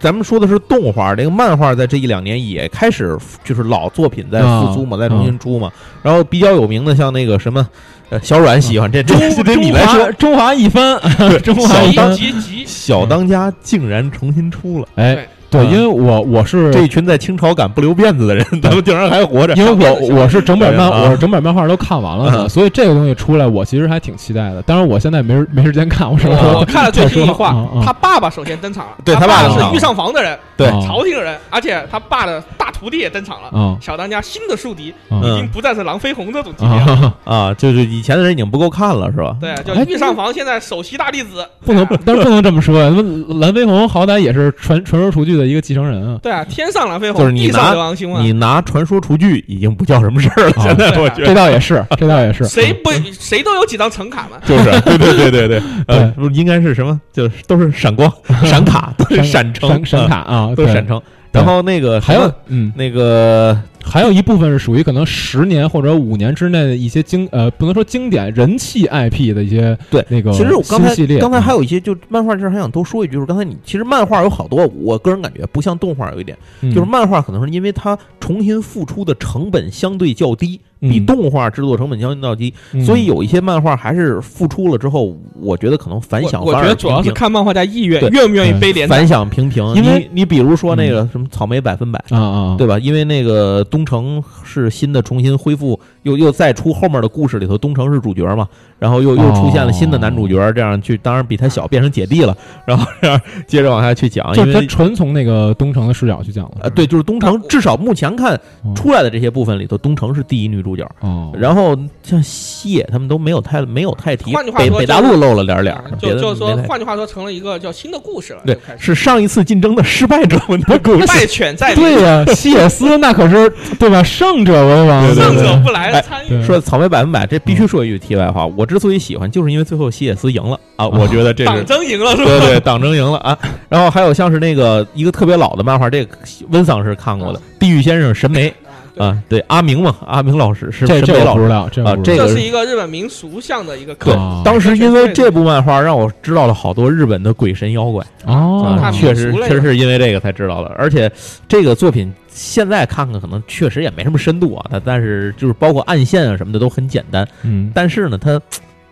Speaker 1: 咱们说的是动画，这个漫画在这一两年也开始就是老作品在
Speaker 3: 啊
Speaker 1: 复苏嘛，在重新出嘛。然后比较有名的像那个什么，呃，小阮喜欢这 这这
Speaker 3: 啊 中
Speaker 1: 这你
Speaker 3: 中
Speaker 1: 来
Speaker 3: 华
Speaker 1: 说，
Speaker 3: 中华一番，中华
Speaker 1: 小
Speaker 3: 一番
Speaker 2: 集，集 集，
Speaker 1: 小当家竟然重新出了。
Speaker 3: 哎
Speaker 2: 对，
Speaker 3: 对，
Speaker 1: 嗯
Speaker 3: 因为我我是
Speaker 1: 这一群在清朝赶不留辫子的人，咱们竟然还活着。
Speaker 3: 因为我
Speaker 2: 小
Speaker 3: 我是整本漫，
Speaker 1: 对啊
Speaker 3: 我是整本漫画都看完了的，
Speaker 1: 嗯
Speaker 3: 所以这个东西出来，我其实还挺期待的。当然，我现在没时没时间看，我什么时候
Speaker 2: 嗯我看了最新一话
Speaker 3: 再 说嗯，嗯
Speaker 2: 他爸爸首先登场了，
Speaker 1: 对
Speaker 2: 他
Speaker 1: 他爸
Speaker 3: 登场
Speaker 2: 是
Speaker 3: 了
Speaker 2: 御上房的人，
Speaker 1: 对
Speaker 3: 啊
Speaker 2: 朝廷人，而且他爸的大徒弟也登场
Speaker 1: 哦
Speaker 2: 了，
Speaker 3: 啊
Speaker 2: 小当家新的宿敌已
Speaker 1: 嗯
Speaker 2: 经不再是郎飞鸿这种级别了。
Speaker 3: 啊，
Speaker 1: 啊，就是以前的人已经不够看了，是吧？
Speaker 2: 对，啊就
Speaker 3: 哎
Speaker 2: 御上房现在首席大 弟子，
Speaker 3: 不能
Speaker 2: 对啊，
Speaker 3: 但是不能这么说呀。那么蓝飞鸿好歹也是传传说厨具的一个继承人啊，
Speaker 2: 对啊，天上郎飞鸿，
Speaker 1: 就是你
Speaker 2: 地上
Speaker 1: 拿
Speaker 2: 流亡星嘛，
Speaker 1: 你拿传说厨具已经不叫什么事儿了，
Speaker 3: 啊
Speaker 1: 现在我觉得
Speaker 2: 对
Speaker 3: 这倒也是，这倒也是。
Speaker 2: 谁不谁都有几张橙卡嘛，
Speaker 1: 就是，对对对对对，呃，应该是什么？就是都是 闪光、闪卡、都是闪
Speaker 3: 嗯闪
Speaker 1: 城、
Speaker 3: 闪闪卡啊，
Speaker 1: 嗯，都是
Speaker 3: 对
Speaker 1: 闪。城。
Speaker 3: 对
Speaker 1: 然后那个
Speaker 3: 还
Speaker 1: 什
Speaker 3: 有
Speaker 1: 么，
Speaker 3: 嗯，
Speaker 1: 那个
Speaker 3: 还有一部分是属于可能十年或者五年之内的一些经呃，不能说经典人气 IP 的一些
Speaker 1: 对
Speaker 3: 那个
Speaker 1: 其实我刚才
Speaker 3: 新系列
Speaker 1: 刚才还有一些，就漫画这儿还想多说一句，就是刚才你其实漫画有好多，我个人感觉不像动画有一点，
Speaker 3: 嗯
Speaker 1: 就是漫画可能是因为它重新复出的成本相对较低，
Speaker 3: 嗯
Speaker 1: 比动画制作成本相对较低，
Speaker 3: 嗯
Speaker 1: 所以有一些漫画还是复出了之后，我觉得可能反
Speaker 2: 我
Speaker 1: 响
Speaker 2: 我
Speaker 1: 反
Speaker 2: 觉
Speaker 1: 而
Speaker 2: 得主要是
Speaker 1: 平平
Speaker 2: 看漫画家意愿
Speaker 1: 对嗯
Speaker 2: 愿不愿意背连载。
Speaker 1: 反响平平，
Speaker 3: 因为嗯
Speaker 1: 你你比如说那个什么草莓百分百。
Speaker 3: 啊
Speaker 2: 嗯
Speaker 3: 啊，
Speaker 1: 对吧？因为那个东城是新的重新恢复，又又再出后面的故事里头，东城是主角嘛，然后又又出现了新的男主角，这样去，当然比他小，变成姐弟了，然后这样接着往下去讲，
Speaker 3: 就
Speaker 1: 啊因
Speaker 3: 是他
Speaker 1: 为。
Speaker 3: 纯从那个东城的视角去讲了。
Speaker 1: 呃，对，就是东
Speaker 2: 嗯
Speaker 1: 城，至少目前看
Speaker 3: 嗯
Speaker 1: 出来的这些部分里头，东城是第一女主角。
Speaker 3: 哦，
Speaker 2: 嗯
Speaker 1: 然后像西野他们都没有太没有太提
Speaker 2: 换句，话
Speaker 1: 北
Speaker 2: 说
Speaker 1: 北
Speaker 2: 就
Speaker 1: 大陆露了点脸
Speaker 2: 啊
Speaker 1: 儿，别
Speaker 2: 就
Speaker 1: 的
Speaker 2: 就是说
Speaker 1: 没，太
Speaker 2: 换句话说，成了一个叫新的故事了。
Speaker 1: 对
Speaker 2: 就开，始
Speaker 1: 是上一次竞争的失败 者们的故
Speaker 2: 败
Speaker 1: 事。
Speaker 2: 犬在
Speaker 3: 对
Speaker 2: 呀，
Speaker 3: 呀、 西野斯那可是对吧？胜者为王，
Speaker 1: 对对
Speaker 2: 胜
Speaker 1: 对
Speaker 2: 者
Speaker 1: 对
Speaker 2: 不来
Speaker 1: 哎
Speaker 2: 参
Speaker 3: 对
Speaker 2: 与。
Speaker 1: 说草莓百分百，这必须说一句题外话，我之所以喜欢，就是因为最后西野斯赢了啊，我觉得这
Speaker 2: 党
Speaker 1: 是。
Speaker 2: 争赢了是吧？
Speaker 1: 对对，党争赢了啊！然后还有像是那个一个特别老的漫画，这个温桑是看过的，《地狱先生神眉》
Speaker 2: 啊
Speaker 1: 啊，嗯对阿明嘛，阿明老师是
Speaker 3: 这
Speaker 1: 神
Speaker 3: 这
Speaker 1: 眉
Speaker 3: 我
Speaker 1: 老
Speaker 3: 不
Speaker 1: 师
Speaker 3: 知。道，这我不
Speaker 1: 这
Speaker 3: 知
Speaker 2: 对，
Speaker 1: 个
Speaker 2: 这
Speaker 1: 是
Speaker 2: 是一个日本民俗向的一个
Speaker 1: 对
Speaker 2: 课。
Speaker 3: 哦，
Speaker 1: 当时因为这部漫画让我知道了好多日本的鬼神妖怪
Speaker 3: 道哦，
Speaker 1: 啊，
Speaker 2: 看
Speaker 1: 确
Speaker 2: 民
Speaker 1: 实
Speaker 2: 俗类
Speaker 1: 确实是因为这个才知道的。而且这个作品现在看看可能确实也没什么深度啊，但但是就是包括暗线啊什么的都很简单，
Speaker 3: 嗯，
Speaker 1: 但是呢，它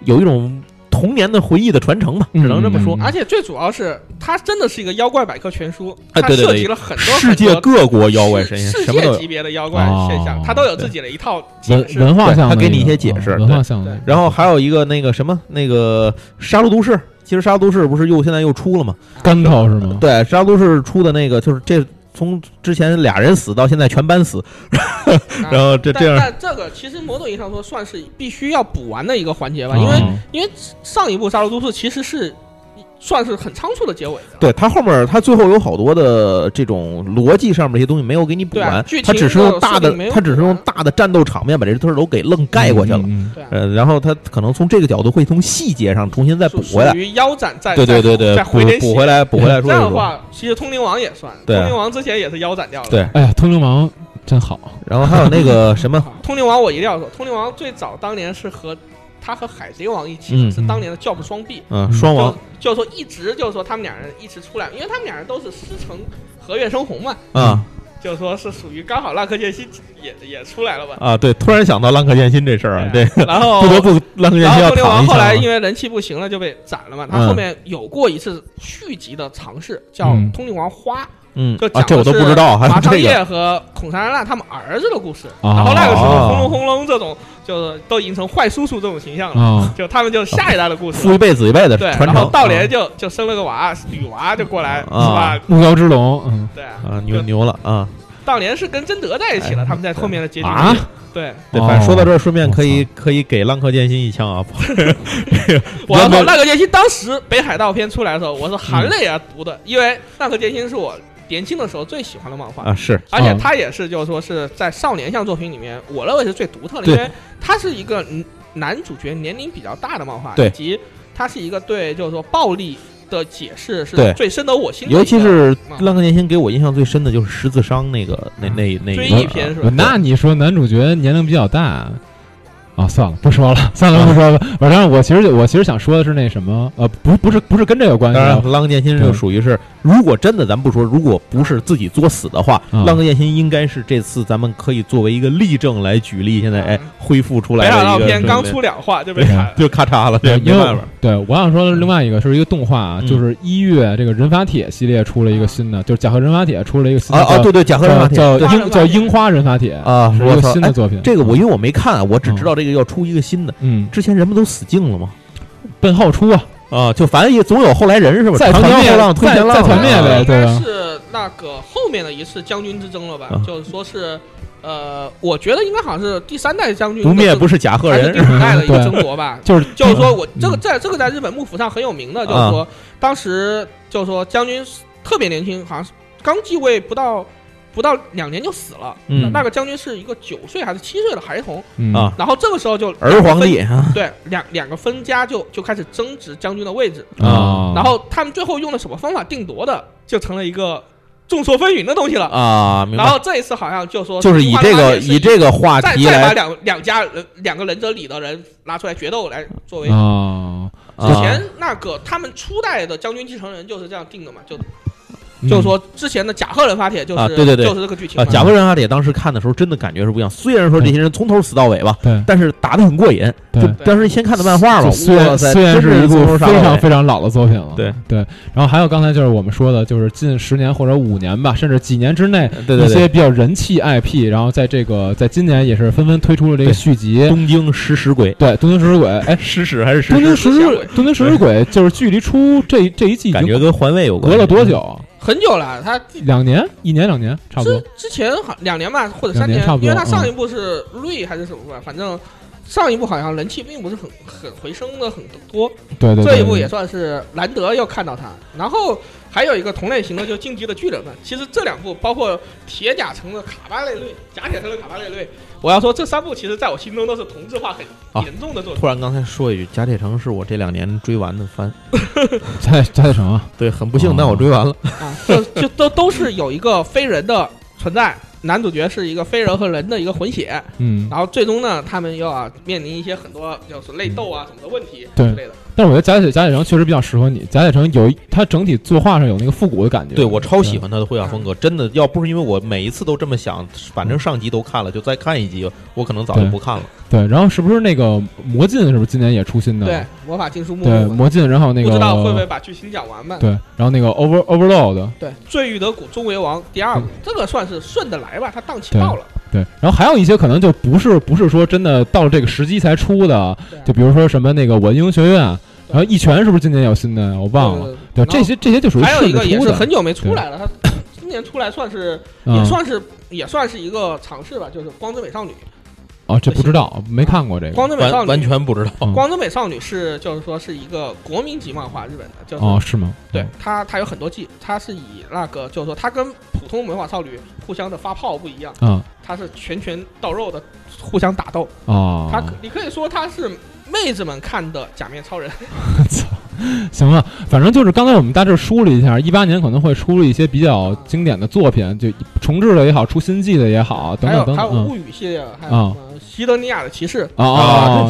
Speaker 1: 有一种童年的回忆的传承吧，只能这么说
Speaker 3: 嗯。
Speaker 2: 而且最主要是，它真的是一个妖怪百科全书，
Speaker 1: 啊
Speaker 2: 它
Speaker 1: 对对对
Speaker 2: 涉及了很多
Speaker 1: 世界
Speaker 2: 很多
Speaker 1: 各国妖怪
Speaker 2: 世
Speaker 1: 神仙
Speaker 2: 世
Speaker 1: 什么都
Speaker 2: 界
Speaker 1: 有啊
Speaker 2: 级。别的妖怪现象
Speaker 3: 哦，
Speaker 2: 它都有自己的一套解
Speaker 3: 文
Speaker 2: 释。
Speaker 3: 文化上的
Speaker 1: 对他给你
Speaker 3: 那个
Speaker 1: 一些解释
Speaker 3: 啊文化上的
Speaker 2: 对
Speaker 1: 然后还有一个那个什么那个杀戮都市。其实《杀戮都市》不是又现在又出了嘛？
Speaker 2: 嗯
Speaker 3: 干头是吗？
Speaker 1: 对，《杀戮都市》出的那个就是这从之前俩人死到现在全班 死，然后这这样
Speaker 2: 啊但但这个其实某种意义上说算是必须要补完的一个环
Speaker 1: 哦
Speaker 2: 节吧，因为
Speaker 3: 嗯
Speaker 2: 上一部《杀戮都市》其实是算是很仓促的结尾的。
Speaker 1: 对他后面他最后有好多的这种逻辑上面这些东西没有给你补
Speaker 2: 对啊
Speaker 1: 完
Speaker 2: 剧，情
Speaker 1: 他只是用大
Speaker 2: 的设
Speaker 1: 的
Speaker 2: 定没有
Speaker 1: 他只是用
Speaker 2: 补完
Speaker 1: 大的战斗场面把这事儿都给愣盖过去了。
Speaker 3: 嗯
Speaker 2: 对啊，
Speaker 1: 呃，然后他可能从这个角度会从细节上重新再补
Speaker 2: 属
Speaker 1: 回来
Speaker 2: 属，于腰斩再
Speaker 1: 对对对对
Speaker 2: 再，
Speaker 1: 补
Speaker 2: 回点血
Speaker 1: 补回来补回来
Speaker 2: 这
Speaker 1: 说一
Speaker 2: 样的
Speaker 1: 说。
Speaker 2: 话，其实《通灵王》也算，
Speaker 1: 对啊
Speaker 2: 通灵王》之前也是腰斩掉了。啊
Speaker 1: 对
Speaker 3: 哎呀，通灵王真好，
Speaker 1: 然后还有那个什么，
Speaker 2: 通灵王我一定要说，通灵王最早当年是和他和海贼王一起，
Speaker 1: 嗯
Speaker 2: 是当年的教父双臂。
Speaker 1: 嗯，双王
Speaker 2: 就就是说一直就是说他们俩人一直出来，因为他们俩人都是师承和月生红嘛，
Speaker 1: 啊
Speaker 2: 就是说是属于刚好浪客剑心也也出来了吧。
Speaker 1: 啊，对，突然想到浪客剑心这事儿啊，对，
Speaker 2: 然 后
Speaker 1: 不得不浪客剑
Speaker 2: 哎然
Speaker 1: 心
Speaker 2: 后
Speaker 1: 要
Speaker 2: 通灵
Speaker 1: 躺
Speaker 2: 王
Speaker 1: 一啊
Speaker 2: 后来
Speaker 1: 下
Speaker 2: 因为人气不行了就被斩了嘛。
Speaker 1: 嗯
Speaker 2: 他后面有过一次续集的尝试，叫
Speaker 3: 嗯
Speaker 2: 《通灵王花》，
Speaker 1: 嗯
Speaker 2: 就，
Speaker 1: 啊，
Speaker 2: 讲
Speaker 1: 这我都
Speaker 2: 的
Speaker 1: 不
Speaker 2: 是
Speaker 1: 知道，还有
Speaker 2: 马昌
Speaker 1: 这个
Speaker 2: 业和孔珊娜他们儿子的故事。
Speaker 3: 哦
Speaker 2: 然后那个时
Speaker 1: 哦
Speaker 2: 候轰隆轰隆这种就是都已经成坏叔叔这种形象了，
Speaker 3: 啊，
Speaker 2: 就他们就下一代的故事
Speaker 1: 父一
Speaker 2: 了。
Speaker 1: 辈子一辈子
Speaker 2: 对，
Speaker 1: 啊传承。
Speaker 2: 然后道莲
Speaker 1: 啊
Speaker 2: 就就生了个娃，女娃就过来是
Speaker 1: 啊
Speaker 2: 吧？
Speaker 3: 目标之龙，嗯
Speaker 2: 对啊，
Speaker 1: 啊，牛
Speaker 2: 就
Speaker 1: 牛了啊！
Speaker 2: 道莲是跟贞德在一起
Speaker 1: 哎
Speaker 2: 了，他们在后面的结局
Speaker 3: 啊，
Speaker 2: 对，
Speaker 1: 对，
Speaker 3: 哦
Speaker 1: 反正说到这儿，顺便可以可以给浪客剑心一枪啊！
Speaker 2: 我要
Speaker 1: 原本
Speaker 2: 说，浪客剑心当时北海道篇出来的时候，我是
Speaker 1: 嗯
Speaker 2: 含泪而读的，因为浪客剑心是我年轻的时候最喜欢的漫画，
Speaker 1: 啊，是
Speaker 2: 而且它也是就是说是在少年向作品里面，我认为是最独特的，
Speaker 1: 对
Speaker 2: 因为它是一个嗯男主角年龄比较大的漫画，
Speaker 1: 对
Speaker 2: 以及它是一个对就是说暴力的解释
Speaker 1: 对
Speaker 2: 是最深得我心的一个，
Speaker 1: 尤其是
Speaker 2: 嗯
Speaker 1: 浪客剑心给我印象最深的就是十字伤那个那那那
Speaker 2: 追
Speaker 1: 一
Speaker 2: 忆
Speaker 1: 段
Speaker 2: 篇
Speaker 1: 啊
Speaker 2: 是吧？
Speaker 3: 那你说男主角年龄比较大，啊，算了，不说了，算了，不说了。反正我其实我其实想说的是那什么，呃，不不是不是跟这有关系
Speaker 1: 当
Speaker 3: 啊
Speaker 1: 然，，浪客剑心
Speaker 3: 对
Speaker 1: 就属于是，如果真的咱不说，如果不是自己作死的话，
Speaker 3: 嗯
Speaker 1: 浪客剑心应该是这次咱们可以作为一个例证来举例，现在哎
Speaker 2: 嗯
Speaker 1: 恢复出来
Speaker 2: 北海
Speaker 1: 了
Speaker 2: 道
Speaker 1: 一个
Speaker 2: 篇
Speaker 1: 对
Speaker 2: 刚
Speaker 1: 对
Speaker 2: 出两话就被砍了，
Speaker 1: 就咔嚓了，
Speaker 3: 对，
Speaker 1: 这没
Speaker 3: 呃因为
Speaker 1: 办
Speaker 3: 我
Speaker 1: 法。
Speaker 3: 对我想说的是另外一个是一个动画啊，
Speaker 1: 嗯
Speaker 3: 就是一月这个人法铁系列出了一个新的，就是甲贺人法铁出了一个新
Speaker 1: 啊
Speaker 3: 的
Speaker 1: 啊，
Speaker 3: 叫
Speaker 1: 对对，甲贺人马
Speaker 3: 叫
Speaker 1: 对
Speaker 3: 叫
Speaker 2: 对
Speaker 3: 樱叫樱花人法铁，
Speaker 1: 啊，
Speaker 3: 啊是一
Speaker 1: 我
Speaker 3: 个
Speaker 1: 操
Speaker 3: 新，的
Speaker 1: 哎，
Speaker 3: 作品。
Speaker 1: 这个我因为我没看啊，我只知道这个要出一个新的，
Speaker 3: 嗯，
Speaker 1: 之前人不都死尽了吗？
Speaker 3: 奔后出啊，
Speaker 1: 啊，就反正也总有后来人是吧？
Speaker 3: 再
Speaker 1: 长
Speaker 3: 团
Speaker 1: 江
Speaker 3: 灭
Speaker 1: 后浪推前浪，
Speaker 3: 再再团灭
Speaker 1: 哦
Speaker 3: 呗
Speaker 2: 应该
Speaker 3: 对啊
Speaker 2: 是那个后面的一次将军之争了吧
Speaker 1: 啊？
Speaker 2: 就是说是，呃，我觉得应该好像是第三代将军
Speaker 1: 不灭
Speaker 2: 的
Speaker 1: 不是甲贺
Speaker 2: 还是
Speaker 1: 人嗯
Speaker 2: 第，五代的一个
Speaker 3: 对。
Speaker 2: 争 夺吧
Speaker 3: 就是
Speaker 2: 就是说我这个
Speaker 3: 嗯
Speaker 2: 在这个在日本幕府上很有名的，就是说当时就是说将军特别年轻，好像是刚继位不到不到两年就死了。
Speaker 1: 嗯
Speaker 2: 那个将军是一个九岁还是七岁的孩童，
Speaker 3: 嗯
Speaker 1: 啊
Speaker 2: 然后这个时候就
Speaker 1: 儿皇帝啊
Speaker 2: 对两两个分家就就开始争执将军的位置，
Speaker 3: 啊，
Speaker 2: 然后他们最后用了什么方法定夺的，就成了一个众说纷纭的东西了。
Speaker 1: 啊，明
Speaker 2: 然
Speaker 1: 白，
Speaker 2: 后这一次好像就说
Speaker 1: 就是以这个以这个话
Speaker 2: 再
Speaker 1: 题
Speaker 2: 再把
Speaker 1: 来
Speaker 2: 两两家人两个忍者里的人拿出来决斗来作为
Speaker 3: 啊，
Speaker 1: 啊
Speaker 2: 之前那个他们初代的将军继承人就是这样定的嘛，就
Speaker 3: 嗯
Speaker 2: 就是说之前的甲贺人发帖就是
Speaker 1: 啊对对对
Speaker 2: 就是这个剧情
Speaker 1: 啊，
Speaker 2: 嘛。
Speaker 1: 甲贺人阿铁当时看的时候，真的感觉是不一样。虽然说这些人从头死到尾吧，
Speaker 3: 对
Speaker 1: 但是打得很过瘾。
Speaker 3: 对
Speaker 1: 就当时先看的漫画嘛，
Speaker 3: 嗯就虽
Speaker 1: 哇
Speaker 3: 然
Speaker 1: 塞，
Speaker 3: 虽然
Speaker 1: 真
Speaker 3: 是一
Speaker 1: 从
Speaker 3: 部
Speaker 1: 头杀
Speaker 3: 非
Speaker 1: 到
Speaker 3: 常
Speaker 1: 尾。
Speaker 3: 非常老的作品了，
Speaker 1: 对
Speaker 3: 对。然后还有刚才就是我们说的，就是近十年或者五年吧，甚至几年之内，
Speaker 1: 对对
Speaker 3: 一些
Speaker 1: 对，
Speaker 3: 比较人气 IP，然后在这个在今年也是纷纷推出了这个
Speaker 1: 对
Speaker 3: 续集。
Speaker 1: 东京食尸鬼，
Speaker 3: 对，东京食尸鬼，哎，
Speaker 1: 食屎还是食
Speaker 3: 东京
Speaker 1: 尸？
Speaker 3: 食尸鬼，东京食尸鬼就是距离出这这一季已
Speaker 1: 感
Speaker 3: 经
Speaker 1: 觉嗯跟环卫有关。
Speaker 3: 隔了多？久？
Speaker 2: 很久了，他之
Speaker 3: 两年，一年，两年，差不多。
Speaker 2: 之前好两年吧，或者
Speaker 3: 两
Speaker 2: 三
Speaker 3: 年差不多
Speaker 2: 因为他
Speaker 1: 嗯
Speaker 2: 上一部是瑞还是什么吧，反正上一部好像人气并不是很很回升的很多，
Speaker 3: 对对对，
Speaker 2: 这一部
Speaker 3: 对
Speaker 2: 也算是难得又看到他。然后还有一个同类型的就《进击的巨人》嘛，其实这两部包括《铁甲城的卡巴列瑞》、《甲铁城的卡巴列瑞》，我要说这三部其实在我心中都是同质化
Speaker 1: 啊
Speaker 2: 很严重的作品。
Speaker 1: 突然刚才说一句，《甲铁城》是我这两年追完的番，
Speaker 3: 在在什么？
Speaker 1: 对，很不
Speaker 3: 哦
Speaker 1: 幸，但我追完了。
Speaker 2: 啊，就就都都是有一个非人的存在，男主角是一个非人和人的一个混血，
Speaker 3: 嗯，
Speaker 2: 然后最终呢，他们又啊面临一些很多就是内斗啊什么的问题
Speaker 3: 对
Speaker 2: 之类的。
Speaker 3: 但是我觉得甲铁甲铁城确实比较适合你。甲铁城有一它整体作画上有那个复古的感觉，
Speaker 1: 对我超喜欢他的绘画风格，真的，要不是因为我每一次都这么想，反正上集都看了，就再看一集，我可能早就
Speaker 3: 对
Speaker 1: 不看了。
Speaker 3: 对。对，然后是不是那个魔镜是不是今年也出新的？
Speaker 2: 对，魔法禁书目录
Speaker 3: 嗯对，
Speaker 2: 嘛
Speaker 3: 魔镜，然后那个
Speaker 2: 不知道会不会把剧情讲完吧？
Speaker 3: 对，然后那个 over overload，
Speaker 2: 对，嗯《罪与德谷中为王》第二部，这个算是顺着来吧，它档期到了。
Speaker 3: 对，然后还有一些可能就不是不是说真的到这个时机才出的，
Speaker 2: 对啊
Speaker 3: 就比如说什么那个我的英雄学院，然后一拳是不是今年有新的？我忘了。
Speaker 2: 呃
Speaker 3: 对，
Speaker 2: 然后
Speaker 3: 这些这些就属于
Speaker 2: 还有一
Speaker 3: 顺着
Speaker 2: 个也
Speaker 3: 出
Speaker 2: 是
Speaker 3: 的
Speaker 2: 很。久没出来了，它应年出来算是也
Speaker 3: 嗯，
Speaker 2: 算是也算是一个尝试吧，就是《光之美少女》。
Speaker 3: 哦，这不知道，没看过这
Speaker 2: 《
Speaker 3: 个。
Speaker 2: 光之美少
Speaker 1: 完
Speaker 2: 女》
Speaker 1: 完全不知道。
Speaker 3: 哦
Speaker 2: 光之美少女》是就是说是一个国民级漫画，日本的，就是、
Speaker 3: 哦，是吗？
Speaker 2: 对它它有很多季，它是以那个就是说它跟普通魔法少女互相的发炮不一样，
Speaker 3: 嗯，
Speaker 2: 它是拳拳到肉的互相打斗，
Speaker 3: 哦，
Speaker 2: 它可你可以说它是妹子们看的假面超人，
Speaker 3: 行了，反正就是刚才我们大致梳理一下，一八年可能会出了一些比较经典的作品，就重置的也好，出新季的也好，等
Speaker 2: 还有
Speaker 3: 等等
Speaker 2: 还有
Speaker 3: 等。嗯
Speaker 2: 物语系列，还
Speaker 3: 啊
Speaker 2: 有什么西德尼亚的骑士，
Speaker 3: 啊
Speaker 1: 啊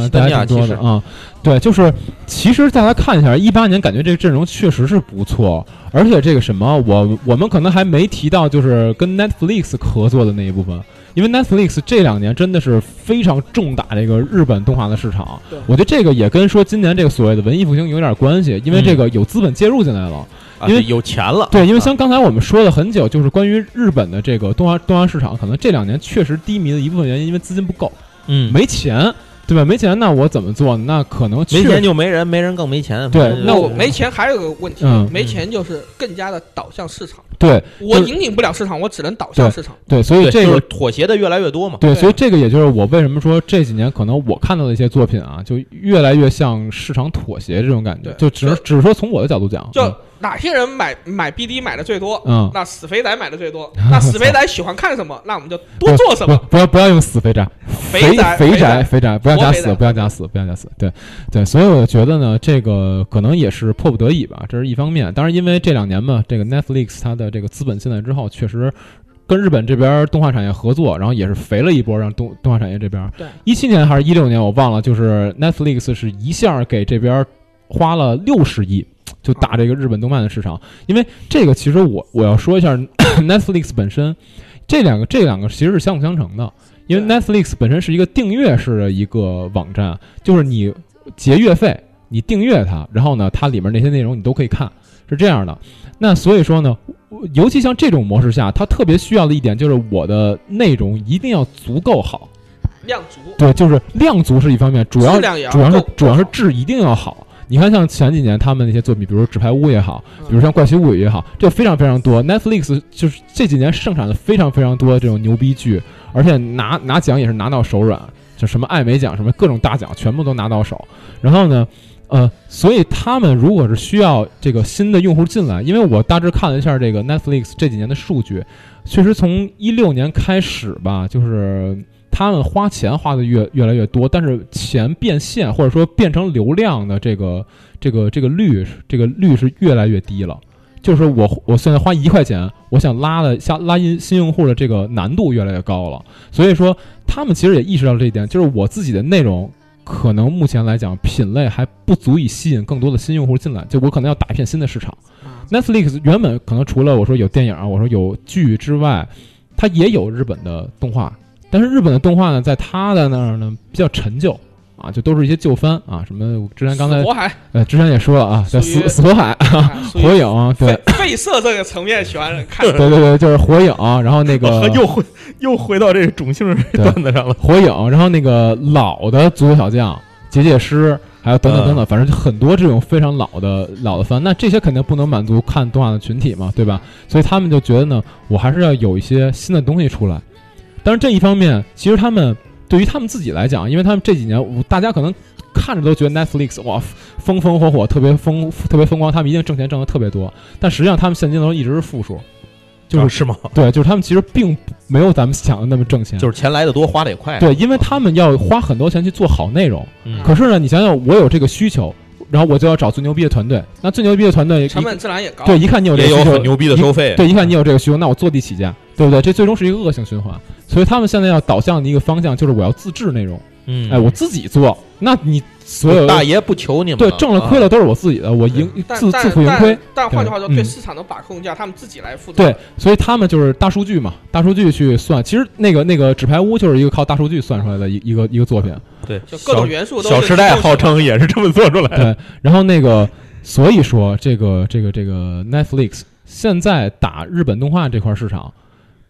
Speaker 3: 啊！
Speaker 1: 这
Speaker 3: 大
Speaker 1: 西班
Speaker 3: 家
Speaker 1: 牙
Speaker 3: 挺多
Speaker 1: 骑
Speaker 3: 的
Speaker 1: 士
Speaker 3: 啊，对，就是其实大家看一下，一八年感觉这个阵容确实是不错，而且这个什么，我我们可能还没提到，就是跟 Netflix 合作的那一部分，因为 Netflix 这两年真的是非常重打这个日本动画的市场
Speaker 2: 对，
Speaker 3: 我觉得这个也跟说今年这个所谓的文艺复兴有点关系，因为这个有资本介入进来了。
Speaker 1: 啊
Speaker 3: 因为
Speaker 1: 对有钱了，
Speaker 3: 对，因为像刚才我们说了很久，就是关于日本的这个动画动画市场，可能这两年确实低迷的一部分原因，因为资金不够，
Speaker 1: 嗯，
Speaker 3: 没钱，对吧？没钱，那我怎么做？那可能
Speaker 1: 没
Speaker 3: 确
Speaker 1: 钱就没人，没人更没钱。
Speaker 3: 对
Speaker 1: 反正
Speaker 2: 那
Speaker 3: 嗯
Speaker 2: 我没钱还有个问题，
Speaker 3: 嗯
Speaker 2: 没钱就是更加的导向市场，
Speaker 3: 对
Speaker 2: 我
Speaker 3: 就是
Speaker 2: 引领不了市场，我只能导向市场。
Speaker 3: 对，所以
Speaker 1: 对
Speaker 3: 这
Speaker 1: 就
Speaker 3: 个
Speaker 1: 是妥协的越来越多嘛。
Speaker 3: 对，
Speaker 2: 对
Speaker 3: 所以这个也就是我为什么说这几年可能我看到的一些作品啊，就越来越向市场妥协这种感觉。
Speaker 2: 对
Speaker 3: 就只能
Speaker 2: 就
Speaker 3: 只是说从我的角度讲，啊
Speaker 2: 就哪些人买买 BD 买的最多？
Speaker 3: 嗯。嗯
Speaker 2: 那死肥仔买的最多， 那死肥仔喜欢看什么，那我们就多做什
Speaker 3: 不
Speaker 2: 么。
Speaker 3: 不要不要用死肥宅，肥
Speaker 2: 宅，
Speaker 3: 肥
Speaker 2: 肥
Speaker 3: 宅，，肥宅，不要
Speaker 2: 活
Speaker 3: 加
Speaker 2: 肥
Speaker 3: 死，
Speaker 2: 宅
Speaker 3: 不要加死，不要加死。对，对，所以我觉得呢，这个可能也是迫不得已吧，这是一方面。当然，因为这两年嘛，这个 Netflix 它的这个资本进来之后，确实跟日本这边动画产业合作，然后也是肥了一波，让动动画产业这边。
Speaker 2: 对，
Speaker 3: 一七年还是一六年，我忘了，就是 Netflix 是一下给这边花了六十亿。就打这个日本动漫的市场，因为这个其实我我要说一下 Netflix 本身，这两个这两个其实是相辅相成的，因为
Speaker 2: 对
Speaker 3: Netflix 本身是一个订阅式的一个网站，就是你节月费，你订阅它，然后呢，它里面那些内容你都可以看，是这样的。那所以说呢，我尤其像这种模式下，它特别需要的一点就是我的内容一定要足够好，
Speaker 2: 量足，
Speaker 3: 对，就是量足是一方面，主要
Speaker 2: 质量也
Speaker 3: 主要是
Speaker 2: 够
Speaker 3: 主要是质一定要好。你看，像前几年他们那些作品，比如说《纸牌屋》也好，
Speaker 2: 嗯
Speaker 3: 比如像《怪奇物语》也好，这非常非常多。Netflix 就是这几年盛产了非常非常多这种牛逼剧，而且拿拿奖也是拿到手软，就什么艾美奖、什么各种大奖全部都拿到手。然后呢，呃，所以他们如果是需要这个新的用户进来，因为我大致看了一下这个 Netflix 这几年的数据，确实从一六年开始吧，就是他们花钱花的越越来越多，但是钱变现或者说变成流量的这个这个这个率是这个率是越来越低了。就是我我现在花一块钱，我想拉的下拉新新用户的这个难度越来越高了。所以说，他们其实也意识到这一点，就是我自己的内容。可能目前来讲，品类还不足以吸引更多的新用户进来，就我可能要打一片新的市场。
Speaker 2: 啊
Speaker 3: Netflix 原本可能除了我说有电影啊，我说有剧之外，它也有日本的动画，但是日本的动画呢，在它的那儿呢比较陈旧啊，就都是一些旧番啊，什么我之前刚才
Speaker 2: 死活海
Speaker 3: 呃之前也说了啊，叫
Speaker 2: 属于
Speaker 3: 死死火海、
Speaker 2: 啊属于
Speaker 3: 火影，对
Speaker 2: 废废色这个层面喜欢人看，
Speaker 3: 对对对，就是火影，然后那个
Speaker 1: 又回又回到这种姓这
Speaker 3: 对
Speaker 1: 段子上了。
Speaker 3: 火影，然后那个老的足球小将结界师，还有等等等等，反正就很多这种非常老的老的番。那这些肯定不能满足看动画的群体嘛，对吧？所以他们就觉得呢，我还是要有一些新的东西出来。但是这一方面，其实他们对于他们自己来讲，因为他们这几年，我大家可能看着都觉得 Netflix 哇风风火火，特别风特别风光，他们一定挣钱挣得特别多，但实际上他们现金流一直是负数。 就是、
Speaker 1: 啊是吗？
Speaker 3: 对，就是他们其实并不没有咱们想的那么挣钱，
Speaker 1: 就是钱来的多，花的也快。啊
Speaker 3: 对，因为他们要花很多钱去做好内容。
Speaker 1: 嗯
Speaker 3: 可是呢，你想想，我有这个需求，然后我就要找最牛逼的团队。那最牛逼的团队，
Speaker 2: 成
Speaker 3: 一
Speaker 2: 本自然也高。
Speaker 3: 对，一看你有这
Speaker 1: 也
Speaker 3: 个
Speaker 1: 有
Speaker 3: 需求，
Speaker 1: 很牛逼的收费。啊
Speaker 3: 对，一看你有这个需求，那我坐地起价，对不对？这最终是一个恶性循环。所以他们现在要导向的一个方向就是我要自制内容，
Speaker 1: 嗯，
Speaker 3: 哎，我自己做。那你所有
Speaker 1: 大爷不求你们。啊
Speaker 3: 对挣了亏了都是我自己的，我赢
Speaker 2: 但
Speaker 3: 自自
Speaker 2: 但
Speaker 3: 负盈亏
Speaker 2: 但。但换句话说，
Speaker 3: 对
Speaker 2: 对
Speaker 3: 嗯
Speaker 2: 市场的把控价，他们自己来负责。
Speaker 3: 对，所以他们就是大数据嘛，大数据去算。其实那个那个纸牌屋就是一个靠大数据算出来的一一个一个作品。
Speaker 1: 对，
Speaker 2: 就各种元素都
Speaker 1: 小
Speaker 2: 是
Speaker 1: 时代
Speaker 2: 都是
Speaker 1: 号称也是这么做出来的。
Speaker 3: 对，然后那个，所以说这个这个这个 Netflix 现在打日本动画这块市场，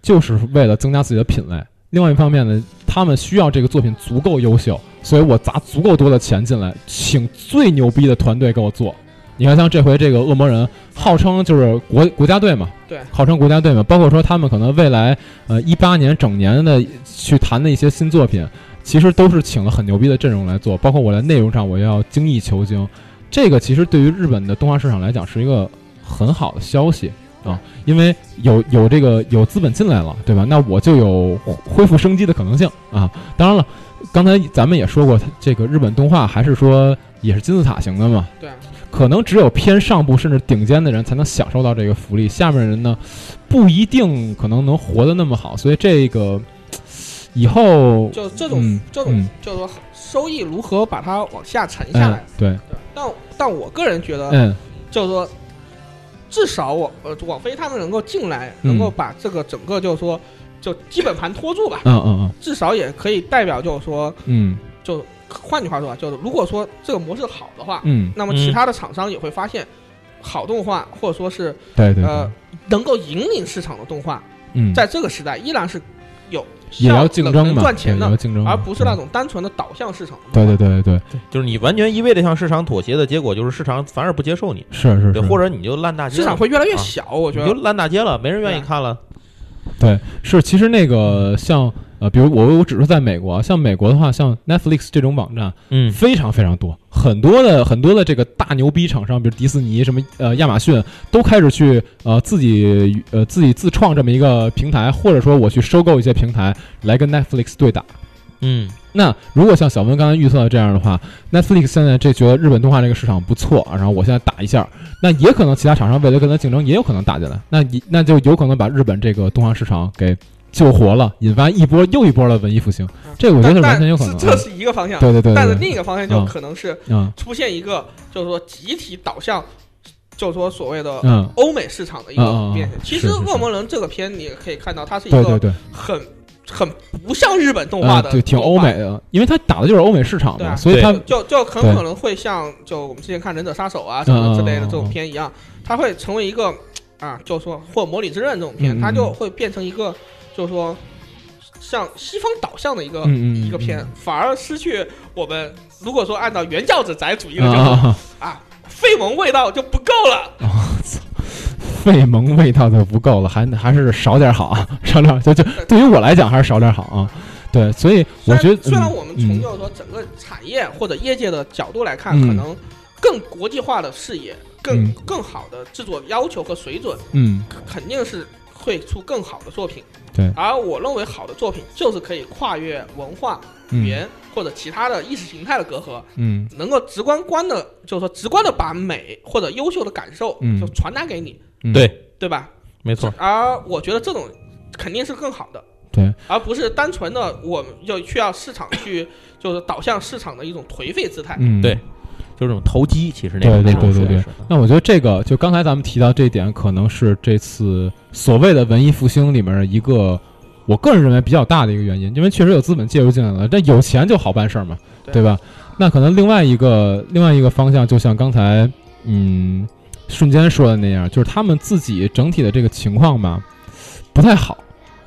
Speaker 3: 就是为了增加自己的品类。另外一方面呢，他们需要这个作品足够优秀，所以我砸足够多的钱进来，请最牛逼的团队给我做。你看，像这回这个恶魔人，号称就是国 国家队嘛，
Speaker 2: 对
Speaker 3: 号称国家队嘛，包括说他们可能未来呃一八年整年的呃去谈的一些新作品，其实都是请了很牛逼的阵容来做，包括我在内容上我要精益求精，这个其实对于日本的动画市场来讲是一个很好的消息。啊，因为有有这个有资本进来了，对吧？那我就有恢复生机的可能性啊。当然了，刚才咱们也说过，它这个日本动画还是说也是金字塔型的嘛，
Speaker 2: 对啊，
Speaker 3: 可能只有偏上部甚至顶尖的人才能享受到这个福利，下面人呢不一定可能能活得那么好，所以这个嘖以后
Speaker 2: 就这种、
Speaker 3: 嗯
Speaker 2: 这种
Speaker 3: 嗯
Speaker 2: 就是说收益如何把它往下沉下
Speaker 3: 嗯
Speaker 2: 来。
Speaker 3: 对
Speaker 2: 对，但但我个人觉得，
Speaker 3: 嗯
Speaker 2: 就是说，至少我呃网飞他们能够进来，
Speaker 3: 嗯
Speaker 2: 能够把这个整个就是说就基本盘拖住吧，
Speaker 3: 嗯嗯
Speaker 2: 至少也可以代表就是说，
Speaker 3: 嗯
Speaker 2: 就换句话说啊，就是如果说这个模式好的话，
Speaker 3: 嗯嗯，
Speaker 2: 那么其他的厂商也会发现。好动画，或者说是
Speaker 3: 对对对
Speaker 2: 呃，，能够引领市场的动画，
Speaker 3: 嗯，
Speaker 2: 在这个时代依然是有
Speaker 3: 也
Speaker 2: 效
Speaker 3: 要
Speaker 2: 能
Speaker 3: 竞争嘛，
Speaker 2: 能赚钱
Speaker 3: 对也
Speaker 2: 的
Speaker 3: 要，竞争嘛，
Speaker 2: 而不是那
Speaker 3: 嗯
Speaker 2: 种单纯的导向市场的
Speaker 3: 对
Speaker 2: 动画。
Speaker 3: 对对对对，
Speaker 1: 就是你完全一味的向市场妥协的结果，就是市场反而不接受你，
Speaker 3: 是是
Speaker 1: 对，
Speaker 3: 是，
Speaker 1: 或者你就烂大街
Speaker 2: 市
Speaker 1: 了，
Speaker 2: 场会越来越小，
Speaker 3: 啊
Speaker 2: 我
Speaker 1: 你
Speaker 2: 觉
Speaker 1: 就
Speaker 2: 得。
Speaker 1: 烂大街了，没人愿意
Speaker 2: 对啊
Speaker 1: 看了。
Speaker 3: 是，其实那个像呃，比如我我只是在美国，啊像美国的话，像 Netflix 这种网站
Speaker 1: 嗯
Speaker 3: 非常非常多，很多的很多的这个大牛逼厂商，比如迪士尼、什么呃亚马逊，都开始去呃自己呃自己自创这么一个平台，或者说我去收购一些平台来跟 Netflix 对打。
Speaker 1: 嗯，
Speaker 3: 那如果像小文刚才预测的这样的话，Netflix 现在这觉得日本动画这个市场不错，然后我现在打一下，那也可能其他厂商为了跟它竞争，也有可能打进来，那你那就有可能把日本这个动画市场给救活了，引发一波又一波的文艺复兴。这个我觉得是
Speaker 2: 但
Speaker 3: 完全有可能
Speaker 2: 嗯
Speaker 3: 嗯
Speaker 2: 但这这是一个方向，
Speaker 3: 对对对
Speaker 2: 但是
Speaker 3: 对对，
Speaker 2: 另一个方向就
Speaker 3: 嗯
Speaker 2: 可能是
Speaker 3: 嗯
Speaker 2: 出现一个，就是说集体导向，就是说所谓的
Speaker 3: 嗯，
Speaker 2: 欧美市场的一个
Speaker 3: 嗯嗯嗯
Speaker 2: 变现。
Speaker 3: 嗯
Speaker 2: 其
Speaker 3: 是
Speaker 2: 实
Speaker 3: 是
Speaker 2: 《
Speaker 3: 是
Speaker 2: 恶魔人》这个片你也可以看到，它是一
Speaker 3: 对对
Speaker 2: 个
Speaker 3: 对，
Speaker 2: 很很不像日本动画
Speaker 3: 嗯
Speaker 2: 的动画，
Speaker 3: 对，挺欧美的，因为它打的就是欧美市场
Speaker 2: 对
Speaker 3: 嘛，
Speaker 2: 啊
Speaker 3: 所以它
Speaker 2: 就就很
Speaker 3: 对
Speaker 2: 可能会像就我们之前看《忍者杀手》啊什么之类的
Speaker 3: 嗯嗯嗯嗯
Speaker 2: 这种片一样，它会成为一个啊，就说或《魔女之刃》这种
Speaker 3: 嗯嗯
Speaker 2: 片，
Speaker 3: 嗯
Speaker 2: 它就会变成一个就说向西方导向的一个
Speaker 3: 嗯嗯嗯
Speaker 2: 一个片
Speaker 3: 嗯，
Speaker 2: 反而失去我们如果说按照原教旨宅主义的
Speaker 3: 啊
Speaker 2: 角
Speaker 3: 啊
Speaker 2: 度
Speaker 3: 啊
Speaker 2: 啊，费蒙味道就不够了。
Speaker 3: 费蒙味道就不够了，还还是少点好啊， 少点就就对于我来讲还是少点好啊。对，所以
Speaker 2: 呃虽
Speaker 3: 我觉
Speaker 2: 然
Speaker 3: 得
Speaker 2: 虽然我们
Speaker 3: 嗯
Speaker 2: 从就是说整个产业或者业界的角度来看，
Speaker 3: 嗯
Speaker 2: 可能更国际化的视野。更
Speaker 3: 嗯
Speaker 2: 更好的制作要求和水准，
Speaker 3: 嗯。嗯
Speaker 2: 肯定是会出更好的作品。
Speaker 3: 对
Speaker 2: 而我认为好的作品就是可以跨越文化、
Speaker 3: 嗯
Speaker 2: 语言或者其他的意识形态的隔阂，
Speaker 3: 嗯
Speaker 2: 能够直观观的，就是说直观的把美或者优秀的感受
Speaker 3: 嗯
Speaker 2: 就传达给你，
Speaker 3: 嗯，
Speaker 1: 对
Speaker 2: 对吧？
Speaker 1: 没错，
Speaker 2: 而我觉得这种肯定是更好的。
Speaker 3: 对，
Speaker 2: 而不是单纯的我们就需要市场去，就是导向市场的一种颓废姿态。
Speaker 3: 嗯
Speaker 1: 对就是这种投机，其实那
Speaker 3: 对
Speaker 1: 个
Speaker 3: 对
Speaker 1: 那种
Speaker 3: 对对
Speaker 1: 说
Speaker 3: 对
Speaker 1: 法是啊
Speaker 3: 那我觉得这个就刚才咱们提到这一点，可能是这次所谓的文艺复兴里面的一个，我个人认为比较大的一个原因，因为确实有资本介入进来了，但有钱就好办事儿嘛，
Speaker 2: 对
Speaker 3: 对吧？那可能另外一个另外一个方向，就像刚才嗯瞬间说的那样，就是他们自己整体的这个情况吧，不太好。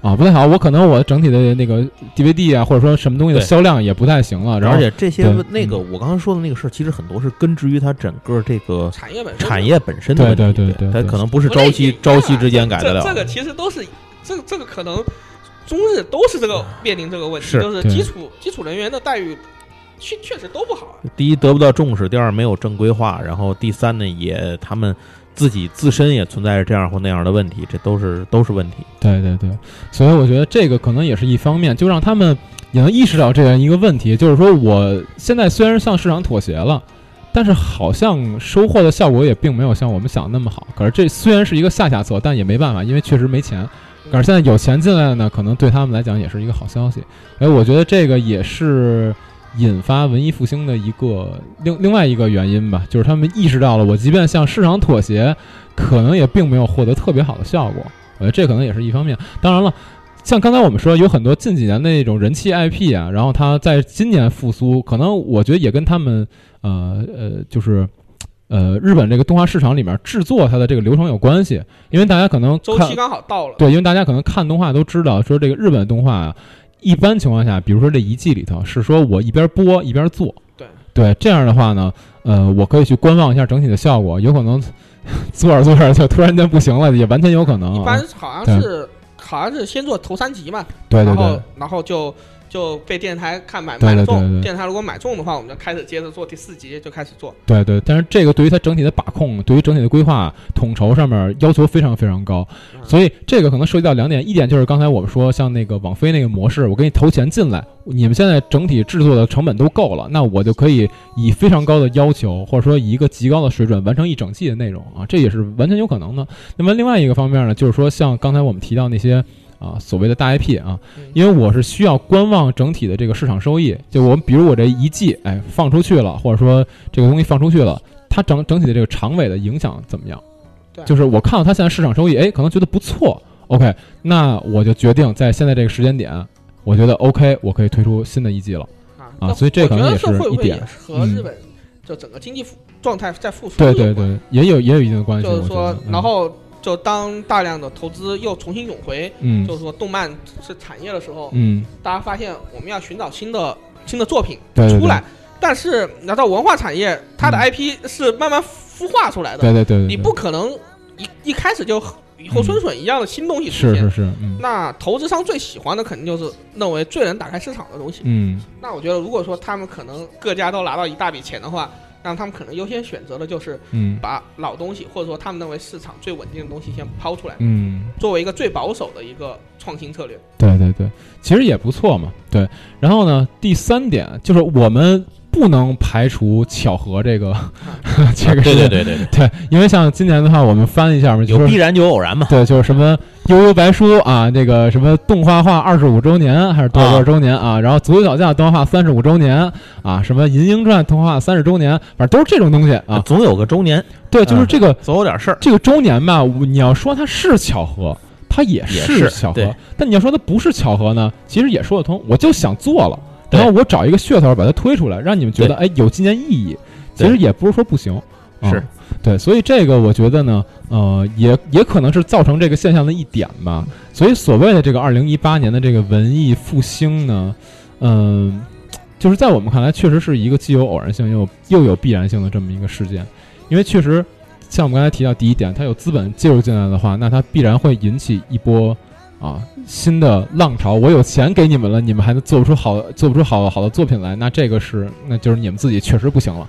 Speaker 3: 啊，不太好，我可能我整体的那个 DVD 啊，或者说什么东西的
Speaker 1: 对
Speaker 3: 销量也不太行了，然后
Speaker 1: 而且这些
Speaker 3: 对嗯
Speaker 1: 问那个我刚才说的那个事儿，其实很多是根植于它整个这个
Speaker 2: 产业本身
Speaker 1: 产业本身的问题，
Speaker 3: 对对对对对
Speaker 1: 它可能不是
Speaker 2: 国内
Speaker 1: 朝夕
Speaker 2: 也一样
Speaker 1: 朝
Speaker 2: 啊
Speaker 1: 夕之间改得了。
Speaker 2: 这这个其实都是，这这个可能中日都是这个面临这个问题，
Speaker 1: 是
Speaker 2: 就是
Speaker 3: 对
Speaker 2: 基础基础人员的待遇确确实都不好啊。
Speaker 1: 第一得不到重视，第二没有正规化，然后第三呢也他们自己自身也存在着这样或那样的问题，这都是都是问题。
Speaker 3: 对对对，所以我觉得这个可能也是一方面，就让他们也能意识到这样一个问题，就是说我现在虽然向市场妥协了，但是好像收获的效果也并没有像我们想的那么好。可是这虽然是一个下下策，但也没办法，因为确实没钱。可是现在有钱进来了呢，可能对他们来讲也是一个好消息。哎，我觉得这个也是引发文艺复兴的一个另另外一个原因吧，就是他们意识到了，我即便向市场妥协，可能也并没有获得特别好的效果。我觉得这可能也是一方面。当然了，像刚才我们说，有很多近几年的那种人气 IP 啊，然后它在今年复苏，可能我觉得也跟他们呃呃，就是呃日本这个动画市场里面制作它的这个流程有关系，因为大家可能
Speaker 2: 周
Speaker 3: 看
Speaker 2: 期刚好到了，
Speaker 3: 对，因为大家可能看动画都知道，说这个日本动画啊，一般情况下，比如说这一季里头是说我一边播一边做，
Speaker 2: 对
Speaker 3: 对，这样的话呢，呃，我可以去观望一下整体的效果，有可能 做着做着就突然间不行了，也完全有可能
Speaker 2: 一
Speaker 3: 啊。
Speaker 2: 般好像是好像是先做头三集嘛，
Speaker 3: 对对
Speaker 2: 然
Speaker 3: 对
Speaker 2: 后，然后就就被电视台看买
Speaker 3: 对
Speaker 2: 买
Speaker 3: 对
Speaker 2: 得
Speaker 3: 对对
Speaker 2: 中，
Speaker 3: 对
Speaker 2: 电视台如果买中的话，我们就开始接着做第四集，就开始做。
Speaker 3: 对对，但是这个对于它整体的把控，对于整体的规划统筹上面要求非常非常高，
Speaker 2: 嗯
Speaker 3: 所以这个可能涉及到两点，一点就是刚才我们说像那个网飞那个模式，我给你投钱进来，你们现在整体制作的成本都够了，那我就可以以非常高的要求，或者说以一个极高的水准完成一整季的内容啊，这也是完全有可能的。那么另外一个方面呢，就是说像刚才我们提到那些。啊，所谓的大 IP 啊，因为我是需要观望整体的这个市场收益。就我们比如我这一季，哎，放出去了，或者说这个东西放出去了，它整整体的这个长尾的影响怎么样？
Speaker 2: 对
Speaker 3: 就是我看到它现在市场收益，哎，可能觉得不错，OK，那我就决定在现在这个时间点，我觉得 OK，我可以推出新的一季了。
Speaker 2: 啊
Speaker 3: 啊所以这可能也是
Speaker 2: 我觉得
Speaker 3: 一
Speaker 2: 会不会
Speaker 3: 点嗯
Speaker 2: 也和日本就整个经济复状态在复苏
Speaker 3: 对
Speaker 2: 有
Speaker 3: 对
Speaker 2: 关，
Speaker 3: 对，也有也有一定的关系。
Speaker 2: 就是
Speaker 3: 我
Speaker 2: 说
Speaker 3: 觉得，嗯
Speaker 2: 然后就当大量的投资又重新涌回，
Speaker 3: 嗯
Speaker 2: 就是说动漫是产业的时候，
Speaker 3: 嗯，
Speaker 2: 大家发现我们要寻找新的新的作品
Speaker 3: 对对
Speaker 2: 出来，但是拿到文化产业，它的
Speaker 3: 嗯
Speaker 2: IP 是慢慢孵化出来的，
Speaker 3: 对对对对，
Speaker 2: 你
Speaker 3: 对嗯
Speaker 2: 不可能一一开始就以后孙笋一样的新东西出
Speaker 3: 是
Speaker 2: 现。
Speaker 3: 是是，嗯
Speaker 2: 那投资商最喜欢的肯定就是认为最能打开市场的东西。
Speaker 3: 嗯
Speaker 2: 那我觉得，如果说他们可能各家都拿到一大笔钱的话，那他们可能优先选择的就是
Speaker 3: 嗯
Speaker 2: 把老东西，或者说他们认为市场最稳定的东西先抛出来，
Speaker 3: 嗯。
Speaker 2: 作为一个最保守的一个创新策略。
Speaker 3: 对对对，其实也不错嘛。对，然后呢，第三点就是我们不能排除巧合这个、
Speaker 2: 嗯
Speaker 3: 这个事
Speaker 1: 啊对
Speaker 3: 情。
Speaker 1: 对对对对，
Speaker 3: 对因为像今年的话，我们翻一下嘛，就
Speaker 1: 有
Speaker 3: 是
Speaker 1: 必然就有偶然嘛。
Speaker 3: 对，就是什么悠悠白书啊，那个什么动画化二十五周年还是多少多少周年啊，然后足球小将动画化三十五周年啊，什么银鹰传动画化三十周年，反正都是这种东西啊。
Speaker 1: 总有个周年，
Speaker 3: 对，就是
Speaker 1: 嗯
Speaker 3: 这个、
Speaker 1: 总有点事儿。
Speaker 3: 这个周年吧，我你要说它是巧合，它也
Speaker 1: 也是
Speaker 3: 巧合
Speaker 1: 对；
Speaker 3: 但你要说它不是巧合呢，其实也说得通。我就想做了，
Speaker 1: 对
Speaker 3: 然后我找一个噱头把它推出来，让你们觉得哎有纪念意义。其
Speaker 1: 对
Speaker 3: 实也不是说不行，啊
Speaker 1: 是
Speaker 3: 对，所以这个我觉得呢，呃，也也可能是造成这个现象的一点吧。所以所谓的这个二零一八年的这个文艺复兴呢，嗯、就是在我们看来，确实是一个既有偶然性又有又有必然性的这么一个事件，因为确实像我们刚才提到第一点，它有资本介入进来的话，那它必然会引起一波啊新的浪潮。我有钱给你们了，你们还能做不出好做不出好好的作品来，那这个是那就是你们自己确实不行了，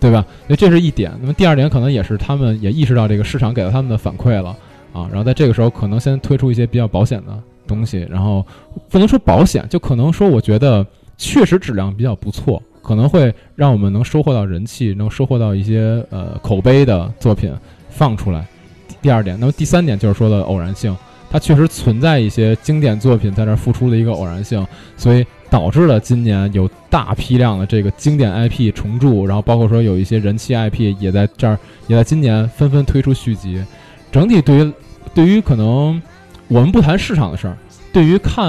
Speaker 3: 对吧？所以这是一点。那么第二点，可能也是他们也意识到这个市场给了他们的反馈了啊，然后在这个时候可能先推出一些比较保险的东西，然后不能说保险，就可能说我觉得确实质量比较不错。可能会让我们能收获到人气，能收获到一些呃口碑的作品，放出来。第二点，那么第三点就是说的偶然性，它确实存在一些经典作品在这儿付出的一个偶然性，所以导致了今年有大批量的这个经典 IP 重铸，然后包括说有一些人气 IP 也在这儿，也在今年纷纷推出续集。整体对于对于可能我们不谈市场的事儿，对于看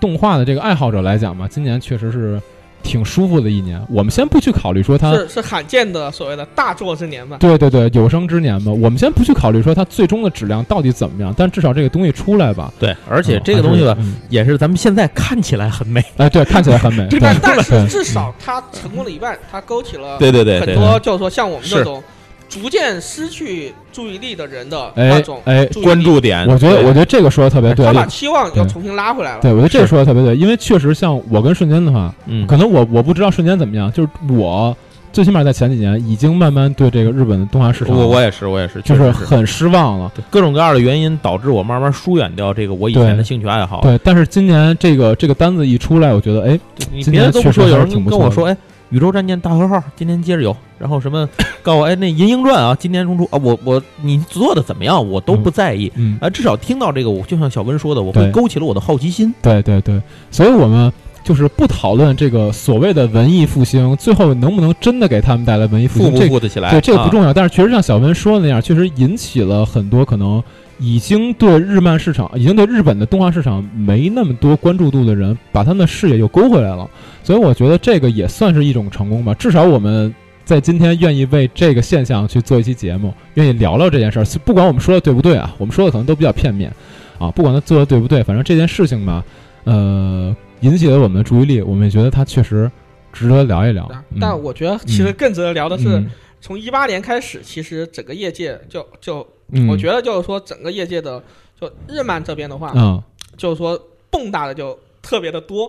Speaker 3: 动画的这个爱好者来讲吧，今年确实是挺舒服的一年。我们先不去考虑说它
Speaker 2: 是是罕见的所谓的大作之年吧？
Speaker 3: 对对对，有生之年嘛，我们先不去考虑说它最终的质量到底怎么样，但至少这个东西出来吧。
Speaker 1: 对，而
Speaker 3: 而
Speaker 1: 且这个东西吧，
Speaker 3: 嗯、
Speaker 1: 也是咱们现在看起来很美。
Speaker 3: 哎，对，看起来很美，对
Speaker 2: 但但
Speaker 3: 对
Speaker 2: 是至少它成功了一半，它勾起了
Speaker 1: 对对
Speaker 2: 很多就是说像我们这种逐渐失去注意力的人的那
Speaker 3: 哎
Speaker 2: 种
Speaker 3: 哎，
Speaker 2: 注意力
Speaker 1: 关，注点，
Speaker 3: 我觉得
Speaker 1: 对哎
Speaker 3: 我觉得这个说的特别对
Speaker 2: 他，把期望又重新拉回来了。
Speaker 3: 对我觉得这个
Speaker 1: 是
Speaker 3: 说的特别对，因为确实像我跟瞬间的话，
Speaker 1: 嗯，
Speaker 3: 可能我我不知道瞬间怎么样，就是我最起码在前几年已经慢慢对这个日本的动画市场
Speaker 1: 我我也是，我也是，
Speaker 3: 就
Speaker 1: 确
Speaker 3: 是
Speaker 1: 实
Speaker 3: 很失望了。
Speaker 1: 各种各样的原因导致我慢慢疏远掉这个我以前的兴趣爱好。
Speaker 3: 对，但是今年这个这个单子一出来，我觉得哎，
Speaker 1: 你
Speaker 3: 今
Speaker 1: 别的
Speaker 3: 年
Speaker 1: 都
Speaker 3: 确
Speaker 1: 不
Speaker 3: 实
Speaker 1: 说，有
Speaker 3: 还是
Speaker 1: 人
Speaker 3: 挺不
Speaker 1: 跟
Speaker 3: 错
Speaker 1: 我
Speaker 3: 的
Speaker 1: 说，哎，宇宙战舰大和号今天接着有，然后什么告我，哎，那银鹰传啊，今年重出啊，我我你做的怎么样，我都不在意。
Speaker 3: 嗯，
Speaker 1: 啊，至少听到这个，我就像小温说的，我会
Speaker 3: 对
Speaker 1: 勾起了我的好奇心。
Speaker 3: 对对对，所以我们就是不讨论这个所谓的文艺复兴，最后能不能真的给他们带来文艺复
Speaker 1: 富
Speaker 3: 兴，
Speaker 1: 不
Speaker 3: 这个
Speaker 1: 富得起来？
Speaker 3: 对这个
Speaker 1: 啊
Speaker 3: 不重要。但是确实像小文说的那样，确实引起了很多可能已经对日漫市场、已经对日本的动画市场没那么多关注度的人，把他们的视野又勾回来了。所以我觉得这个也算是一种成功吧，至少我们。在今天愿意为这个现象去做一期节目，愿意聊聊这件事儿，不管我们说的对不对啊，我们说的可能都比较片面，啊，不管他做的对不对，反正这件事情吧，呃，引起了我们的注意力，我们也觉得它确实值得聊一聊
Speaker 2: 啊。
Speaker 3: 嗯
Speaker 2: 但我觉得其实更值得聊的是，
Speaker 3: 嗯
Speaker 2: 从一八年开始，其实整个业界就就
Speaker 3: 嗯，
Speaker 2: 我觉得就是说整个业界的就日漫这边的话，
Speaker 3: 嗯，
Speaker 2: 就是说蹦跶的就特别的多，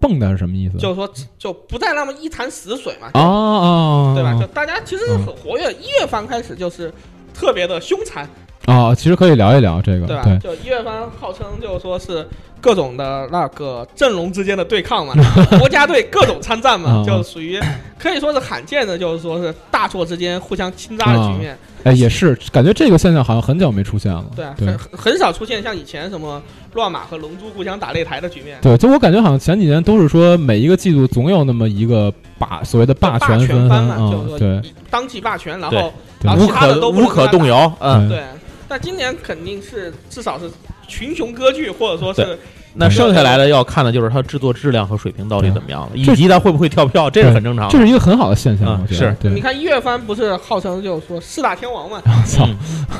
Speaker 3: 蹦跶是什么意思？
Speaker 2: 就是说就不再那么一潭死水嘛，
Speaker 3: 哦哦，
Speaker 2: 对吧？就大家其实是
Speaker 3: 嗯
Speaker 2: 很活跃，一月份开始就是特别的凶残，
Speaker 3: 哦，其实可以聊一聊这个，
Speaker 2: 对吧？
Speaker 3: 对，
Speaker 2: 就一月份号称就是说是各种的那个阵容之间的 对抗嘛，国家队各种参战嘛
Speaker 3: 嗯，
Speaker 2: 就属于可以说是罕见的，就是说是大作之间互相倾轧的局面，
Speaker 3: 哎，也是，感觉这个现象好像很久没出现了。
Speaker 2: 对
Speaker 3: 对
Speaker 2: 啊，很很很少出现像以前什么乱马和龙珠互相打擂台的局面。
Speaker 3: 对，就我感觉好像前几年都是说每一个季度总有那么一个霸所谓的霸权纷
Speaker 2: 权
Speaker 3: 纷
Speaker 2: 番嘛，
Speaker 3: 啊
Speaker 2: 就是，
Speaker 3: 对
Speaker 2: 说啊当季霸权，然
Speaker 1: 对
Speaker 2: 后
Speaker 3: 对
Speaker 2: 然后
Speaker 1: 啊无
Speaker 2: 其他的
Speaker 1: 可
Speaker 2: 都不
Speaker 1: 无
Speaker 2: 能
Speaker 1: 可
Speaker 2: 跟他
Speaker 1: 动
Speaker 2: 打
Speaker 1: 摇，嗯，
Speaker 3: 对
Speaker 2: 对，但今年肯定是至少是群雄割据，或者说
Speaker 1: 对
Speaker 2: 是
Speaker 1: 那剩下来的要看的就是它制作质量和水平到底怎么样了，以
Speaker 3: 这
Speaker 1: 及它会不会跳票，这是很正常
Speaker 3: 这
Speaker 1: 的。
Speaker 3: 是一个很好的现象，
Speaker 1: 嗯
Speaker 3: 我觉得。
Speaker 1: 是
Speaker 2: 啊你
Speaker 3: 对，
Speaker 2: 看一月番不是号称就是说四大天王嘛？
Speaker 3: 操，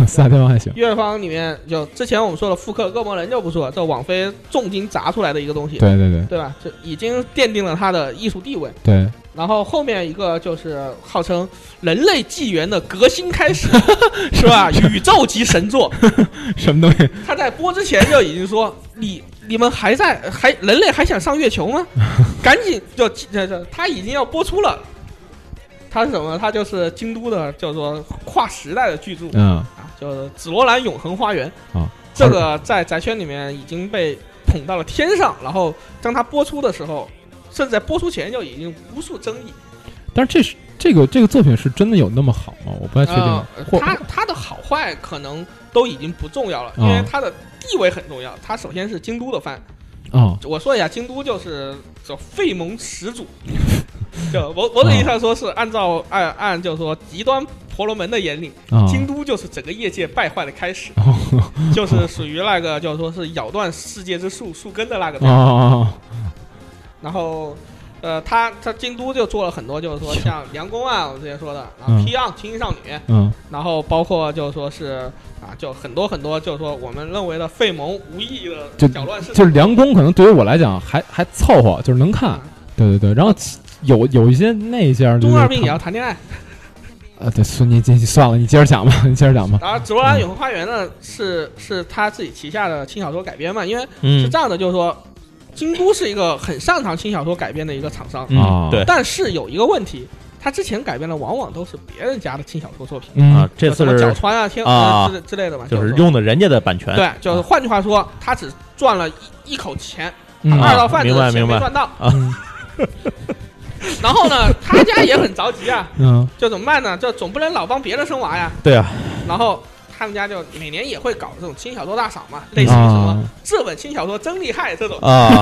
Speaker 2: 嗯
Speaker 3: 四大天王还行。
Speaker 2: 一月番里面就之前我们说的复刻恶魔人就不说，这网飞重金砸出来的一个东西，
Speaker 3: 对对对
Speaker 2: 对吧？这已经奠定了它的艺术地位。
Speaker 3: 对，
Speaker 2: 然后后面一个就是号称人类纪元的革新开 始，是吧？宇宙级神作，
Speaker 3: 什么东西？
Speaker 2: 他在播之前就已经说：“你你们还在还人类还想上月 球吗？赶紧就这这，他已经要播出了。”他是什么？他就是京都的叫做跨时代的巨著
Speaker 3: 嗯，
Speaker 2: 啊，就是《紫罗兰永恒花园》
Speaker 3: 啊。
Speaker 2: 这个在宅圈里面已经被捧到了天上，然后当他播出的时候，甚至在播出前就已经无数争议。
Speaker 3: 但是这是这个这个作品是真的有那么好吗？我不太确定
Speaker 2: 呃。，
Speaker 3: 或
Speaker 2: 他他的好坏可能都已经不重要了，因
Speaker 3: 啊
Speaker 2: 为他的地位很重要。他首先是京都的番，
Speaker 3: 啊，
Speaker 2: 我说一下，京都就是叫废萌始祖，就我我的意思上说是按照按按就是说极端婆罗门的眼里，
Speaker 3: 啊
Speaker 2: 京都就是整个业界败坏的开始，
Speaker 3: 哦
Speaker 2: 就是属于那个叫说是咬断世界之树树根的那个地方。
Speaker 3: 哦
Speaker 2: 然后，呃，他他京都就做了很多，就是说像梁公啊案，我们之前说的，然
Speaker 3: 嗯
Speaker 2: 后 P 让青衣少女，
Speaker 3: 嗯
Speaker 2: 然后包括就是说是啊，就很多很多，就是说我们认为的废萌无意义
Speaker 3: 就
Speaker 2: 的搅乱 市场。
Speaker 3: 就是梁工可能对于我来讲还还凑合，就是能看。对对对，然后其有有一些那一些
Speaker 2: 嗯中二病也要谈恋爱。
Speaker 3: 啊，对，孙你你算了，你接着讲吧， 你接着讲 吧。
Speaker 2: 然后《紫罗啊兰永恒花园》呢，是是他自己旗下的轻小说改编嘛？因为是
Speaker 1: 嗯
Speaker 2: 这样的，就是说，京都是一个很擅长轻小说改编的一个厂商，
Speaker 3: 啊
Speaker 1: 嗯，对
Speaker 2: 但是有一个问题，他之前改编的往往都是别人家的轻小说作品，
Speaker 3: 嗯
Speaker 1: 啊，这次
Speaker 2: 什么角
Speaker 1: 是
Speaker 2: 川啊、天
Speaker 1: 啊
Speaker 2: 之类之类的嘛，
Speaker 1: 就是是
Speaker 2: 说
Speaker 1: 用的人家的版权，啊
Speaker 2: 对，就是换句话说，他只赚了一一口钱，
Speaker 3: 嗯
Speaker 1: 啊
Speaker 2: 二道贩子
Speaker 1: 明白
Speaker 2: 的钱
Speaker 1: 明白
Speaker 2: 没赚到。
Speaker 3: 嗯
Speaker 2: 然后呢，他家也很着急啊，
Speaker 3: 嗯
Speaker 2: 就怎么办呢？就总不能老帮别人生娃呀。
Speaker 1: 对啊，
Speaker 2: 然后他们家就每年也会搞这种轻小说大赏嘛，类似于什么
Speaker 3: 啊
Speaker 2: “这本轻小说真厉害”这种，
Speaker 1: 啊，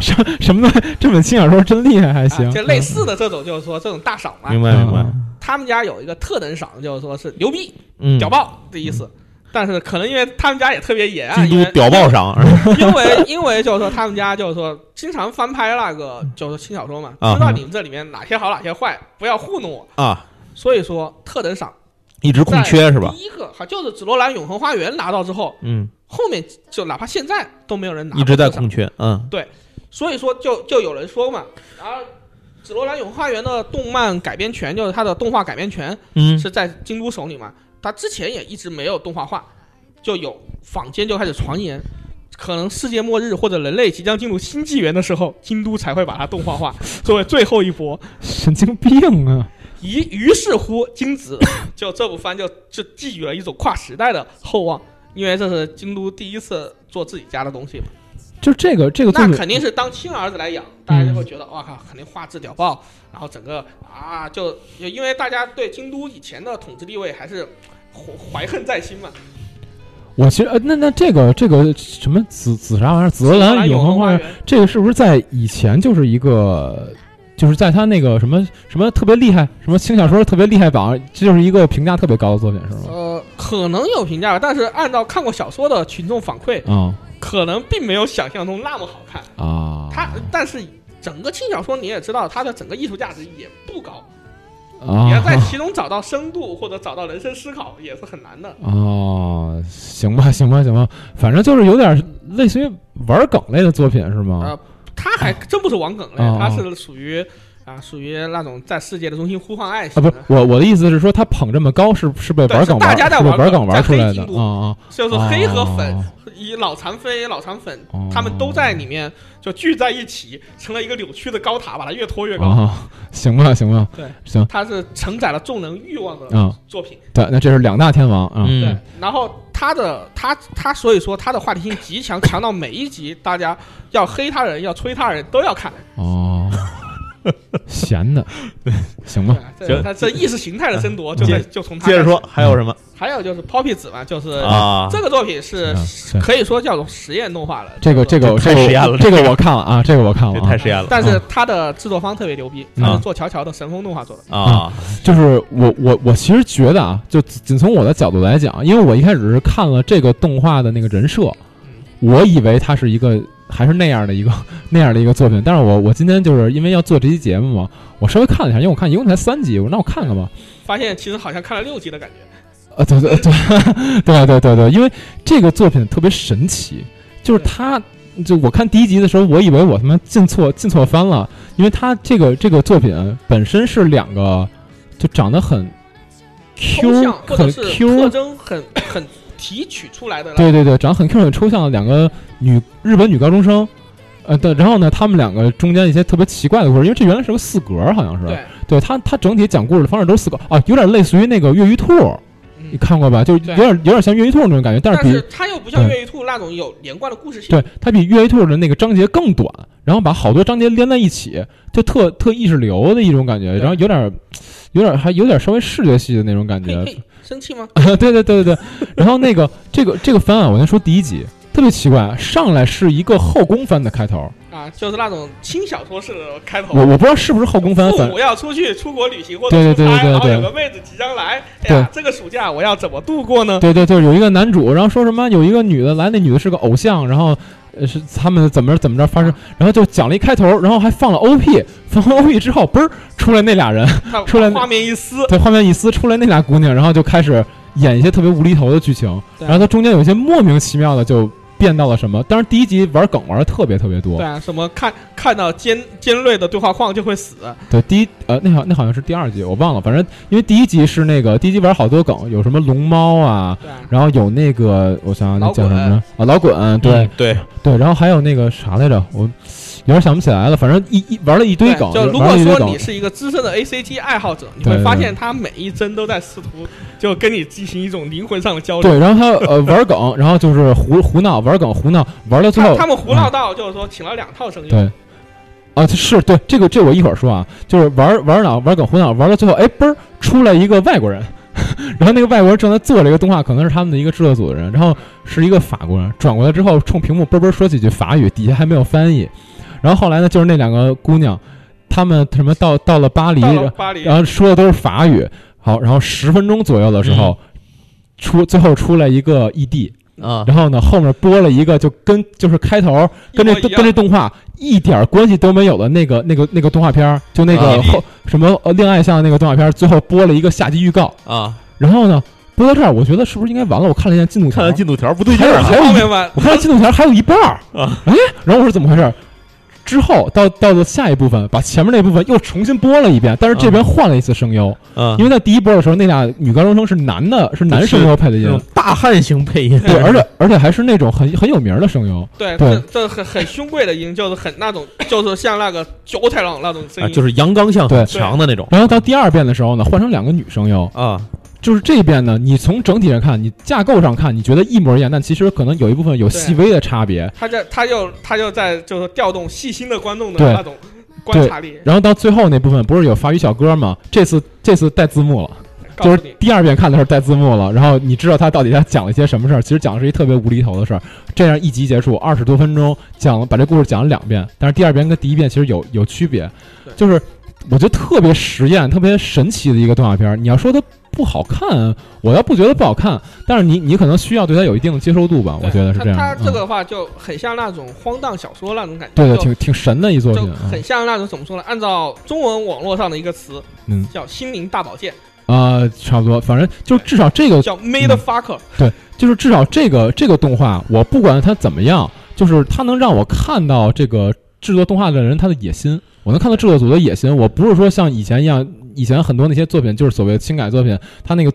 Speaker 3: 什什么东西？ 这本轻小说真厉害，还行
Speaker 2: 啊，。就类似的这种，就是说这种大赏嘛。
Speaker 1: 明白
Speaker 3: 嗯
Speaker 1: 明白，
Speaker 2: 他们家有一个特等赏，就是说是牛逼、
Speaker 1: 嗯，
Speaker 2: 屌爆的意思。但是可能因为他们家也特别严啊，
Speaker 1: 京
Speaker 2: 因为
Speaker 1: 都屌爆赏
Speaker 2: 因为 因为就是说他们家就是说经常翻拍那个就是轻小说嘛，
Speaker 1: 啊
Speaker 2: 知道你们这里面哪些好哪些坏，不要糊弄我。
Speaker 1: 啊，
Speaker 2: 所以说特等赏
Speaker 1: 一直 空缺是吧？
Speaker 2: 第一个好就是《紫罗兰永恒花园》拿到之后，
Speaker 1: 嗯，
Speaker 2: 后面就哪怕现在都没有人拿，
Speaker 1: 一直在空。缺，嗯
Speaker 2: 所以说就就有人说嘛，然后《紫罗兰永恒花园》的动漫改编权，就是它的动画改编权
Speaker 1: 嗯
Speaker 2: 是在京都手里嘛，它之前也一直没有动画化，就有坊间就开始传言。可能世界末日或者人类即将进入新纪元的时候，京都才会把它动画化，作为最后一波。
Speaker 3: 神经病啊！
Speaker 2: 于于是乎，京子 就这部番就就寄予了一种跨时代的厚望，因为这是京都第一次做自己家的东西嘛。
Speaker 3: 就这个这个作
Speaker 2: 那
Speaker 3: 品，
Speaker 2: 肯定是当亲儿子来养，大家就会觉得哇靠，肯定画质屌爆，然后整个啊，就就因为大家对京都以前的统治地位还是怀怀恨在心嘛。
Speaker 3: 我其实呃，那那这个这个什么紫紫啥玩意儿，紫罗
Speaker 2: 后来
Speaker 3: 兰
Speaker 2: 永
Speaker 3: 永恒花园，
Speaker 2: 园，
Speaker 3: 这个是不是在以前就是一个，就是在他那个什么什么特别厉害，什么轻小说特别厉害榜，这就是一个评价特别高的作品，是吗？
Speaker 2: 呃，可能有评价吧，但是按照看过小说的群众反馈，
Speaker 3: 啊
Speaker 2: 可能并没有想象中那么好看。
Speaker 3: 啊，
Speaker 2: 它，但是整个轻小说你也知道，它的整个艺术价值也不高，你要在
Speaker 3: 啊
Speaker 2: 其中找到深度或者找到人生思考也是很难的。
Speaker 3: 哦，行吧，行吧，行吧，反正就是有点类似于玩梗类的作品，是吗？
Speaker 2: 呃，他还真不是玩梗类，
Speaker 3: 啊哦哦
Speaker 2: 他是属于啊，属于那种在世界的中心呼唤爱
Speaker 3: 啊，
Speaker 2: 型
Speaker 3: 不
Speaker 2: 的
Speaker 3: 是，我我的意思是说，他捧这么高是是被
Speaker 2: 对
Speaker 3: 玩
Speaker 2: 是
Speaker 3: 梗
Speaker 2: 大
Speaker 3: 玩，
Speaker 2: 家在
Speaker 3: 是被
Speaker 2: 玩
Speaker 3: 玩
Speaker 2: 梗
Speaker 3: 梗
Speaker 2: 在
Speaker 3: 玩出
Speaker 2: 黑
Speaker 3: 来的
Speaker 2: 进度
Speaker 3: 啊
Speaker 2: 就是黑和粉
Speaker 3: 哦，
Speaker 2: 以老残飞、老残粉
Speaker 3: 哦，
Speaker 2: 他们都在里面就聚在一起，成了一个扭曲的高塔，把它越拖越
Speaker 3: 啊
Speaker 2: 高。
Speaker 3: 啊！行吧，行吧，
Speaker 2: 对，
Speaker 3: 行
Speaker 2: 它是承载了众人欲望的
Speaker 3: 啊，
Speaker 2: 作品。
Speaker 3: 对，那这是两大天王啊，
Speaker 1: 嗯
Speaker 2: 对，然后他的他他所以说他的话题性极强，强到每一集大家要黑他人、要吹他人都要看。
Speaker 3: 哦， 闲的，嗯行嗯吧
Speaker 2: 对，，这
Speaker 1: 行
Speaker 2: 他这意识形态的争夺就在就从他
Speaker 1: 嗯接着
Speaker 2: 开始
Speaker 1: 说，还有什么
Speaker 2: 还有就是 Poppy 子嘛，就是
Speaker 1: 啊？
Speaker 2: 这个作品是
Speaker 3: 是
Speaker 2: 可以说叫做实验动画了。
Speaker 3: 嗯这个这个
Speaker 1: 这太
Speaker 3: 这个
Speaker 1: 实验了
Speaker 3: 这个我看了啊，这个我看
Speaker 1: 这
Speaker 3: 了啊
Speaker 1: 太，实验了
Speaker 2: 但是它的制作方特别牛逼，
Speaker 3: 嗯
Speaker 2: 他是做《乔乔》的神风动画做的。
Speaker 1: 啊！
Speaker 3: 就是我我我其实觉得啊，就仅从我的角度来讲，因为我一开始是看了这个动画的那个人设，
Speaker 2: 嗯，
Speaker 3: 我以为它是一个还是那样的一个那样的一个作品，但是我我今天就是因为要做这期节目嘛，我稍微看了一下，因为我看一共才三集，我说那我看看吧，
Speaker 2: 发现其实好像看了六集的感觉。
Speaker 3: 啊，对对 对，对对对对，因为这个作品特别神奇，就是它，就我看第一集的时候，我以为我他妈进错进错番了，因为它这个这个作品本身是两个就长得很
Speaker 2: 抽
Speaker 3: Q
Speaker 2: 象或者
Speaker 3: 很
Speaker 2: 是特
Speaker 3: Q，
Speaker 2: 征很很提取出来的那
Speaker 3: 对对对，长得很 Q 很抽象的两个女日本女高中生。呃，对，然后呢，他们两个中间一些特别奇怪的故事，因为这原来是个四格儿，好像是，
Speaker 2: 对，
Speaker 3: 对它它整体讲故事的方式都是四格啊，有点类似于那个越狱兔，你
Speaker 2: 嗯，
Speaker 3: 看过吧？就有
Speaker 2: 对
Speaker 3: 点有点像越狱兔那种感觉，但是
Speaker 2: 但
Speaker 3: 比
Speaker 2: 是它又不像越狱兔那种有连贯的故事性。
Speaker 3: 嗯对，它比越狱兔的那个章节更短，然后把好多章节连在一起，就特特意识流的一种感觉，
Speaker 2: 对
Speaker 3: 然后有点儿，有点儿还有点儿稍微视觉系的那种感觉
Speaker 2: 嘿。嘿，生气吗？
Speaker 3: 对对对对对。然后那个这个这个番啊，我先说第一集特别奇怪，上来是一个后宫番的开头，
Speaker 2: 啊，就是那种轻小说式的开头。
Speaker 3: 我我不知道是不是后宫番，
Speaker 2: 父
Speaker 3: 反
Speaker 2: 母要出去出国旅行或
Speaker 3: 对
Speaker 2: 者出
Speaker 3: 对对
Speaker 2: 差，
Speaker 3: 对
Speaker 2: 然后
Speaker 3: 对
Speaker 2: 有个妹子即将来，哎呀，这个暑假我要怎么度过 呢？
Speaker 3: 对对对，有一个男主，然后说什么有一个女的来，那女的是个偶像，然后呃是他们怎么着怎么着发生，然后就讲了一开头，然后还放了 OP，放完 OP 之后，嘣儿出来那俩人，
Speaker 2: 他
Speaker 3: 出来
Speaker 2: 画面一撕，
Speaker 3: 对，画面一撕出来那俩姑娘，然后就开始演一些特别无厘头的剧情，
Speaker 2: 对
Speaker 3: 然后它中间有一些莫名其妙的就变到了什么，当然第一集玩梗玩的特别特别多
Speaker 2: 对，啊，什么看看到尖尖锐的对话框就会死，
Speaker 3: 对，第一呃那好那好像是第二集我忘了，反正因为第一集是那个第一集玩好多梗，有什么龙猫啊，
Speaker 2: 对啊，
Speaker 3: 然后有那个我想想那
Speaker 2: 老
Speaker 3: 叫
Speaker 2: 滚
Speaker 3: 什么啊老滚，对、
Speaker 1: 嗯对，
Speaker 3: 对，然后还有那个啥来着，我有点想不起来了，反正一一玩了一堆
Speaker 2: 对
Speaker 3: 梗，
Speaker 2: 就如
Speaker 3: 玩
Speaker 2: 果
Speaker 3: 了一堆
Speaker 2: 说
Speaker 3: 梗
Speaker 2: 你。是一个资深的 ACG 爱好者，你
Speaker 3: 对
Speaker 2: 会
Speaker 3: 对
Speaker 2: 发
Speaker 3: 对
Speaker 2: 现他每一帧都在试图就跟你进行一种灵魂上的交流。
Speaker 3: 对，然后还有呃玩梗，然后就是胡胡闹，玩梗胡闹，玩到最
Speaker 2: 他
Speaker 3: 后
Speaker 2: 他们胡
Speaker 3: 嗯
Speaker 2: 闹到就是说请了两套声优，
Speaker 3: 对，啊，是对这个这我一会儿说啊，就是玩玩脑玩梗胡脑玩到最后，哎，嘣儿出来一个外国人， 然后那个外国人正在做这个动画，可能是他们的一个制作组的人，然后是一个法国人，转过来之后冲屏幕嘣嘣说几句法语，底下还没有翻译，然后后来呢，就是那两个姑娘，她们什么到到了巴黎，
Speaker 2: 到了巴黎，
Speaker 3: 然后说的都是法语，好，然后十分钟左右的时
Speaker 1: 嗯
Speaker 3: 候。出最后出来一个 ED，
Speaker 1: 啊，
Speaker 3: 然后呢后面播了一个就跟就是开头
Speaker 2: 一
Speaker 3: 跟这
Speaker 2: 模一
Speaker 3: 跟这
Speaker 2: 样
Speaker 3: 动画一点关系都没有的那个那个那个动画片儿，就那个
Speaker 1: 啊
Speaker 3: 后什么呃恋爱向的那个动画片儿，最后播了一个下集预告。
Speaker 1: 啊，
Speaker 3: 然后呢，播到这儿，我觉得是不是应该完了？我看了一下进度条
Speaker 1: 看
Speaker 3: 儿，
Speaker 1: 来进度条不对劲
Speaker 3: 还有
Speaker 1: 儿啊
Speaker 3: 还有
Speaker 2: 后
Speaker 3: 一，
Speaker 2: 面吧，
Speaker 3: 我看了进度条儿还有一半儿
Speaker 1: 啊。
Speaker 3: 哎，然后我说怎么回事儿？之后到到了下一部分，把前面那部分又重新播了一遍，但是这边换了一次声优，
Speaker 1: 啊
Speaker 3: 因！为在第一波的时候，那俩女高中生是男的，是男声优配的
Speaker 1: 这
Speaker 3: 音，
Speaker 1: 种大汉型配音，
Speaker 3: 对，而且而且还是那种很很有名儿的声优，
Speaker 2: 对，
Speaker 3: 对
Speaker 2: 这这很很凶贵的音，就是很那种， 就是像那个九太郎那种声
Speaker 1: 啊，
Speaker 2: 音，
Speaker 1: 就是阳刚性很强的那种
Speaker 3: 然后到第二遍的时候呢，换成两个女声优，
Speaker 1: 啊，
Speaker 3: 就是这边呢，你从整体上看，你架构上看，你觉得一模一样，但其实可能有一部分有细微的差别。
Speaker 2: 他在他就他就在就是调动细心的观众的
Speaker 3: 对
Speaker 2: 那种观察力，
Speaker 3: 然后到最后那部分不是有法语小哥吗？这次这次带字幕了，
Speaker 2: 告
Speaker 3: 就
Speaker 2: 诉
Speaker 3: 是
Speaker 2: 你，
Speaker 3: 第二遍看的时候带字幕了，然后你知道他到底他讲了一些什么事儿。其实讲的是一特别无厘头的事儿。这样一集结束，二十多分钟，讲了把这故事讲了两遍，但是第二遍跟第一遍其实有有区别，
Speaker 2: 对
Speaker 3: 就是我觉得特别实验、特别神奇的一个动画片儿。你要说它不好看，我倒不觉得不好看，但是你你可能需要对它有一定的接受度吧，我觉得是这样。
Speaker 2: 他他这
Speaker 3: 嗯
Speaker 2: 个的话就很像那种荒诞小说那种感觉，
Speaker 3: 对的，
Speaker 2: 就
Speaker 3: 挺挺神的一嗯作
Speaker 2: 就
Speaker 3: 品啊
Speaker 2: 很像那种怎么说呢？按照中文网络上的一个词，
Speaker 3: 嗯
Speaker 2: 叫心灵大保健，
Speaker 3: 啊、呃差不多，反正就至少这个
Speaker 2: 叫 Made Fucker，
Speaker 3: 就是至少这个这个动画，我不管它怎么样，就是它能让我看到这个制作动画的人他的野心。我能看到制作组的野心。我不是说像以前一样，以前很多那些作品就是所谓的轻改作品，它那个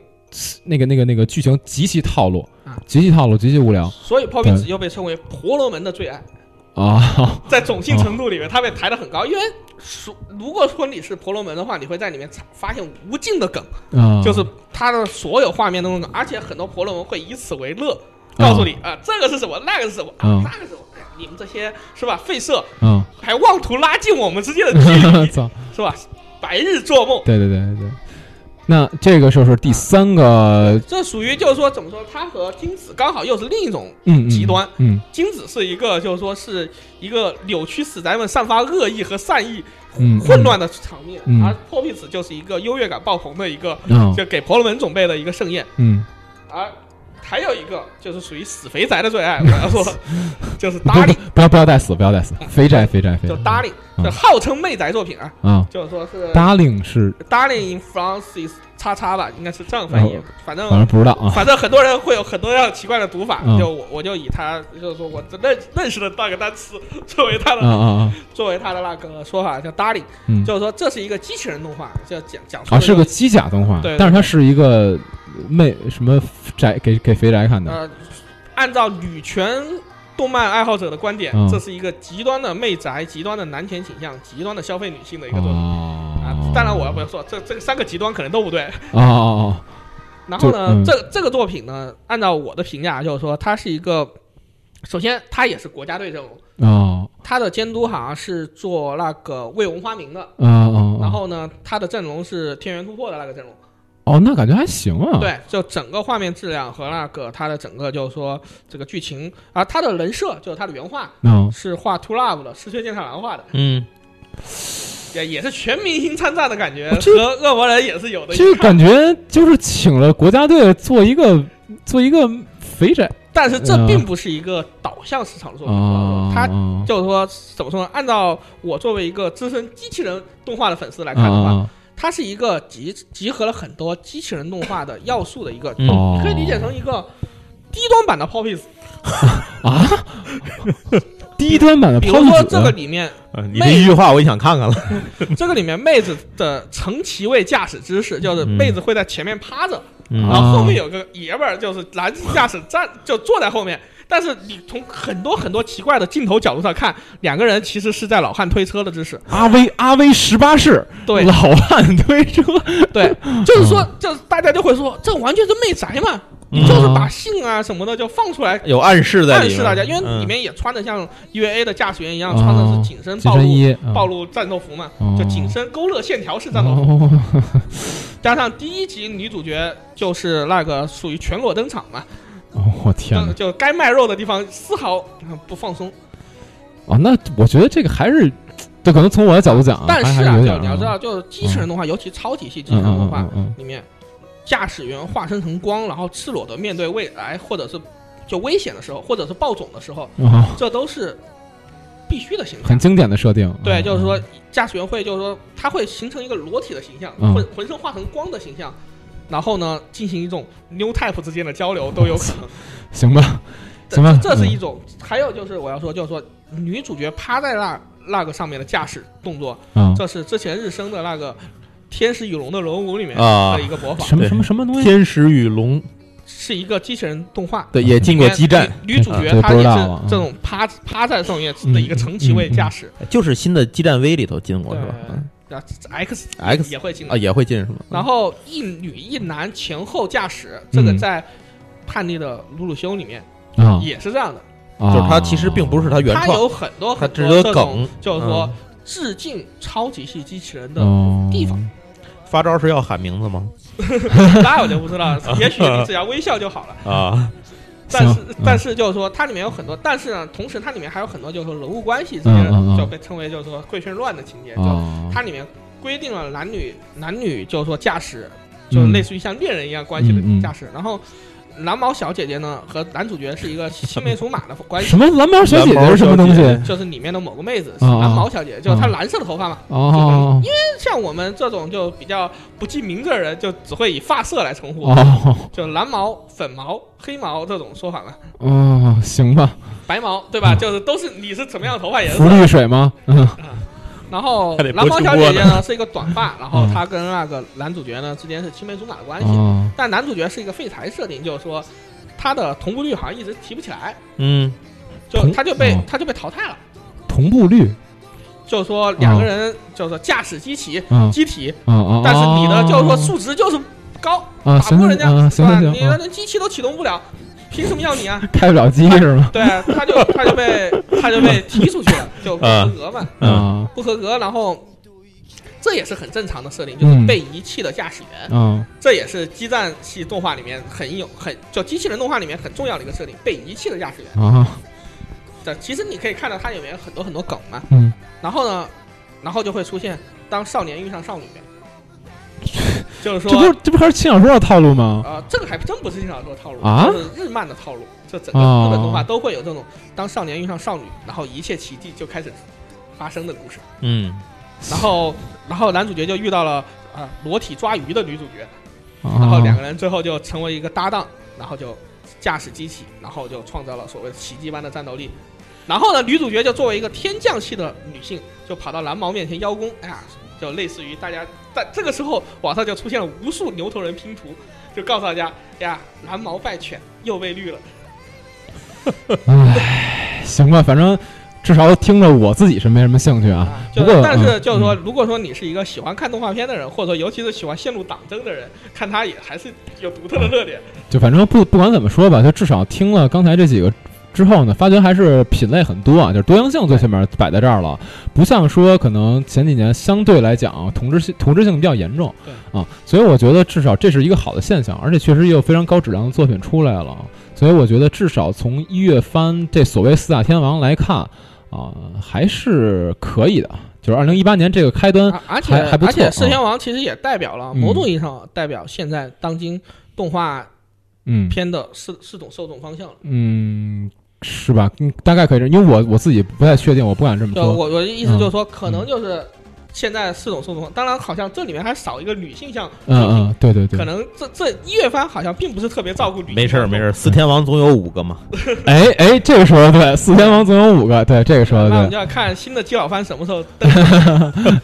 Speaker 3: 那个那个那个剧情极其套路
Speaker 2: 啊，
Speaker 3: 极其套路，极其无聊
Speaker 2: 所以泡皮子又被称为婆罗门的最爱，
Speaker 3: 啊。
Speaker 2: 在种姓程度里面，它被抬得很高，因为说如果婚礼是婆罗门的话，你会在里面发现无尽的梗，
Speaker 3: 啊，
Speaker 2: 就是它的所有画面都能梗，而且很多婆罗门会以此为乐，告诉你
Speaker 3: 哦
Speaker 2: 啊，这个是什么，那个是什么，啊
Speaker 3: 嗯，
Speaker 2: 那个是什么，哎你们这些是吧？废社
Speaker 3: 嗯，
Speaker 2: 还妄图拉近我们之间的距离，
Speaker 3: 操，
Speaker 2: 是吧？白日做梦，
Speaker 3: 对对对对对。那这个就是第三个，
Speaker 2: 这属于就是说怎么说，它和精子刚好又是另一种
Speaker 3: 嗯，嗯
Speaker 2: 极端，
Speaker 3: 嗯
Speaker 2: 精子是一个，就是说是一个扭曲死宅们散发恶意和善意
Speaker 3: 嗯，
Speaker 2: 混乱的场面，
Speaker 3: 嗯
Speaker 2: 而破壁子就是一个优越感爆棚的一个，
Speaker 3: 嗯，
Speaker 2: 就给婆罗门准备的一个盛宴。
Speaker 3: 嗯，
Speaker 2: 而还有一个就是属于死肥宅的最爱，我要说就是
Speaker 3: 不不
Speaker 2: darling，
Speaker 3: 不要不要带死，不要带死，肥宅肥宅肥
Speaker 2: 就
Speaker 3: 宅，
Speaker 2: darling，
Speaker 3: 嗯
Speaker 2: 就号称媚宅作品啊，
Speaker 3: 啊
Speaker 2: 就是说是
Speaker 3: ，Darling 是
Speaker 2: darling in Francis 叉叉吧，应该是这样翻译
Speaker 3: 哦，反
Speaker 2: 反正。
Speaker 3: 正不知道啊，
Speaker 2: 反正很多人会有很多样奇怪的读法，
Speaker 3: 嗯
Speaker 2: 就我我就以他就是说我认认识的那个单词作为他的
Speaker 3: 啊啊啊，
Speaker 2: 作为他的那个说法叫 Darling，
Speaker 3: 嗯，
Speaker 2: 就是说这是一个机器人动画，就讲讲述
Speaker 3: 啊
Speaker 2: 了
Speaker 3: 是个机甲动画
Speaker 2: 对对，
Speaker 3: 但是它是一个妹什么宅给给肥宅看的，
Speaker 2: 呃，按照女权动漫爱好者的观点
Speaker 3: 嗯，
Speaker 2: 这是一个极端的媚宅、极端的男权倾向、极端的消费女性的一个作品啊
Speaker 3: 哦。，
Speaker 2: 当然，我要不要说这这三个极端可能都 不对。
Speaker 3: 哦哦
Speaker 2: 然后呢，
Speaker 3: 就嗯
Speaker 2: 这这个作品呢，按照我的评价就是说，它是一个，首先它也是国家队阵容，
Speaker 3: 哦哦
Speaker 2: 它的监督好像是做那个为文花名的，
Speaker 3: 哦哦，
Speaker 2: 然后呢，它的阵容是天元突破的那个阵容。
Speaker 3: 哦那感觉还行啊，，
Speaker 2: 对，就整个画面质量和那个它的整个就是说这个剧情啊，它的人设就是它的原画
Speaker 3: 嗯
Speaker 2: 是画 To Love 的，失血剑上郎画的，
Speaker 1: 嗯，
Speaker 2: 也也是全明星参战的感觉，
Speaker 3: 哦这
Speaker 2: 和恶魔人也是有的。
Speaker 3: 这感觉就是请了国家队做一 个做一个肥宅
Speaker 2: 但是这
Speaker 3: 嗯
Speaker 2: 并不是一个导向市场的作品，
Speaker 3: 啊，
Speaker 2: 它
Speaker 3: 啊
Speaker 2: 就是说怎么说呢？按照我作为一个资深机器人动画的粉丝来看的话，
Speaker 3: 啊
Speaker 2: 它是一个集集合了很多机器人动画的要素的一个，
Speaker 1: 嗯
Speaker 3: 哦
Speaker 2: 可以理解成一个低端版的 Poppies。
Speaker 3: 低端版的
Speaker 1: 啊
Speaker 2: 比
Speaker 3: 抛
Speaker 2: 如
Speaker 3: 弃
Speaker 2: 说
Speaker 3: 子
Speaker 2: 这个里面
Speaker 1: 呃你这一句话我也想看看了。
Speaker 2: 这个里面妹子的成其位驾驶姿势，就是
Speaker 1: 嗯
Speaker 2: 妹子会在前面趴着，
Speaker 1: 嗯
Speaker 2: 然后后面有个爷们儿，就是男驾驶站就坐在后面。但是你从很多很多奇怪的镜头角度上看，两个人其实是在老汉推车的姿势。
Speaker 3: 阿威阿威十八世，
Speaker 2: 对
Speaker 1: 嗯
Speaker 3: 老汉推车，
Speaker 2: 对，就是说，就是大家就会说，这完全是媚宅嘛，你就是把
Speaker 3: 嗯
Speaker 2: 性啊什么的就放出来
Speaker 1: 有暗示在里
Speaker 2: 暗
Speaker 1: 面，
Speaker 2: 示大家，因为
Speaker 1: 嗯
Speaker 2: 里面也穿的像 UAA 的驾驶员一样，
Speaker 3: 哦
Speaker 2: 穿的是紧身
Speaker 3: 紧
Speaker 2: 暴
Speaker 3: 身
Speaker 2: 露
Speaker 3: 衣
Speaker 2: 暴露战斗服嘛，
Speaker 3: 哦
Speaker 2: 就紧身勾勒线条式战斗服。
Speaker 3: 哦，
Speaker 2: 加上第一集女主角就是那个属于全裸登场嘛，
Speaker 3: 哦我天哪
Speaker 2: 就！就该卖肉的地方丝毫嗯不放松。
Speaker 3: 啊，那我觉得这个还是，就可能从我的角度讲啊，
Speaker 2: 但
Speaker 3: 还还
Speaker 2: 是啊，
Speaker 3: 有
Speaker 2: 就
Speaker 3: 点
Speaker 2: 你要知
Speaker 3: 啊
Speaker 2: 道，就是机器人动画，尤其超体系机器
Speaker 3: 嗯
Speaker 2: 人动
Speaker 3: 嗯
Speaker 2: 画
Speaker 3: 嗯嗯
Speaker 2: 里面，驾驶员化身成光，然后赤裸的面对未来，或者是就危险的时候，或者是暴种的时候，
Speaker 3: 嗯，哦
Speaker 2: 这都是必须的形
Speaker 3: 很
Speaker 2: 象。
Speaker 3: 经典的设定。
Speaker 2: 对，
Speaker 3: 嗯
Speaker 2: 就是说，驾驶员会就是说，他会形成一个裸体的形象，
Speaker 3: 嗯
Speaker 2: 浑浑身化成光的形象，然后呢，进行一种 new type 之间的交流都有可能。
Speaker 3: 行吧，行吧
Speaker 2: 这，这是一
Speaker 3: 嗯
Speaker 2: 种。还有就是我要说，就是说女主角趴在那那个上面的驾驶动作，
Speaker 3: 嗯，
Speaker 2: 这是之前日升的那个《天使与龙的龙舞》里面
Speaker 1: 啊
Speaker 2: 的一个模仿，
Speaker 3: 什么
Speaker 1: 对
Speaker 3: 什么什么东西
Speaker 1: 天使与龙
Speaker 2: 是一个机器人动画。
Speaker 1: 对也进过激战，
Speaker 2: 女女主角
Speaker 3: 嗯嗯这
Speaker 2: 她也
Speaker 3: 不知道啊
Speaker 2: 是这种趴趴在上面的一个成其位驾驶，
Speaker 1: 就是新的激战 V 里头进过是吧？嗯
Speaker 2: 对，啊，X
Speaker 1: X
Speaker 2: 也会进
Speaker 1: 啊，也会进是吗？
Speaker 2: 然后一女一男前后驾驶，这个
Speaker 3: 嗯
Speaker 2: 在叛逆的鲁鲁修里面
Speaker 3: 啊？
Speaker 2: 也是这样的，
Speaker 1: 就是它其实并不是它原
Speaker 2: 它
Speaker 1: 创，
Speaker 2: 有很多
Speaker 1: 它
Speaker 2: 很
Speaker 1: 只
Speaker 2: 多
Speaker 1: 有
Speaker 2: 这种
Speaker 1: 梗，
Speaker 2: 就是说致敬超级系机器人的
Speaker 3: 嗯哦
Speaker 2: 地方，
Speaker 1: 发招是要喊名字吗？
Speaker 2: 那我就不知
Speaker 3: 啊
Speaker 2: 道，也许你只要微笑就好了。
Speaker 1: 啊，
Speaker 2: 但是
Speaker 3: 行，
Speaker 2: 但
Speaker 3: 嗯
Speaker 2: 是就是说，它里面有很多，但是呢，同时它里面还有很多就是说人物关系之间
Speaker 3: 嗯嗯嗯
Speaker 2: 就被称为就是说贵圈乱的情节，就
Speaker 3: 哦，
Speaker 2: 它里面规定了男女男女就是说驾驶，就是类似于像恋人一样关系的
Speaker 3: 嗯嗯嗯
Speaker 2: 驾驶。然后蓝毛小姐姐呢和男主角是一个青梅竹马的 关系
Speaker 3: 什，么蓝毛小姐姐是什么东西？
Speaker 1: 蓝
Speaker 2: 就是里面的某个妹子是
Speaker 3: 啊啊
Speaker 2: 蓝毛小姐，就是她蓝色的头发嘛。
Speaker 3: 哦
Speaker 2: 像我们这种就比较不记名字的人，就只会以发色来称呼。
Speaker 3: 哦
Speaker 2: 就蓝毛、粉毛、黑毛这种说法嘛，
Speaker 3: 哦，行吧，
Speaker 2: 白毛对吧？
Speaker 3: 嗯
Speaker 2: 就是都是你是怎么样的头发颜
Speaker 3: 浮
Speaker 2: 色，
Speaker 3: 绿水吗？嗯
Speaker 2: 啊，然后
Speaker 1: 还得播
Speaker 2: 蓝猫
Speaker 1: 出
Speaker 2: 小
Speaker 1: 播
Speaker 2: 姐姐呢是一个短发，然后
Speaker 3: 嗯
Speaker 2: 她跟那个男主角呢之间是青梅竹马的关系，
Speaker 3: 啊，
Speaker 2: 但男主角是一个废柴设定，就是说他的同步率好像一直提不起来，
Speaker 1: 嗯
Speaker 2: 就
Speaker 3: 同
Speaker 2: 他就被
Speaker 3: 哦
Speaker 2: 他就被淘汰了。
Speaker 3: 同步率
Speaker 2: 就是说两
Speaker 3: 哦
Speaker 2: 个人就是说驾驶机体
Speaker 3: 啊
Speaker 2: 机体，
Speaker 3: 啊啊！
Speaker 2: 但是你的
Speaker 3: 啊
Speaker 2: 就是说数值就是高，
Speaker 3: 啊，
Speaker 2: 打不
Speaker 3: 行
Speaker 2: 过
Speaker 3: 行
Speaker 2: 人家
Speaker 3: 啊，
Speaker 2: 是
Speaker 3: 行
Speaker 2: 吧？
Speaker 3: 行
Speaker 2: 你
Speaker 3: 行，啊
Speaker 2: 连机器都启动不了，凭什么要你啊？
Speaker 3: 开不了机 是吗？
Speaker 2: 对，啊他就他就被他就被踢出去了，就不合格嘛，
Speaker 1: 嗯
Speaker 3: 啊
Speaker 2: 不合格，然后。这也是很正常的设定，就是
Speaker 3: 嗯
Speaker 2: 被遗弃的驾驶员，
Speaker 3: 啊
Speaker 2: 这也是激战系动画里面很有很就机器人动画里面很重要的一个设定，被遗弃的驾驶员。
Speaker 3: 啊，
Speaker 2: 这其实你可以看到它里面有很多很多梗嘛，
Speaker 3: 嗯，
Speaker 2: 然后呢，然后就会出现当少年遇上少女，就是
Speaker 3: 这不
Speaker 2: 说
Speaker 3: 是，这不还是轻小说的套路 吗？
Speaker 2: 呃，这个还真不是经常做套路，
Speaker 3: 啊哦
Speaker 2: 就是日漫的套路，就整个日本动画都会有这种当少年遇上少女，然后一切奇迹就开始发生的故事。
Speaker 1: 嗯，
Speaker 2: 然后，然后男主角就遇到了啊、呃裸体抓鱼的女主角，然
Speaker 3: 然
Speaker 2: 后两个人最后就成为一个搭档，然后就驾驶机器，然后就创造了所谓的奇迹般的战斗力。然后呢，女主角就作为一个天降系的女性，就跑到蓝毛面前邀功，哎呀，就类似于大家在这个时候，网上就出现了无数牛头人拼图，就告诉大家，哎呀，蓝毛败犬又被绿了。
Speaker 3: 啊唉，行吧，反正至少听着我自己是没什么兴趣啊。
Speaker 2: 啊，
Speaker 3: 不
Speaker 2: 就
Speaker 3: 过
Speaker 2: 但是
Speaker 3: 嗯
Speaker 2: 就是说，
Speaker 3: 嗯
Speaker 2: 如果说你是一个喜欢看动画片的人，或者说尤其是喜欢陷入党争的人，看它也还是有独特的热点。
Speaker 3: 就反正不不管怎么说吧，就至少听了刚才这几个之后呢，发觉还是品类很多啊，就是多样性最起码摆在这儿了，不像说可能前几年相对来讲同质性同质性比较严重啊，所以我觉得至少这是一个好的现象，而且确实也有非常高质量的作品出来了，所以我觉得至少从一月番这所谓四大天王来看啊，还是可以的，就是二零一八年这个开端
Speaker 2: 啊而且
Speaker 3: 嗯还还不错
Speaker 2: 而且四天王其实也代表了、
Speaker 3: 嗯
Speaker 2: 某种意义上代表现在当今动画
Speaker 3: 嗯
Speaker 2: 片的四四种受众方向了。
Speaker 3: 嗯，是吧？嗯，大概可以这，因为我我自己不太确定，我不敢嗯这么
Speaker 2: 就
Speaker 3: 说。
Speaker 2: 我我的意思就是说，可能就是现在四种受众，当然好像这里面还少一个女性向作品，
Speaker 3: 嗯嗯，对对对
Speaker 2: 可。能这这一月番好像并不是特别照顾女性。
Speaker 1: 没事儿没事。儿，四天王总有五个嘛，
Speaker 3: 哎哎，这个说的对，四天王总有五个，对，这个说
Speaker 2: 那我
Speaker 3: 的
Speaker 2: 们
Speaker 3: 对，
Speaker 2: 就要看新的基佬番什么时候 登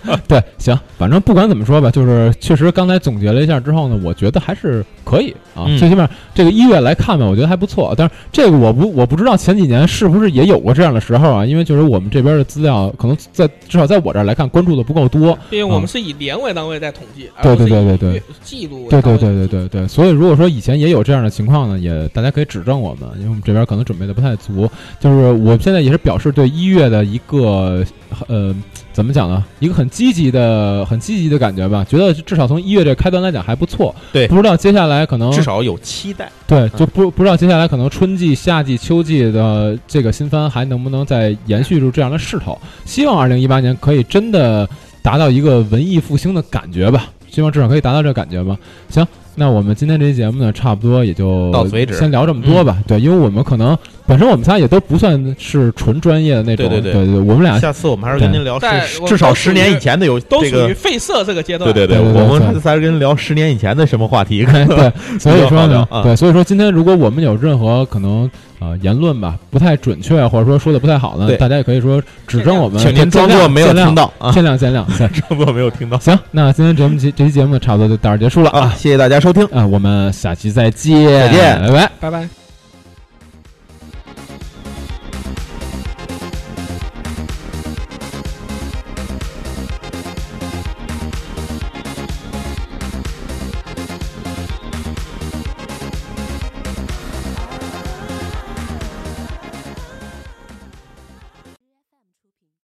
Speaker 2: 嗯
Speaker 3: 对，行，反正不管怎么说吧，就是确实刚才总结了一下之后呢，我觉得还是可以啊，
Speaker 1: 嗯
Speaker 3: 最起码这个一月来看吧，我觉得还不错。但是这个我不我不知道前几年是不是也有过这样的时候啊，因为就是我们这边的资料可能在至少在我这儿来看关注的不够多，
Speaker 2: 因为我们是以年为单位在统计，
Speaker 3: 嗯
Speaker 2: 而
Speaker 3: 对
Speaker 2: 不是
Speaker 3: 对
Speaker 2: 以
Speaker 3: 对对对
Speaker 2: 月季度为
Speaker 3: 对
Speaker 2: 单
Speaker 3: 对
Speaker 2: 位
Speaker 3: 对对对对，所以如果说以前也有这样的情况呢，也大家可以指正我们，因为我们这边可能准备的不太足。就是我现在也是表示对一月的一个呃怎么讲呢，一个很积极的、很积极的感觉吧，觉得至少从一月这开端来讲还不错。
Speaker 1: 对
Speaker 3: 不知道接下来可能
Speaker 1: 至少有期待。
Speaker 3: 对就不不知道接下来可能春季、夏季、秋季的这个新番还能不能再延续住这样的势头？希望二零一八年可以真的达到一个文艺复兴的感觉吧，希望至少可以达到这个感觉吧。行，那我们今天这期节目呢，差不多也就
Speaker 1: 到此为止嗯
Speaker 3: 先聊这么多吧。对，因为我们可能本身我们仨也都不算是纯专业的那种，
Speaker 1: 对
Speaker 3: 对
Speaker 1: 对对
Speaker 3: 我们俩
Speaker 1: 下次我们还是跟您聊
Speaker 2: 在
Speaker 1: 是
Speaker 2: 我们
Speaker 1: 至少
Speaker 2: 都属
Speaker 1: 十
Speaker 2: 于
Speaker 1: 年以前的有
Speaker 2: 都
Speaker 1: 这
Speaker 2: 属于
Speaker 1: 个，
Speaker 2: 废社这个阶段。
Speaker 1: 对对
Speaker 3: 对对对
Speaker 1: 我
Speaker 3: 对
Speaker 1: 们还是跟您聊十年以前的什么话题？ 可能
Speaker 3: 对，所以说
Speaker 1: 好的
Speaker 3: 呢，
Speaker 1: 啊
Speaker 3: 对，所以说今天如果我们有任何可能呃言论吧不太准确，啊或者说说的不太好呢，
Speaker 1: 对
Speaker 3: 大家也可以说指正我们，
Speaker 1: 请您装作没有听
Speaker 3: 到，
Speaker 1: 到啊，
Speaker 3: 见谅见谅。 见谅
Speaker 1: 装作没有听到
Speaker 3: 行，那今天节目这这期节目差不多就到这儿结束了
Speaker 1: 啊！
Speaker 3: 啊
Speaker 1: 谢谢大家收听。
Speaker 3: 啊，我们下期再见，
Speaker 1: 再见
Speaker 3: 拜拜。
Speaker 2: 拜拜。